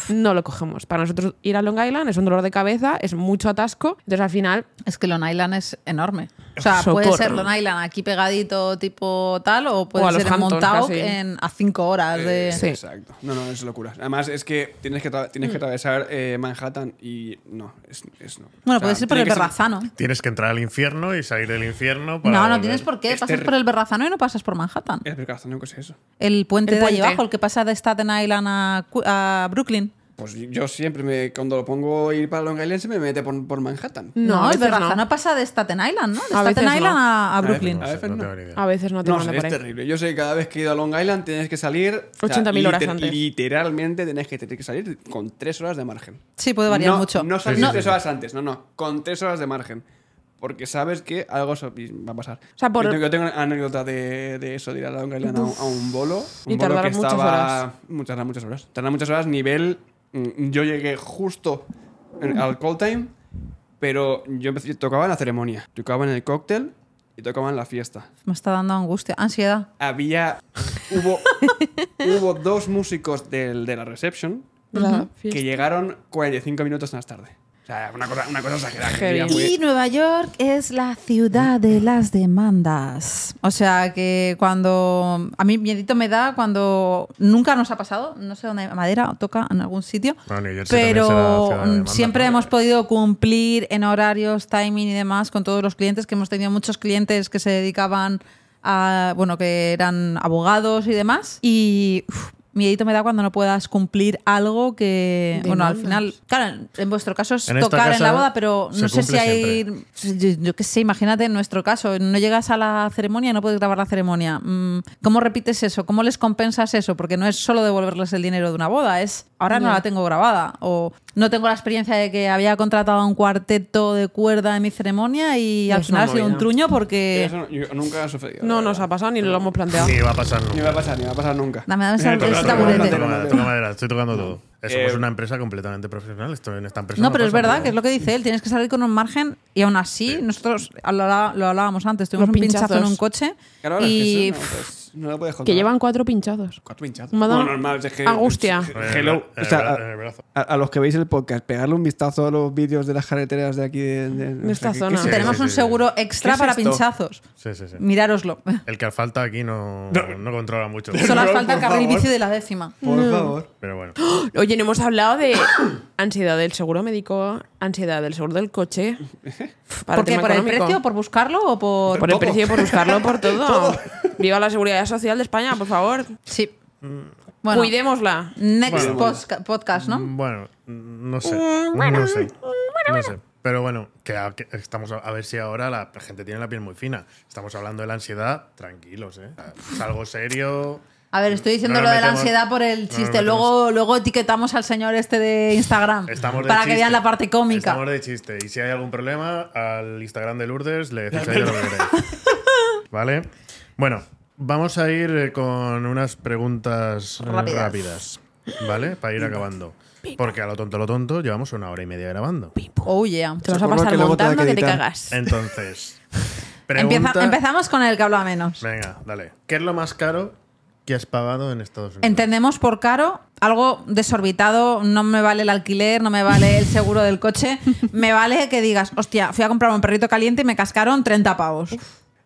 [SPEAKER 1] No lo cogemos. Para nosotros ir a Long Island es un dolor de cabeza, es mucho atasco. Entonces al final,
[SPEAKER 2] Es que Long Island es enorme. O sea,
[SPEAKER 1] Socorro.
[SPEAKER 2] puede ser Long Island aquí pegadito tipo tal o puede
[SPEAKER 1] O a los
[SPEAKER 2] ser en
[SPEAKER 1] Hamptons,
[SPEAKER 2] Montauk
[SPEAKER 1] casi.
[SPEAKER 2] en- a 5 horas de...
[SPEAKER 4] Eh,
[SPEAKER 1] Sí. Mm.
[SPEAKER 4] Exacto. No, no, es locura. Además, es que tienes que, tra- tienes que atravesar eh, Manhattan y no, es, es no.
[SPEAKER 2] Bueno,
[SPEAKER 4] O sea,
[SPEAKER 2] puedes ir por
[SPEAKER 4] tiene
[SPEAKER 2] el
[SPEAKER 4] que ser-
[SPEAKER 2] Berrazano.
[SPEAKER 3] Tienes que entrar al infierno y salir del infierno para
[SPEAKER 2] No, no
[SPEAKER 3] volver.
[SPEAKER 2] tienes por qué.
[SPEAKER 4] Es
[SPEAKER 2] Pasas
[SPEAKER 4] terri-
[SPEAKER 2] por el Berrazano y no pasas por Manhattan.
[SPEAKER 4] Es Berrazano, ¿qué es eso?
[SPEAKER 2] El puente
[SPEAKER 1] El
[SPEAKER 2] de allí
[SPEAKER 1] puente.
[SPEAKER 2] abajo, el que pasa de Staten Island a, Cu- a Brooklyn.
[SPEAKER 4] Pues yo siempre, me, cuando lo pongo a ir para Long Island, se me mete por, por Manhattan.
[SPEAKER 1] No,
[SPEAKER 2] No,
[SPEAKER 1] a
[SPEAKER 2] es
[SPEAKER 1] veces
[SPEAKER 2] verdad,
[SPEAKER 1] no.
[SPEAKER 2] no. pasa de Staten Island, ¿no? De
[SPEAKER 1] A
[SPEAKER 2] Staten
[SPEAKER 1] veces
[SPEAKER 2] Island
[SPEAKER 1] no.
[SPEAKER 2] a, a Brooklyn.
[SPEAKER 3] No,
[SPEAKER 4] A
[SPEAKER 3] sé,
[SPEAKER 4] veces
[SPEAKER 3] no
[SPEAKER 4] no.
[SPEAKER 3] tengo ni idea.
[SPEAKER 1] A veces no te
[SPEAKER 4] No,
[SPEAKER 1] manda
[SPEAKER 4] sé,
[SPEAKER 1] por
[SPEAKER 4] es
[SPEAKER 1] ahí.
[SPEAKER 4] terrible. Yo sé que cada vez que he ido a Long Island tienes que salir... o sea,
[SPEAKER 1] 80.000 horas
[SPEAKER 4] liter-
[SPEAKER 1] antes.
[SPEAKER 4] Literalmente tienes que, tienes que salir con tres horas de margen.
[SPEAKER 2] Sí, puede variar
[SPEAKER 4] no,
[SPEAKER 2] mucho.
[SPEAKER 4] No salís
[SPEAKER 3] Sí, sí,
[SPEAKER 4] tres
[SPEAKER 3] sí.
[SPEAKER 4] horas antes, no, no. Con tres horas de margen. Porque sabes que algo so- va a pasar.
[SPEAKER 1] sea, por-
[SPEAKER 4] yo, tengo, yo tengo anécdota de, de eso, de ir a Long Island a un, a un bolo.
[SPEAKER 1] Y
[SPEAKER 4] Un bolo
[SPEAKER 1] tardaron
[SPEAKER 4] que
[SPEAKER 1] muchas
[SPEAKER 4] estaba-
[SPEAKER 1] horas.
[SPEAKER 4] Muchas, tardaron muchas horas. Tardaron muchas horas, nivel. mm, Yo llegué justo en- al call time, pero yo empecé- tocaba en la ceremonia, tocaba en el cóctel y tocaba en la fiesta.
[SPEAKER 2] Me está dando angustia, ansiedad.
[SPEAKER 4] Había. Hubo, (laughs) hubo dos músicos del, de la reception
[SPEAKER 1] La fiesta.
[SPEAKER 4] que llegaron 45 minutos más tarde. O sea, una cosa, una cosa exagerada. que
[SPEAKER 1] Heavy.
[SPEAKER 4] ya fue-
[SPEAKER 2] Y Nueva York es la ciudad de las demandas. O sea que cuando. A mí miedito me da cuando. Nunca nos ha pasado, no sé dónde, Madera o toca en algún sitio.
[SPEAKER 3] Bueno, New Jersey también será ciudad de
[SPEAKER 2] Pero mm,
[SPEAKER 3] demanda,
[SPEAKER 2] siempre
[SPEAKER 3] ¿no?
[SPEAKER 2] hemos podido cumplir en horarios, timing y demás con todos los clientes, que hemos tenido muchos clientes que se dedicaban a. Bueno, que eran abogados y demás. Y. uf, Miedito me da cuando no puedas cumplir algo que, bueno, al final,
[SPEAKER 1] Demandas.
[SPEAKER 2] claro, en- en vuestro caso es
[SPEAKER 3] En esta
[SPEAKER 2] tocar en
[SPEAKER 3] casa
[SPEAKER 2] la boda, pero
[SPEAKER 3] se
[SPEAKER 2] no sé si
[SPEAKER 3] cumple
[SPEAKER 2] hay. Pues Yo, yo qué sé, imagínate en nuestro caso, no llegas a la ceremonia, no puedes grabar la ceremonia. Mm, ¿Cómo repites eso? ¿Cómo les compensas eso? Porque no es solo devolverles el dinero de una boda, es ahora no
[SPEAKER 1] Ya.
[SPEAKER 2] la tengo grabada. O no tengo la experiencia de que había contratado a un cuarteto de cuerda en mi ceremonia y al
[SPEAKER 1] Es una
[SPEAKER 2] final ha sido un
[SPEAKER 1] movida.
[SPEAKER 2] truño porque.
[SPEAKER 4] Eso no- yo- nunca ha sucedido.
[SPEAKER 1] No
[SPEAKER 4] la
[SPEAKER 1] nos
[SPEAKER 4] verdad.
[SPEAKER 1] ha pasado ni lo hemos planteado.
[SPEAKER 3] Ni va a pasar
[SPEAKER 4] Ni
[SPEAKER 3] nunca.
[SPEAKER 4] me va a pasar, ni me va a pasar nunca.
[SPEAKER 2] Dame, dame esa-
[SPEAKER 4] Toca-
[SPEAKER 2] ese
[SPEAKER 4] toca-
[SPEAKER 2] taburete.
[SPEAKER 4] toca-
[SPEAKER 3] Toca
[SPEAKER 4] toca-
[SPEAKER 3] madera, toca madera, estoy tocando todo. Eh, Somos
[SPEAKER 4] Eh,
[SPEAKER 3] una empresa completamente profesional. Esto, en esta empresa
[SPEAKER 2] No, pero
[SPEAKER 3] pasa
[SPEAKER 2] es verdad,
[SPEAKER 3] nada.
[SPEAKER 2] que es lo que dice él. Tienes que salir con un margen y aún así, nosotros lo, habla- lo hablábamos antes, tuvimos
[SPEAKER 1] Los
[SPEAKER 2] un pinchazo en
[SPEAKER 1] pinchazos.
[SPEAKER 2] un coche
[SPEAKER 4] Claro, es que
[SPEAKER 2] y
[SPEAKER 4] eso no, pues, no lo puedes
[SPEAKER 1] Que
[SPEAKER 4] controlar.
[SPEAKER 1] llevan cuatro pinchazos.
[SPEAKER 4] Cuatro hinchados.
[SPEAKER 1] Me ha dado
[SPEAKER 4] No, normal, es que-
[SPEAKER 1] angustia.
[SPEAKER 4] es-
[SPEAKER 3] En el-
[SPEAKER 4] Hello.
[SPEAKER 3] en
[SPEAKER 4] O
[SPEAKER 3] el
[SPEAKER 4] sea,
[SPEAKER 3] bra- en el brazo.
[SPEAKER 4] a, a los que veis el podcast, pegarle un vistazo a los vídeos de las carreteras de aquí. De, de-
[SPEAKER 1] De
[SPEAKER 4] o
[SPEAKER 1] esta
[SPEAKER 4] sea, que-
[SPEAKER 1] zona.
[SPEAKER 4] que-
[SPEAKER 3] Sí,
[SPEAKER 2] tenemos
[SPEAKER 3] sí,
[SPEAKER 2] un
[SPEAKER 3] sí,
[SPEAKER 2] seguro
[SPEAKER 4] ¿Qué
[SPEAKER 2] extra
[SPEAKER 4] es
[SPEAKER 2] para
[SPEAKER 4] esto?
[SPEAKER 2] pinchazos.
[SPEAKER 3] Sí, sí, sí. (laughs)
[SPEAKER 2] Mirároslo.
[SPEAKER 3] El que falta aquí no, no controla mucho.
[SPEAKER 2] Solo
[SPEAKER 4] No,
[SPEAKER 2] nos falta el
[SPEAKER 4] por
[SPEAKER 2] carril
[SPEAKER 4] favor.
[SPEAKER 2] bici de la décima.
[SPEAKER 4] Por favor.
[SPEAKER 3] Pero bueno.
[SPEAKER 1] (gasps) Oye, no hemos hablado de (coughs) ansiedad del seguro médico, ansiedad del seguro del coche. Para
[SPEAKER 2] ¿Por qué?
[SPEAKER 1] tema
[SPEAKER 2] ¿Por el
[SPEAKER 1] económico.
[SPEAKER 2] precio? ¿Por buscarlo o por...?
[SPEAKER 1] Por el precio, por buscarlo, por todo. Viva la seguridad social de España, por favor.
[SPEAKER 2] Sí.
[SPEAKER 3] Mm.
[SPEAKER 2] Bueno,
[SPEAKER 1] Cuidémosla.
[SPEAKER 2] next
[SPEAKER 3] Bueno.
[SPEAKER 2] posca- podcast, ¿no?
[SPEAKER 3] Bueno, no sé. no sé. No sé. Pero bueno, que, a- que estamos a, a ver si ahora la gente tiene la piel muy fina. Estamos hablando de la ansiedad, tranquilos, ¿eh? Es algo serio.
[SPEAKER 2] A ver, estoy diciendo
[SPEAKER 3] No nos
[SPEAKER 2] lo de la
[SPEAKER 3] metemos-
[SPEAKER 2] ansiedad por
[SPEAKER 3] no
[SPEAKER 2] el
[SPEAKER 3] nos
[SPEAKER 2] chiste.
[SPEAKER 3] metemos-
[SPEAKER 2] luego, luego etiquetamos al señor este de Instagram
[SPEAKER 3] Estamos de
[SPEAKER 2] para que
[SPEAKER 3] chiste.
[SPEAKER 2] vean la parte cómica.
[SPEAKER 3] Estamos de chiste. Y si hay algún problema, al Instagram de Lourdes le decís a ella lo
[SPEAKER 2] (laughs)
[SPEAKER 3] que queréis. ¿Vale? Bueno, vamos a ir eh, con unas preguntas eh,
[SPEAKER 2] Rápidas.
[SPEAKER 3] rápidas. ¿Vale? Para ir acabando. Porque a lo tonto, lo tonto, llevamos una hora y media grabando.
[SPEAKER 2] Oh, yeah.
[SPEAKER 1] Te vas a
[SPEAKER 4] Seguro
[SPEAKER 1] pasar
[SPEAKER 4] que luego te
[SPEAKER 1] montando
[SPEAKER 4] hay
[SPEAKER 1] que te
[SPEAKER 4] que editar.
[SPEAKER 1] cagas.
[SPEAKER 3] Entonces,
[SPEAKER 2] (laughs) Empieza-
[SPEAKER 3] pregunta-
[SPEAKER 2] empezamos con el que habla menos.
[SPEAKER 3] Venga, dale. ¿Qué es lo más caro que has pagado en Estados Unidos?
[SPEAKER 2] Entendemos por caro algo desorbitado, no me vale el alquiler, no me vale el seguro
[SPEAKER 1] (laughs)
[SPEAKER 2] del coche, me vale que digas, hostia, fui a comprar un perrito caliente y me cascaron 30 pavos.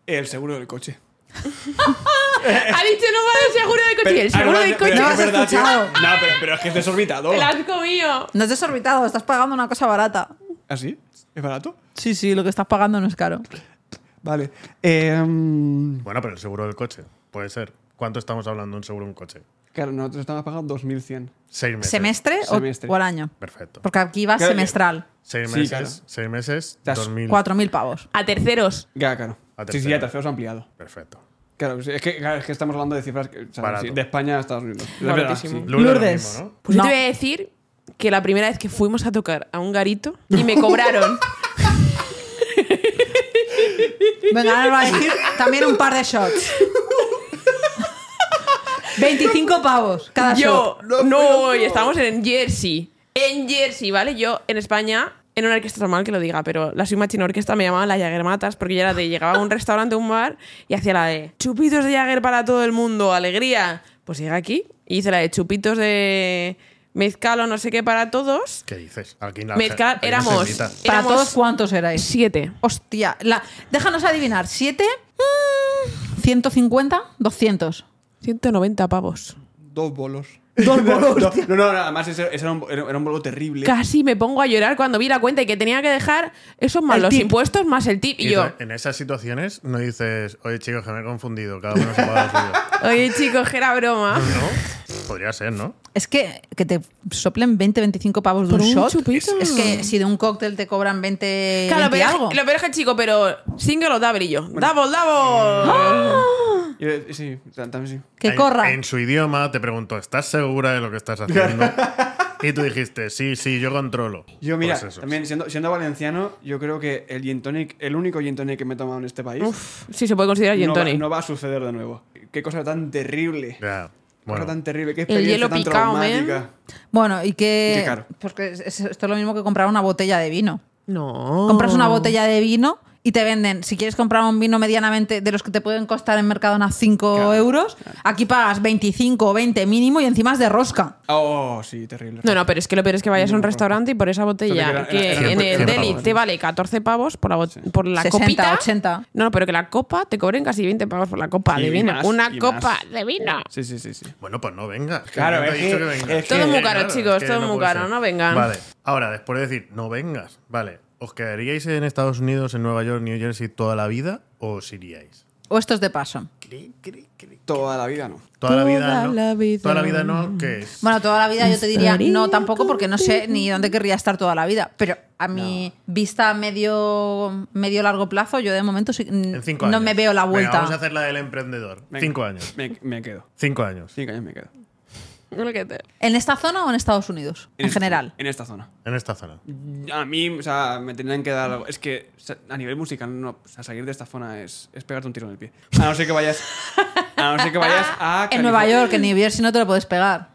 [SPEAKER 4] El seguro del coche.
[SPEAKER 1] Ha dicho no vale el seguro del coche. el seguro del coche.
[SPEAKER 2] pero- No has escuchado.
[SPEAKER 4] No, pero, pero es que es desorbitado.
[SPEAKER 1] El asco mío.
[SPEAKER 2] No es desorbitado, estás pagando una cosa barata.
[SPEAKER 4] ¿Así? ¿Ah, ¿Es barato?
[SPEAKER 2] Sí, sí, lo que estás pagando no es caro.
[SPEAKER 4] Vale. Eh, mm,
[SPEAKER 3] Bueno, pero el seguro del coche. Puede ser. ¿Cuánto estamos hablando de un seguro de un coche?
[SPEAKER 4] claro, nosotros estamos pagando 2.100.
[SPEAKER 3] Seis meses.
[SPEAKER 2] ¿Semestre, o-
[SPEAKER 4] Semestre.
[SPEAKER 2] O, al año?
[SPEAKER 3] Perfecto.
[SPEAKER 2] Porque aquí va
[SPEAKER 4] Claro,
[SPEAKER 2] semestral,
[SPEAKER 3] Seis
[SPEAKER 4] Sí,
[SPEAKER 3] meses.
[SPEAKER 4] claro.
[SPEAKER 3] Seis meses.
[SPEAKER 4] Das
[SPEAKER 3] 2000.
[SPEAKER 2] 4.000 pavos.
[SPEAKER 1] A terceros.
[SPEAKER 4] Ya, claro.
[SPEAKER 3] A
[SPEAKER 4] Sí, sí,
[SPEAKER 3] tercero.
[SPEAKER 4] ya terceros ampliado.
[SPEAKER 3] Perfecto.
[SPEAKER 4] Claro, sí, es que, claro, es que estamos hablando de cifras que- o sea,
[SPEAKER 3] Barato.
[SPEAKER 4] sí, de España a Estados Unidos. Es verdad,
[SPEAKER 1] Baratísimo.
[SPEAKER 4] sí.
[SPEAKER 3] Lourdes. lo
[SPEAKER 2] Lourdes.
[SPEAKER 3] mismo, ¿no?
[SPEAKER 1] Pues
[SPEAKER 2] No.
[SPEAKER 1] yo te voy a decir que la primera vez que fuimos a tocar a un garito y me cobraron.
[SPEAKER 2] Venga, ahora va a decir también un par de (laughs) shots. 25 pavos cada
[SPEAKER 1] yo,
[SPEAKER 2] shot.
[SPEAKER 1] no, y estamos en Jersey. En Jersey, ¿vale? Yo en España, en una orquesta normal que lo diga, pero la Soy Machine Orquesta me llamaban la Jagermatas porque yo era de llegaba a un restaurante, a un bar y hacía la de chupitos de Jagger para todo el mundo, alegría. Pues llegué aquí y hice la de chupitos de mezcal o no sé qué para todos.
[SPEAKER 3] ¿Qué dices? Aquí en la
[SPEAKER 1] Mezcal-
[SPEAKER 3] aquí no se
[SPEAKER 1] éramos-
[SPEAKER 3] invita.
[SPEAKER 2] ¿Para
[SPEAKER 1] éramos-
[SPEAKER 2] todos cuántos erais?
[SPEAKER 1] Siete.
[SPEAKER 2] Hostia, la- déjanos adivinar. ¿7? mm, 150, 200.
[SPEAKER 1] 190 pavos.
[SPEAKER 4] Dos bolos. (laughs) Dos bolos. no, no, no, además ese- ese era, un, era era un bolo terrible.
[SPEAKER 1] Casi me pongo a llorar cuando vi la cuenta y que tenía que dejar esos más
[SPEAKER 2] El
[SPEAKER 1] los
[SPEAKER 2] tip.
[SPEAKER 1] impuestos más el tip. Y yo,
[SPEAKER 3] En esas situaciones no dices, oye chicos, que me he confundido, cada uno se paga lo suyo.
[SPEAKER 1] (laughs) oye chicos, que era broma.
[SPEAKER 3] ¿No? Podría ser, ¿no?
[SPEAKER 2] Es que, que te soplen 20, 25 pavos de un,
[SPEAKER 1] Por un
[SPEAKER 2] shot.
[SPEAKER 1] chupito.
[SPEAKER 2] Es que si de un cóctel te cobran 20,
[SPEAKER 1] Claro,
[SPEAKER 2] 20
[SPEAKER 1] pero
[SPEAKER 2] algo.
[SPEAKER 1] lo peor es que el chico, pero single o da brillo. Double, double.
[SPEAKER 4] Mm. Yo- eh, sí, ta- también sí.
[SPEAKER 2] Que
[SPEAKER 3] En-
[SPEAKER 2] corra.
[SPEAKER 3] En su idioma te preguntó, ¿estás segura de lo que estás haciendo? y tú dijiste, sí, sí, yo controlo.
[SPEAKER 4] Yo, mira,
[SPEAKER 3] Pues eso.
[SPEAKER 4] también siendo, siendo valenciano, yo creo que el gin tonic, el único gin tonic que me he tomado en este país,
[SPEAKER 1] Uf, sí, se puede considerar gin
[SPEAKER 4] no, va,
[SPEAKER 1] tonic.
[SPEAKER 4] no va a suceder de nuevo. Qué cosa tan terrible.
[SPEAKER 3] Ya,
[SPEAKER 4] Cosa tan
[SPEAKER 3] bueno.
[SPEAKER 4] terrible, qué
[SPEAKER 1] El
[SPEAKER 4] experiencia
[SPEAKER 1] hielo
[SPEAKER 4] tan
[SPEAKER 1] picao, man.
[SPEAKER 4] traumática.
[SPEAKER 2] Bueno, y que.
[SPEAKER 4] Y que caro.
[SPEAKER 2] Porque es- es- esto es lo mismo que comprar una botella de vino.
[SPEAKER 1] No.
[SPEAKER 2] Compras una botella de vino y te venden, si quieres comprar un vino medianamente de los que te pueden costar en Mercadona 5
[SPEAKER 4] Claro,
[SPEAKER 2] euros, aquí pagas 25 o 20 mínimo y encima es de rosca.
[SPEAKER 4] Oh, sí, terrible.
[SPEAKER 1] No, no, pero es que lo peor es que vayas a un restaurante y por esa
[SPEAKER 4] Creo
[SPEAKER 1] botella
[SPEAKER 4] que era-
[SPEAKER 1] que
[SPEAKER 4] era-
[SPEAKER 3] era
[SPEAKER 1] en el
[SPEAKER 3] 100
[SPEAKER 1] deli
[SPEAKER 3] pavos.
[SPEAKER 1] te vale 14 pavos por la, bot- por la
[SPEAKER 2] 60,
[SPEAKER 1] copita.
[SPEAKER 2] 80.
[SPEAKER 1] No, no, pero que la copa te cobren casi 20 pavos por la copa
[SPEAKER 4] Y
[SPEAKER 1] de vino.
[SPEAKER 4] más,
[SPEAKER 1] Una
[SPEAKER 4] y
[SPEAKER 1] copa
[SPEAKER 4] más.
[SPEAKER 1] de vino.
[SPEAKER 4] Sí, sí, sí, sí.
[SPEAKER 3] Bueno, pues no venga.
[SPEAKER 4] Claro,
[SPEAKER 3] Yo te
[SPEAKER 4] es
[SPEAKER 3] he dicho
[SPEAKER 4] que-
[SPEAKER 3] vengas.
[SPEAKER 4] es Todo que-
[SPEAKER 1] muy caro,
[SPEAKER 3] Claro,
[SPEAKER 1] chicos,
[SPEAKER 3] es que
[SPEAKER 1] todo muy
[SPEAKER 3] puede
[SPEAKER 1] caro,
[SPEAKER 3] ser.
[SPEAKER 1] no vengan.
[SPEAKER 3] Vale, ahora, después de decir, no vengas, vale, ¿os quedaríais en Estados Unidos, en Nueva York, New Jersey toda la vida o os iríais?
[SPEAKER 2] O esto es de paso.
[SPEAKER 3] Cri, cri, cri.
[SPEAKER 4] Toda la vida no.
[SPEAKER 3] Toda, la vida,
[SPEAKER 1] Toda
[SPEAKER 3] no.
[SPEAKER 1] la vida.
[SPEAKER 3] Toda la vida no, ¿qué es?
[SPEAKER 2] Bueno, toda la vida yo te diría
[SPEAKER 1] Estaría
[SPEAKER 2] no tampoco porque no sé ni dónde querría estar toda la vida. Pero a mi vista a medio, medio largo plazo, yo de momento sí-
[SPEAKER 3] en cinco
[SPEAKER 2] no
[SPEAKER 3] años.
[SPEAKER 2] me veo la
[SPEAKER 3] Venga,
[SPEAKER 2] vuelta.
[SPEAKER 3] vamos a hacer la del emprendedor.
[SPEAKER 4] Venga.
[SPEAKER 3] Cinco años.
[SPEAKER 4] Me, me quedo.
[SPEAKER 3] Cinco años.
[SPEAKER 4] Cinco años me quedo.
[SPEAKER 1] Lo que te-
[SPEAKER 2] ¿En esta zona o en Estados Unidos? En,
[SPEAKER 4] esta-
[SPEAKER 2] general.
[SPEAKER 4] En esta zona.
[SPEAKER 3] En esta zona.
[SPEAKER 4] A mí, o sea, me tendrían que dar algo. Es que o sea, a nivel musical, no, o sea, salir de esta zona es, es pegarte un tiro en el pie. A no ser que vayas. A no ser que vayas
[SPEAKER 3] Ah,
[SPEAKER 2] (laughs)
[SPEAKER 4] a.
[SPEAKER 2] En Nueva
[SPEAKER 4] California.
[SPEAKER 2] York, en New Jersey no te lo puedes pegar.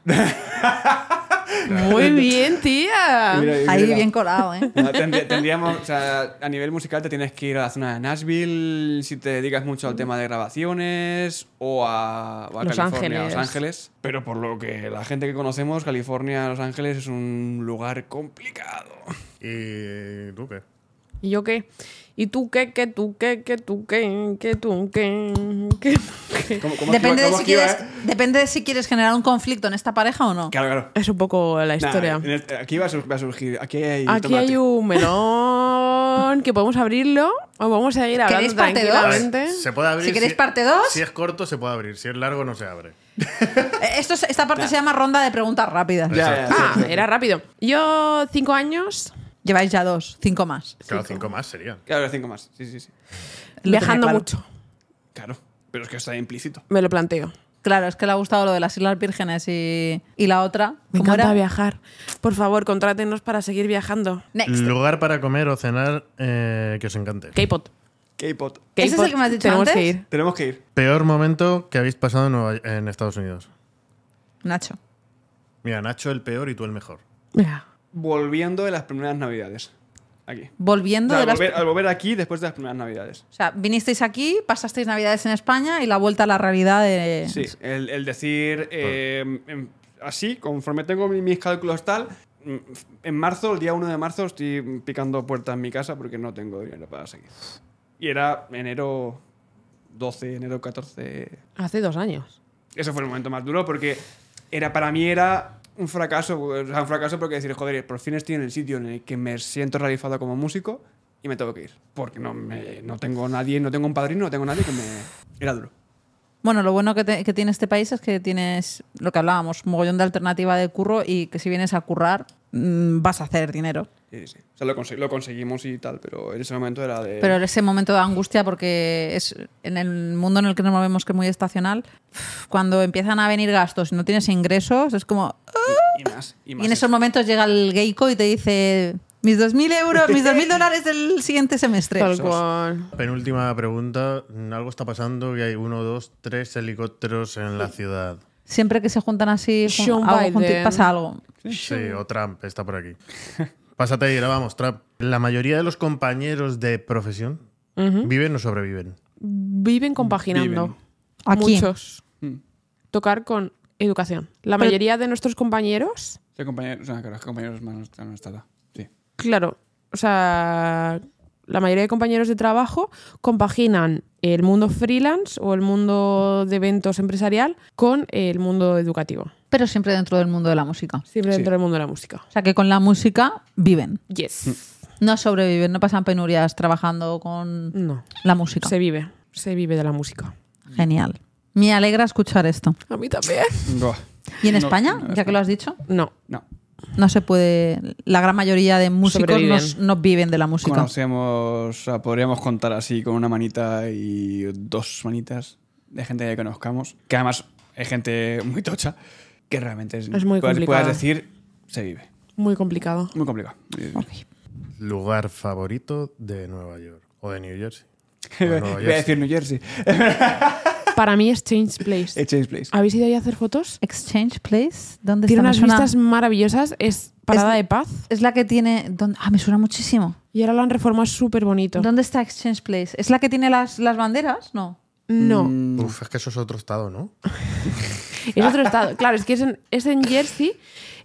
[SPEAKER 1] Muy bien, tía.
[SPEAKER 4] Mira, mira.
[SPEAKER 2] Ahí bien colado, ¿eh?
[SPEAKER 4] No, tendrí- Tendríamos, o sea, a nivel musical te tienes que ir a la zona de Nashville si te dedicas mucho al tema de grabaciones o a, o a
[SPEAKER 1] Los
[SPEAKER 4] California, a
[SPEAKER 1] Ángeles.
[SPEAKER 4] Los Ángeles. Pero por lo que la gente que conocemos, California, Los Ángeles es un lugar complicado.
[SPEAKER 3] ¿Y tú qué?
[SPEAKER 1] ¿Y yo qué? ¿Y tú qué? ¿Qué tú qué? ¿Qué tú qué? ¿Qué tú qué? ¿Qué tú qué?
[SPEAKER 4] ¿Cómo- cómo
[SPEAKER 2] Depende de,
[SPEAKER 4] esquiva- cómo
[SPEAKER 2] si
[SPEAKER 4] esquiva,
[SPEAKER 2] quieres,
[SPEAKER 4] eh?
[SPEAKER 2] depende de si quieres generar un conflicto en esta pareja o no.
[SPEAKER 4] Claro, claro.
[SPEAKER 1] Es un poco la
[SPEAKER 4] Nah,
[SPEAKER 1] historia.
[SPEAKER 4] en el- aquí va a, sur- va a surgir. Aquí hay.
[SPEAKER 1] Aquí hay un melón que podemos abrirlo o vamos a seguir hablando
[SPEAKER 2] ¿Queréis parte dos?
[SPEAKER 3] A ver,
[SPEAKER 1] tranquilamente.
[SPEAKER 3] se puede abrir.
[SPEAKER 2] Si queréis parte dos.
[SPEAKER 3] Si es corto, se puede abrir. Si es largo, no se abre.
[SPEAKER 2] Eh, Esto, es- esta parte se llama ronda de preguntas rápidas.
[SPEAKER 4] Ya, ya,
[SPEAKER 1] Ah,
[SPEAKER 4] sí, sí.
[SPEAKER 1] era rápido. Yo, cinco años,
[SPEAKER 2] Lleváis ya dos, cinco más.
[SPEAKER 3] Claro, cinco más serían.
[SPEAKER 4] Claro, cinco más. Sí, sí, sí.
[SPEAKER 2] Lo
[SPEAKER 1] viajando
[SPEAKER 2] tenía claro.
[SPEAKER 1] mucho,
[SPEAKER 4] Claro. Pero es que está implícito.
[SPEAKER 1] me lo planteo.
[SPEAKER 2] Claro, es que le ha gustado lo de las Islas Vírgenes y, y la otra.
[SPEAKER 1] Me
[SPEAKER 2] ¿cómo
[SPEAKER 1] encanta
[SPEAKER 2] era?
[SPEAKER 1] viajar. Por favor, contrátenos para seguir viajando.
[SPEAKER 2] Next.
[SPEAKER 3] Lugar para comer o cenar eh, que os encante.
[SPEAKER 1] K-pop.
[SPEAKER 4] K-pop.
[SPEAKER 2] ¿Ese es el
[SPEAKER 1] K-pop,
[SPEAKER 2] que me has dicho
[SPEAKER 1] Tenemos
[SPEAKER 2] antes?
[SPEAKER 1] que ir.
[SPEAKER 4] Tenemos que ir.
[SPEAKER 3] Peor momento que habéis pasado en, Nueva- en Estados Unidos.
[SPEAKER 2] Nacho.
[SPEAKER 3] Mira, Nacho el peor y tú el mejor.
[SPEAKER 1] Mira.
[SPEAKER 2] Ah.
[SPEAKER 4] Volviendo de las primeras navidades. Aquí. O
[SPEAKER 2] Volviendo
[SPEAKER 4] sea,
[SPEAKER 2] de
[SPEAKER 4] al,
[SPEAKER 2] las.
[SPEAKER 4] volver, al volver aquí después de las primeras navidades.
[SPEAKER 2] O sea, vinisteis aquí, pasasteis Navidades en España y la vuelta a la realidad de.
[SPEAKER 4] Sí, el, el decir eh, em, así, conforme tengo mi- mis cálculos tal, mm, en marzo, el día 1 de marzo, estoy picando puertas en mi casa porque no tengo dinero para seguir. Y era enero 12, enero 14.
[SPEAKER 1] Hace dos años.
[SPEAKER 4] Ese fue el momento más duro porque era para mí era un fracaso, o sea, un fracaso porque decir, joder, por fin estoy en el sitio en el que me siento realizado como músico y me tengo que ir. Porque no, me- no tengo nadie, no tengo un padrino, no tengo nadie que me... Era duro.
[SPEAKER 2] Bueno, lo bueno que, te- que tiene este país es que tienes lo que hablábamos, mogollón de alternativa de curro y que si vienes a currar mm, vas a hacer dinero.
[SPEAKER 4] Sí, sí. O sea, lo, conse- lo conseguimos y tal, pero en ese momento era de.
[SPEAKER 2] Pero ese momento de angustia, porque es en el mundo en el que nos movemos, que es muy estacional, cuando empiezan a venir gastos y no tienes ingresos, es como.
[SPEAKER 4] y, y más. Y, más
[SPEAKER 2] Y en esos momentos llega el Geico y te dice: mis 2.000 euros, mis
[SPEAKER 4] (laughs)
[SPEAKER 2] 2.000 dólares del siguiente semestre.
[SPEAKER 1] Tal cual.
[SPEAKER 3] Penúltima pregunta. Algo está pasando que hay uno, dos, tres helicópteros en la ciudad.
[SPEAKER 2] Siempre que se juntan así, jun-
[SPEAKER 1] Sean
[SPEAKER 2] algo
[SPEAKER 1] Biden.
[SPEAKER 2] junti- pasa algo.
[SPEAKER 3] Sí, o Trump está por aquí. Pásate ahí, la vamos, Trump. La mayoría de los compañeros de profesión viven o sobreviven. Mm,
[SPEAKER 1] Viven compaginando.
[SPEAKER 4] Viven.
[SPEAKER 2] Aquí.
[SPEAKER 1] Muchos.
[SPEAKER 4] Mm.
[SPEAKER 1] Tocar con educación. La
[SPEAKER 2] Pero-
[SPEAKER 1] mayoría de nuestros compañeros,
[SPEAKER 4] Sí, compañeros, o sea, que los compañeros más no no estaba. Sí.
[SPEAKER 1] claro, o sea, la mayoría de compañeros de trabajo compaginan el mundo freelance o el mundo de eventos empresarial con el mundo educativo.
[SPEAKER 2] Pero siempre dentro del mundo de la música.
[SPEAKER 1] Siempre
[SPEAKER 4] Sí.
[SPEAKER 1] dentro del mundo de la música.
[SPEAKER 2] O sea que con la música viven.
[SPEAKER 1] Yes.
[SPEAKER 2] No sobreviven, no pasan penurias trabajando con
[SPEAKER 1] Mm. No.
[SPEAKER 2] la música.
[SPEAKER 1] Se vive. Se vive de la música.
[SPEAKER 2] Genial. Me alegra escuchar esto.
[SPEAKER 1] A mí también.
[SPEAKER 4] Buah.
[SPEAKER 2] ¿Y en
[SPEAKER 4] No,
[SPEAKER 2] España?
[SPEAKER 4] no,
[SPEAKER 2] ya que lo has dicho,
[SPEAKER 1] No.
[SPEAKER 4] No,
[SPEAKER 2] no se puede. La gran mayoría de músicos no,
[SPEAKER 1] Sobreviven.
[SPEAKER 2] no viven de la música.
[SPEAKER 4] conocemos, o sea, podríamos contar así con una manita y dos manitas de gente que conozcamos, que además es gente muy tocha, que realmente es,
[SPEAKER 1] Es muy
[SPEAKER 4] puedes-
[SPEAKER 1] complicado.
[SPEAKER 4] Puedes decir, se vive.
[SPEAKER 1] Muy complicado.
[SPEAKER 4] Muy complicado. Eh,
[SPEAKER 3] Lugar favorito de Nueva York o de New
[SPEAKER 4] (laughs)
[SPEAKER 3] Jersey. O de Nueva
[SPEAKER 4] Voy a
[SPEAKER 3] Jersey.
[SPEAKER 4] decir New Jersey. eh,
[SPEAKER 1] Para mí es Change Place.
[SPEAKER 4] Exchange Place.
[SPEAKER 1] ¿Habéis ido ahí a hacer fotos?
[SPEAKER 2] Exchange Place, ¿dónde
[SPEAKER 1] Tiene
[SPEAKER 2] está? Me
[SPEAKER 1] unas
[SPEAKER 2] suena-
[SPEAKER 1] vistas maravillosas. Es Parada de Paz.
[SPEAKER 2] Es la que tiene. ¿dónde- Ah, me suena muchísimo.
[SPEAKER 1] Y ahora lo han reformado súper bonito.
[SPEAKER 2] ¿Dónde está Exchange Place? ¿Es la que tiene las, las banderas? No.
[SPEAKER 1] No.
[SPEAKER 3] Uf, es que eso es otro estado, ¿no?
[SPEAKER 1] Es otro estado. Claro, es que es en, es en Jersey.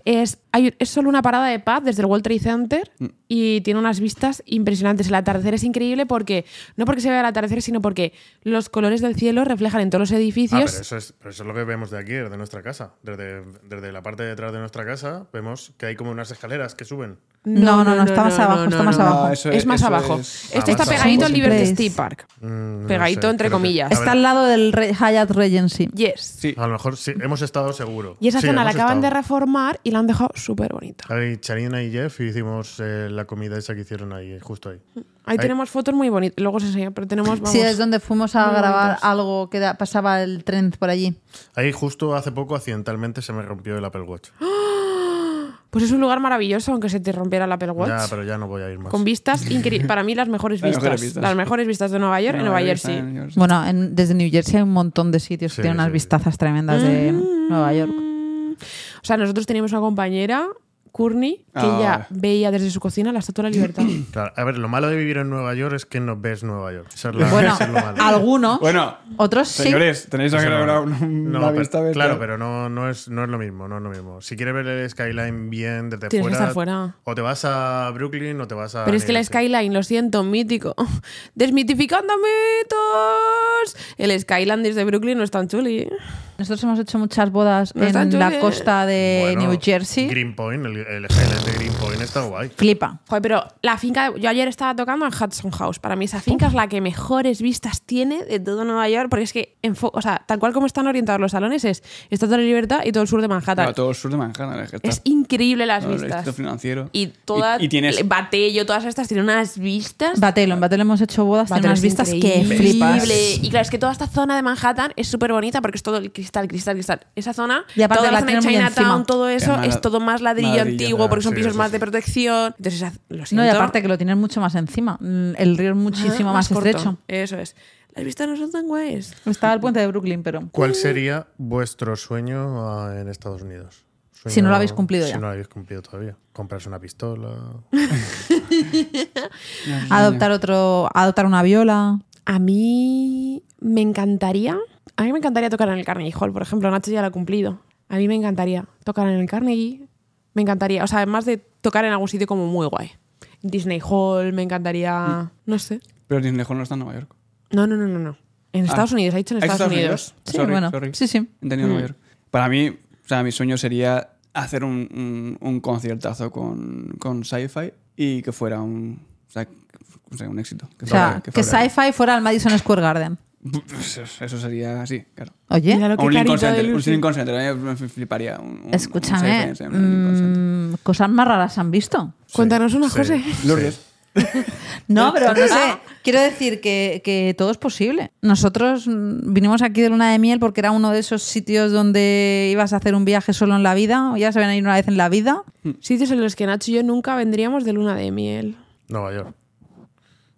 [SPEAKER 1] Es, hay- es solo una parada de paz desde el World Trade Center
[SPEAKER 3] Mm.
[SPEAKER 1] y tiene unas vistas impresionantes. El atardecer es increíble porque, no porque se vea el atardecer, sino porque los colores del cielo reflejan en todos los
[SPEAKER 3] Ah,
[SPEAKER 1] edificios.
[SPEAKER 3] pero eso, es, pero eso es lo que vemos de aquí, desde nuestra casa. Desde, desde la parte de atrás de nuestra casa vemos que hay como unas escaleras que suben.
[SPEAKER 2] No, no, no, está más abajo, está más abajo.
[SPEAKER 4] No,
[SPEAKER 1] es más
[SPEAKER 4] eso
[SPEAKER 1] abajo.
[SPEAKER 4] es-
[SPEAKER 1] Esto está
[SPEAKER 3] abajo.
[SPEAKER 1] pegadito al Liberty
[SPEAKER 2] Place.
[SPEAKER 1] State Park.
[SPEAKER 3] Mm, no
[SPEAKER 1] Pegadito
[SPEAKER 3] sé,
[SPEAKER 1] entre
[SPEAKER 3] creo que-
[SPEAKER 1] comillas.
[SPEAKER 3] a
[SPEAKER 2] Está
[SPEAKER 3] ver,
[SPEAKER 2] al lado del Re- Hyatt Regency.
[SPEAKER 1] Yes.
[SPEAKER 4] Sí.
[SPEAKER 3] A lo mejor sí, hemos estado seguro.
[SPEAKER 1] Y esa
[SPEAKER 3] Sí,
[SPEAKER 1] zona la
[SPEAKER 3] hemos
[SPEAKER 1] acaban de
[SPEAKER 3] estado.
[SPEAKER 1] reformar y la han dejado súper bonita.
[SPEAKER 3] Ahí, Charina y Jeff hicimos eh, la comida esa que hicieron ahí, justo ahí.
[SPEAKER 1] Ahí,
[SPEAKER 3] Ahí.
[SPEAKER 1] tenemos fotos muy bonitas. Luego se enseña, pero tenemos. Vamos,
[SPEAKER 2] Sí, es donde fuimos a
[SPEAKER 1] Muy
[SPEAKER 2] grabar
[SPEAKER 1] bonitos.
[SPEAKER 2] algo que da- pasaba el tren por allí.
[SPEAKER 3] Ahí justo hace poco accidentalmente se me rompió el
[SPEAKER 1] (gasps)
[SPEAKER 3] Apple Watch.
[SPEAKER 1] Pues es un lugar maravilloso, aunque se te rompiera el Apple Watch.
[SPEAKER 3] Ya, pero ya no voy a ir más.
[SPEAKER 1] Con vistas
[SPEAKER 4] (laughs)
[SPEAKER 1] increíbles. Para mí, las mejores
[SPEAKER 4] Las
[SPEAKER 1] vistas.
[SPEAKER 4] mejores vistas.
[SPEAKER 1] Las mejores vistas de Nueva York en Nueva
[SPEAKER 4] York,
[SPEAKER 1] Jersey.
[SPEAKER 4] en Nueva York, sí.
[SPEAKER 2] Bueno, en- desde New Jersey hay un montón de sitios
[SPEAKER 3] Sí,
[SPEAKER 2] que tienen unas
[SPEAKER 3] sí, sí.
[SPEAKER 2] vistazas tremendas de
[SPEAKER 1] Mm.
[SPEAKER 2] Nueva York.
[SPEAKER 1] O sea, nosotros teníamos una compañera, Courtney, que
[SPEAKER 4] Ah.
[SPEAKER 1] ella veía desde su cocina la Estatua de la
[SPEAKER 4] (coughs)
[SPEAKER 1] Libertad.
[SPEAKER 3] Claro, a ver, lo malo de vivir en Nueva York es que no ves Nueva York. Eso es la-
[SPEAKER 2] Bueno,
[SPEAKER 3] eso es lo malo.
[SPEAKER 2] algunos,
[SPEAKER 4] Bueno,
[SPEAKER 2] otros sí.
[SPEAKER 4] señores, tenéis que
[SPEAKER 3] Eso no.
[SPEAKER 4] grabar una,
[SPEAKER 3] No,
[SPEAKER 4] una
[SPEAKER 3] pero-
[SPEAKER 4] vista bestial.
[SPEAKER 3] claro, pero no, no, es, no es lo mismo, no es lo mismo. Si quieres ver el skyline bien desde
[SPEAKER 1] Tienes que
[SPEAKER 3] fuera,
[SPEAKER 1] estar fuera.
[SPEAKER 3] o te vas a Brooklyn o te vas a
[SPEAKER 1] Pero es que
[SPEAKER 3] New
[SPEAKER 1] el
[SPEAKER 3] Jersey.
[SPEAKER 1] Skyline, lo siento, mítico. (laughs) Desmitificando mitos. El Skyline desde Brooklyn no es tan chuli. ¿eh?
[SPEAKER 2] Nosotros hemos hecho muchas bodas
[SPEAKER 1] No está
[SPEAKER 2] en
[SPEAKER 1] chulo,
[SPEAKER 2] la
[SPEAKER 1] eh.
[SPEAKER 2] costa de
[SPEAKER 3] Bueno,
[SPEAKER 2] New Jersey.
[SPEAKER 3] Greenpoint, el, el skyline de Greenpoint está guay.
[SPEAKER 2] Flipa.
[SPEAKER 1] Joder, pero la finca. Yo ayer estaba tocando en Hudson House. Para mí, esa finca es la que mejores vistas tiene de todo Nueva York. Porque es que, en fo- o sea, tal cual como están orientados los salones, es Estatua de la Libertad y todo el sur de Manhattan.
[SPEAKER 4] Claro, todo el sur de Manhattan. Es, que está-
[SPEAKER 1] Es increíble las
[SPEAKER 4] todo el distrito
[SPEAKER 1] vistas.
[SPEAKER 4] financiero.
[SPEAKER 1] Y todas.
[SPEAKER 4] Y, y tienes.
[SPEAKER 1] Batello, todas estas tienen unas vistas.
[SPEAKER 2] Batelo, en Batelo hemos hecho bodas, tiene
[SPEAKER 1] Batello
[SPEAKER 2] unas
[SPEAKER 1] es
[SPEAKER 2] vistas que
[SPEAKER 1] increíble.
[SPEAKER 2] flipas.
[SPEAKER 1] Y claro, es que toda esta zona de Manhattan es súper bonita porque es todo el cristal, cristal, cristal. Esa zona,
[SPEAKER 2] Y aparte
[SPEAKER 1] toda
[SPEAKER 2] la
[SPEAKER 1] la zona de
[SPEAKER 2] tienen muy
[SPEAKER 1] Chinatown,
[SPEAKER 2] encima.
[SPEAKER 1] todo eso,
[SPEAKER 4] Es mala-
[SPEAKER 1] es todo más ladrillo,
[SPEAKER 4] ladrillo,
[SPEAKER 1] antiguo
[SPEAKER 3] ah,
[SPEAKER 1] porque son
[SPEAKER 3] sí,
[SPEAKER 1] pisos
[SPEAKER 3] eso
[SPEAKER 1] más
[SPEAKER 3] sí.
[SPEAKER 1] de protección. Entonces, esa- lo siento.
[SPEAKER 2] No, y aparte que lo tienen mucho más encima. Mm, El río es
[SPEAKER 1] Ah,
[SPEAKER 2] muchísimo más,
[SPEAKER 1] corto.
[SPEAKER 2] estrecho.
[SPEAKER 1] Eso es. Las vistas no son tan guays.
[SPEAKER 2] Estaba el puente de Brooklyn, pero.
[SPEAKER 3] ¿Cuál sería vuestro sueño ah, en Estados Unidos? Sueño-
[SPEAKER 2] Si no lo habéis cumplido
[SPEAKER 3] Si
[SPEAKER 2] ya.
[SPEAKER 3] no lo habéis cumplido todavía. Comprarse una pistola.
[SPEAKER 2] Adoptar otro. Adoptar una viola.
[SPEAKER 1] A mí me encantaría. A mí me encantaría tocar en el Carnegie Hall, por ejemplo. Nacho ya lo ha cumplido. A mí me encantaría tocar en el Carnegie. Me encantaría. O sea, además de tocar en algún sitio como muy guay. Disney Hall, me encantaría. No sé.
[SPEAKER 4] Pero Disney Hall no está en Nueva York.
[SPEAKER 1] No, no, no, no. no. En Estados Unidos, ha dicho en
[SPEAKER 4] ¿Ah, es
[SPEAKER 1] Estados, Unidos.
[SPEAKER 2] Sí,
[SPEAKER 4] Sorry,
[SPEAKER 2] bueno.
[SPEAKER 4] sorry.
[SPEAKER 2] Sí, sí.
[SPEAKER 4] Entendido Nueva York. Para mí, o sea, mi sueño sería hacer un, un- un conciertazo con, con Sci-Fi y que fuera un, o sea, que- o sea, un éxito.
[SPEAKER 2] O sea,
[SPEAKER 4] fuera-
[SPEAKER 2] que
[SPEAKER 4] fuera-
[SPEAKER 2] Sci-Fi fuera al Madison Square Garden.
[SPEAKER 4] Eso, eso sería así, claro.
[SPEAKER 2] Oye,
[SPEAKER 1] Mira lo
[SPEAKER 4] O un
[SPEAKER 1] que
[SPEAKER 4] Lincoln
[SPEAKER 1] carita de
[SPEAKER 4] Center, un
[SPEAKER 1] Lucy.
[SPEAKER 4] Lincoln Center, a mí me fliparía. un- un- un
[SPEAKER 2] escúchame.
[SPEAKER 4] Sci-Fi en Lincoln Center.
[SPEAKER 2] mm, cosas más raras se han visto.
[SPEAKER 1] Cuéntanos una,
[SPEAKER 3] Sí,
[SPEAKER 1] José.
[SPEAKER 3] sí.
[SPEAKER 4] Lourdes.
[SPEAKER 2] No, pero no sé. Quiero decir que, que todo es posible. Nosotros mm, vinimos aquí de luna de miel porque era uno de esos sitios donde ibas a hacer un viaje solo en la vida. Ya se ven ir una vez en la vida.
[SPEAKER 1] Sitios en los que Nacho y yo nunca vendríamos de luna de miel.
[SPEAKER 3] Nueva York.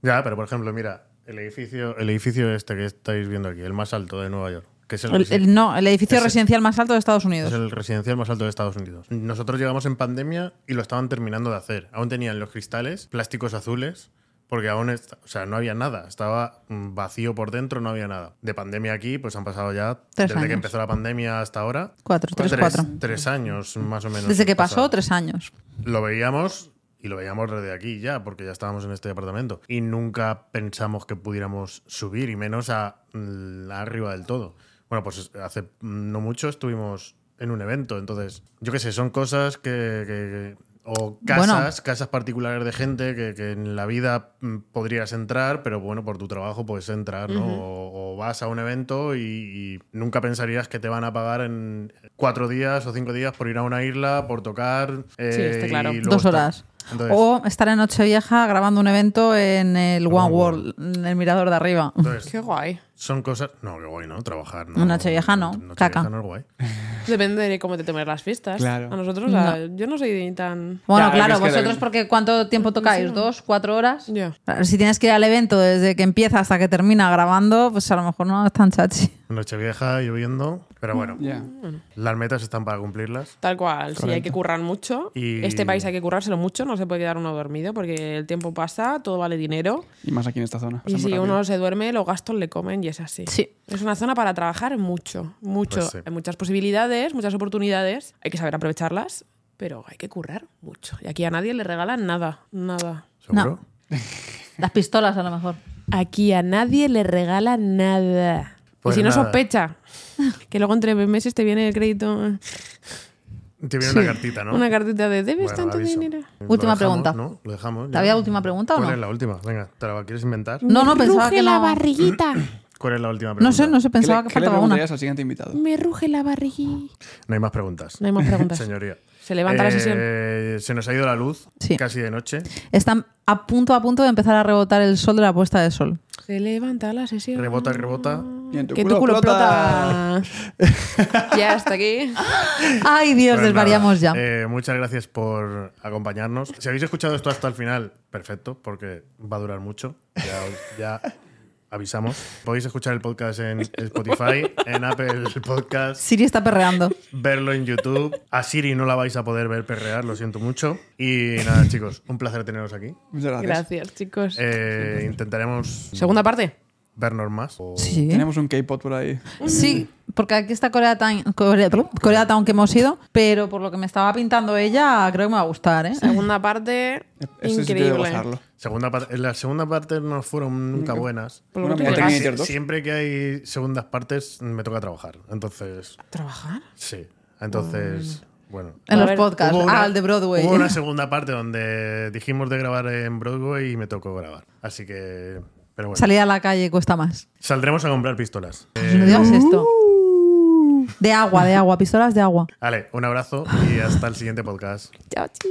[SPEAKER 3] Ya, pero por ejemplo, mira, el edificio, el edificio este que estáis viendo aquí, el más alto de Nueva York, que es el,
[SPEAKER 2] El- el- no, el edificio
[SPEAKER 3] Ese.
[SPEAKER 2] residencial más alto de Estados
[SPEAKER 3] es
[SPEAKER 2] Unidos.
[SPEAKER 3] el residencial más alto de Estados Unidos. Nosotros llegamos en pandemia y lo estaban terminando de hacer. Aún tenían los cristales, plásticos azules, porque aún est- o sea, no había nada. Estaba mm, vacío por dentro, no había nada. De pandemia aquí, pues han pasado ya
[SPEAKER 2] Tres
[SPEAKER 3] desde
[SPEAKER 2] años.
[SPEAKER 3] que empezó la pandemia hasta ahora.
[SPEAKER 2] Cuatro, tres,
[SPEAKER 3] tres,
[SPEAKER 2] cuatro.
[SPEAKER 3] tres años más o menos.
[SPEAKER 2] Desde que
[SPEAKER 3] han
[SPEAKER 2] pasó,
[SPEAKER 3] pasado.
[SPEAKER 2] tres años.
[SPEAKER 3] lo veíamos y lo veíamos desde aquí ya, porque ya estábamos en este apartamento. Y nunca pensamos que pudiéramos subir, y menos a, mm, arriba del todo. Bueno, pues hace mm, no mucho estuvimos en un evento, entonces, yo qué sé, son cosas que... que- que- o
[SPEAKER 2] Bueno.
[SPEAKER 3] casas, casas particulares de gente que, que en la vida mm, podrías entrar, pero bueno, por tu trabajo puedes entrar, ¿no? o, o vas a un evento y, y nunca pensarías que te van a pagar en cuatro días o cinco días por ir a una isla, por tocar. eh,
[SPEAKER 1] Sí, está claro.
[SPEAKER 3] y luego
[SPEAKER 2] Dos
[SPEAKER 3] estar-
[SPEAKER 2] horas. Oh.
[SPEAKER 3] Entonces,
[SPEAKER 2] o estar en Nochevieja grabando un evento en el One
[SPEAKER 3] One
[SPEAKER 2] World, en el mirador de arriba.
[SPEAKER 3] entonces,
[SPEAKER 1] Qué guay.
[SPEAKER 3] son cosas. No, qué guay, ¿no? Trabajar. No,
[SPEAKER 2] Una Nochevieja no,
[SPEAKER 3] Nochevieja
[SPEAKER 2] caca.
[SPEAKER 3] no es guay.
[SPEAKER 1] Depende de cómo te tomes las fiestas.
[SPEAKER 4] Claro.
[SPEAKER 1] A nosotros, a- yo no soy ni tan.
[SPEAKER 2] Bueno,
[SPEAKER 4] Ya,
[SPEAKER 2] claro,
[SPEAKER 4] es que la-
[SPEAKER 2] vosotros porque ¿cuánto tiempo tocáis? ¿Dos? ¿Cuatro horas?
[SPEAKER 1] Ya.
[SPEAKER 2] Claro, Si tienes que ir al evento desde que empieza hasta que termina grabando, pues a lo mejor no es tan chachi.
[SPEAKER 3] Nochevieja, lloviendo. Pero bueno,
[SPEAKER 4] Ya.
[SPEAKER 3] las metas están para cumplirlas.
[SPEAKER 1] Tal cual, si hay que currar mucho.
[SPEAKER 3] Y-
[SPEAKER 1] Este país hay que currárselo mucho, no se puede quedar uno dormido porque el tiempo pasa, todo vale dinero.
[SPEAKER 4] Y más aquí en esta zona.
[SPEAKER 1] Y
[SPEAKER 4] Pasa muy
[SPEAKER 1] si
[SPEAKER 4] rápido.
[SPEAKER 1] uno se duerme, los gastos le comen y es así.
[SPEAKER 2] Sí.
[SPEAKER 1] Es una zona para trabajar mucho, mucho.
[SPEAKER 3] Pues sí.
[SPEAKER 1] Hay muchas posibilidades, muchas oportunidades. Hay que saber aprovecharlas, pero hay que currar mucho. Y aquí a nadie le regalan nada, nada.
[SPEAKER 3] ¿Seguro?
[SPEAKER 2] No. Las pistolas a lo mejor.
[SPEAKER 1] Aquí a nadie le regala nada.
[SPEAKER 3] Pues
[SPEAKER 1] y si
[SPEAKER 3] nada.
[SPEAKER 1] no sospecha, que luego entre meses te viene el crédito,
[SPEAKER 3] Te viene
[SPEAKER 2] Sí.
[SPEAKER 3] una cartita, ¿no?
[SPEAKER 1] una cartita de debes
[SPEAKER 3] Bueno,
[SPEAKER 1] tanto
[SPEAKER 3] aviso.
[SPEAKER 1] dinero.
[SPEAKER 3] Lo
[SPEAKER 2] Última
[SPEAKER 3] dejamos,
[SPEAKER 2] pregunta.
[SPEAKER 3] ¿no? Lo dejamos.
[SPEAKER 2] ¿Te
[SPEAKER 3] ya.
[SPEAKER 2] había última pregunta o
[SPEAKER 3] ¿Cuál
[SPEAKER 2] no?
[SPEAKER 3] es la última? Venga, ¿te la quieres inventar?
[SPEAKER 2] No, no,
[SPEAKER 1] Me
[SPEAKER 2] pensaba
[SPEAKER 1] ruge
[SPEAKER 2] que
[SPEAKER 1] la
[SPEAKER 2] no.
[SPEAKER 3] (clears throat)
[SPEAKER 1] barriguita.
[SPEAKER 3] ¿Cuál es la última pregunta?
[SPEAKER 2] No sé, no sé,
[SPEAKER 4] ¿Qué le-
[SPEAKER 2] pensaba que
[SPEAKER 4] ¿Qué le
[SPEAKER 2] faltaba una.
[SPEAKER 4] preguntarías al siguiente invitado?
[SPEAKER 1] Me ruge la barriguita.
[SPEAKER 3] No hay más preguntas.
[SPEAKER 1] Pues No hay más
[SPEAKER 3] (laughs)
[SPEAKER 1] preguntas.
[SPEAKER 3] Señoría.
[SPEAKER 1] Se levanta la sesión.
[SPEAKER 3] Eh, Se nos ha ido la luz
[SPEAKER 2] Sí.
[SPEAKER 3] casi de noche.
[SPEAKER 2] Están a punto a punto de empezar a rebotar el sol de la puesta de sol.
[SPEAKER 1] Se levanta la sesión.
[SPEAKER 3] Rebota, rebota.
[SPEAKER 4] Y en
[SPEAKER 1] Que tu culo explota.
[SPEAKER 3] (laughs)
[SPEAKER 1] ya hasta aquí.
[SPEAKER 2] Ay, Dios,
[SPEAKER 3] Pues
[SPEAKER 2] desvariamos
[SPEAKER 3] nada,
[SPEAKER 2] ya.
[SPEAKER 3] eh, muchas gracias por acompañarnos. Si habéis escuchado esto hasta el final, perfecto, porque va a durar mucho. Ya, os- ya avisamos. Podéis escuchar el podcast en Spotify, en Apple Podcast,
[SPEAKER 2] Siri está perreando.
[SPEAKER 3] verlo en YouTube. A Siri no la vais a poder ver perrear, lo siento mucho. Y nada, chicos, un placer teneros aquí.
[SPEAKER 4] Muchas gracias.
[SPEAKER 1] Gracias, chicos.
[SPEAKER 3] Eh, intentaremos
[SPEAKER 1] Segunda parte.
[SPEAKER 3] vernos más. O-
[SPEAKER 2] Sí.
[SPEAKER 4] Tenemos un K-pop por ahí.
[SPEAKER 2] Sí, porque aquí está Corea Town, Corea, Corea Town que hemos ido, pero por lo que me estaba pintando ella, creo que me va a gustar, ¿eh?
[SPEAKER 1] Segunda parte.
[SPEAKER 4] Eso Este sí debe
[SPEAKER 1] increíble.
[SPEAKER 4] gozarlo.
[SPEAKER 3] Segunda parte- las segundas partes no fueron nunca buenas.
[SPEAKER 1] Por lo
[SPEAKER 4] Una
[SPEAKER 1] que
[SPEAKER 4] mujer
[SPEAKER 1] te
[SPEAKER 4] que
[SPEAKER 1] llegas-
[SPEAKER 4] viene Terminator 2.
[SPEAKER 3] Siempre que hay segundas partes me toca trabajar. Entonces,
[SPEAKER 1] ¿Trabajar?
[SPEAKER 3] sí. Entonces, bueno.
[SPEAKER 2] En
[SPEAKER 1] A
[SPEAKER 2] los
[SPEAKER 1] ver,
[SPEAKER 2] podcasts.
[SPEAKER 3] Hubo
[SPEAKER 2] ah, el de Broadway. (laughs)
[SPEAKER 3] Hubo una segunda parte donde dijimos de grabar en Broadway y me tocó grabar. Así que, pero bueno.
[SPEAKER 2] Salir a la calle cuesta más.
[SPEAKER 3] Saldremos a comprar pistolas. Eh,
[SPEAKER 2] No digas esto. De agua, de agua, pistolas de agua.
[SPEAKER 3] vale, un abrazo y hasta el siguiente podcast.
[SPEAKER 1] Chao, chis.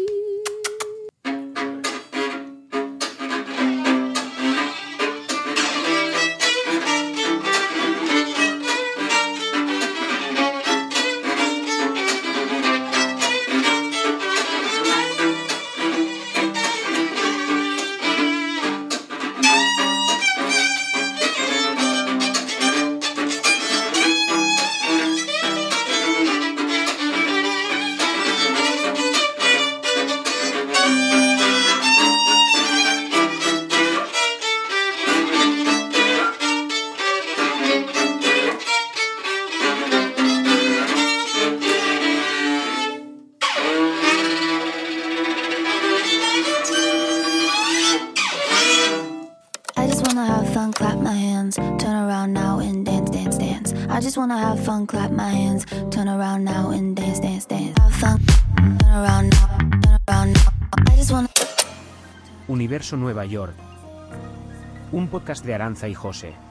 [SPEAKER 5] I just wanna have fun, clap my hands, turn around now and dance, dance, dance. I just wanna have fun, clap my hands, turn around now and dance, dance, dance. Have fun, turn around now, turn around now. I just wanna.
[SPEAKER 6] Universo Nueva York. Un podcast de Aranza y José.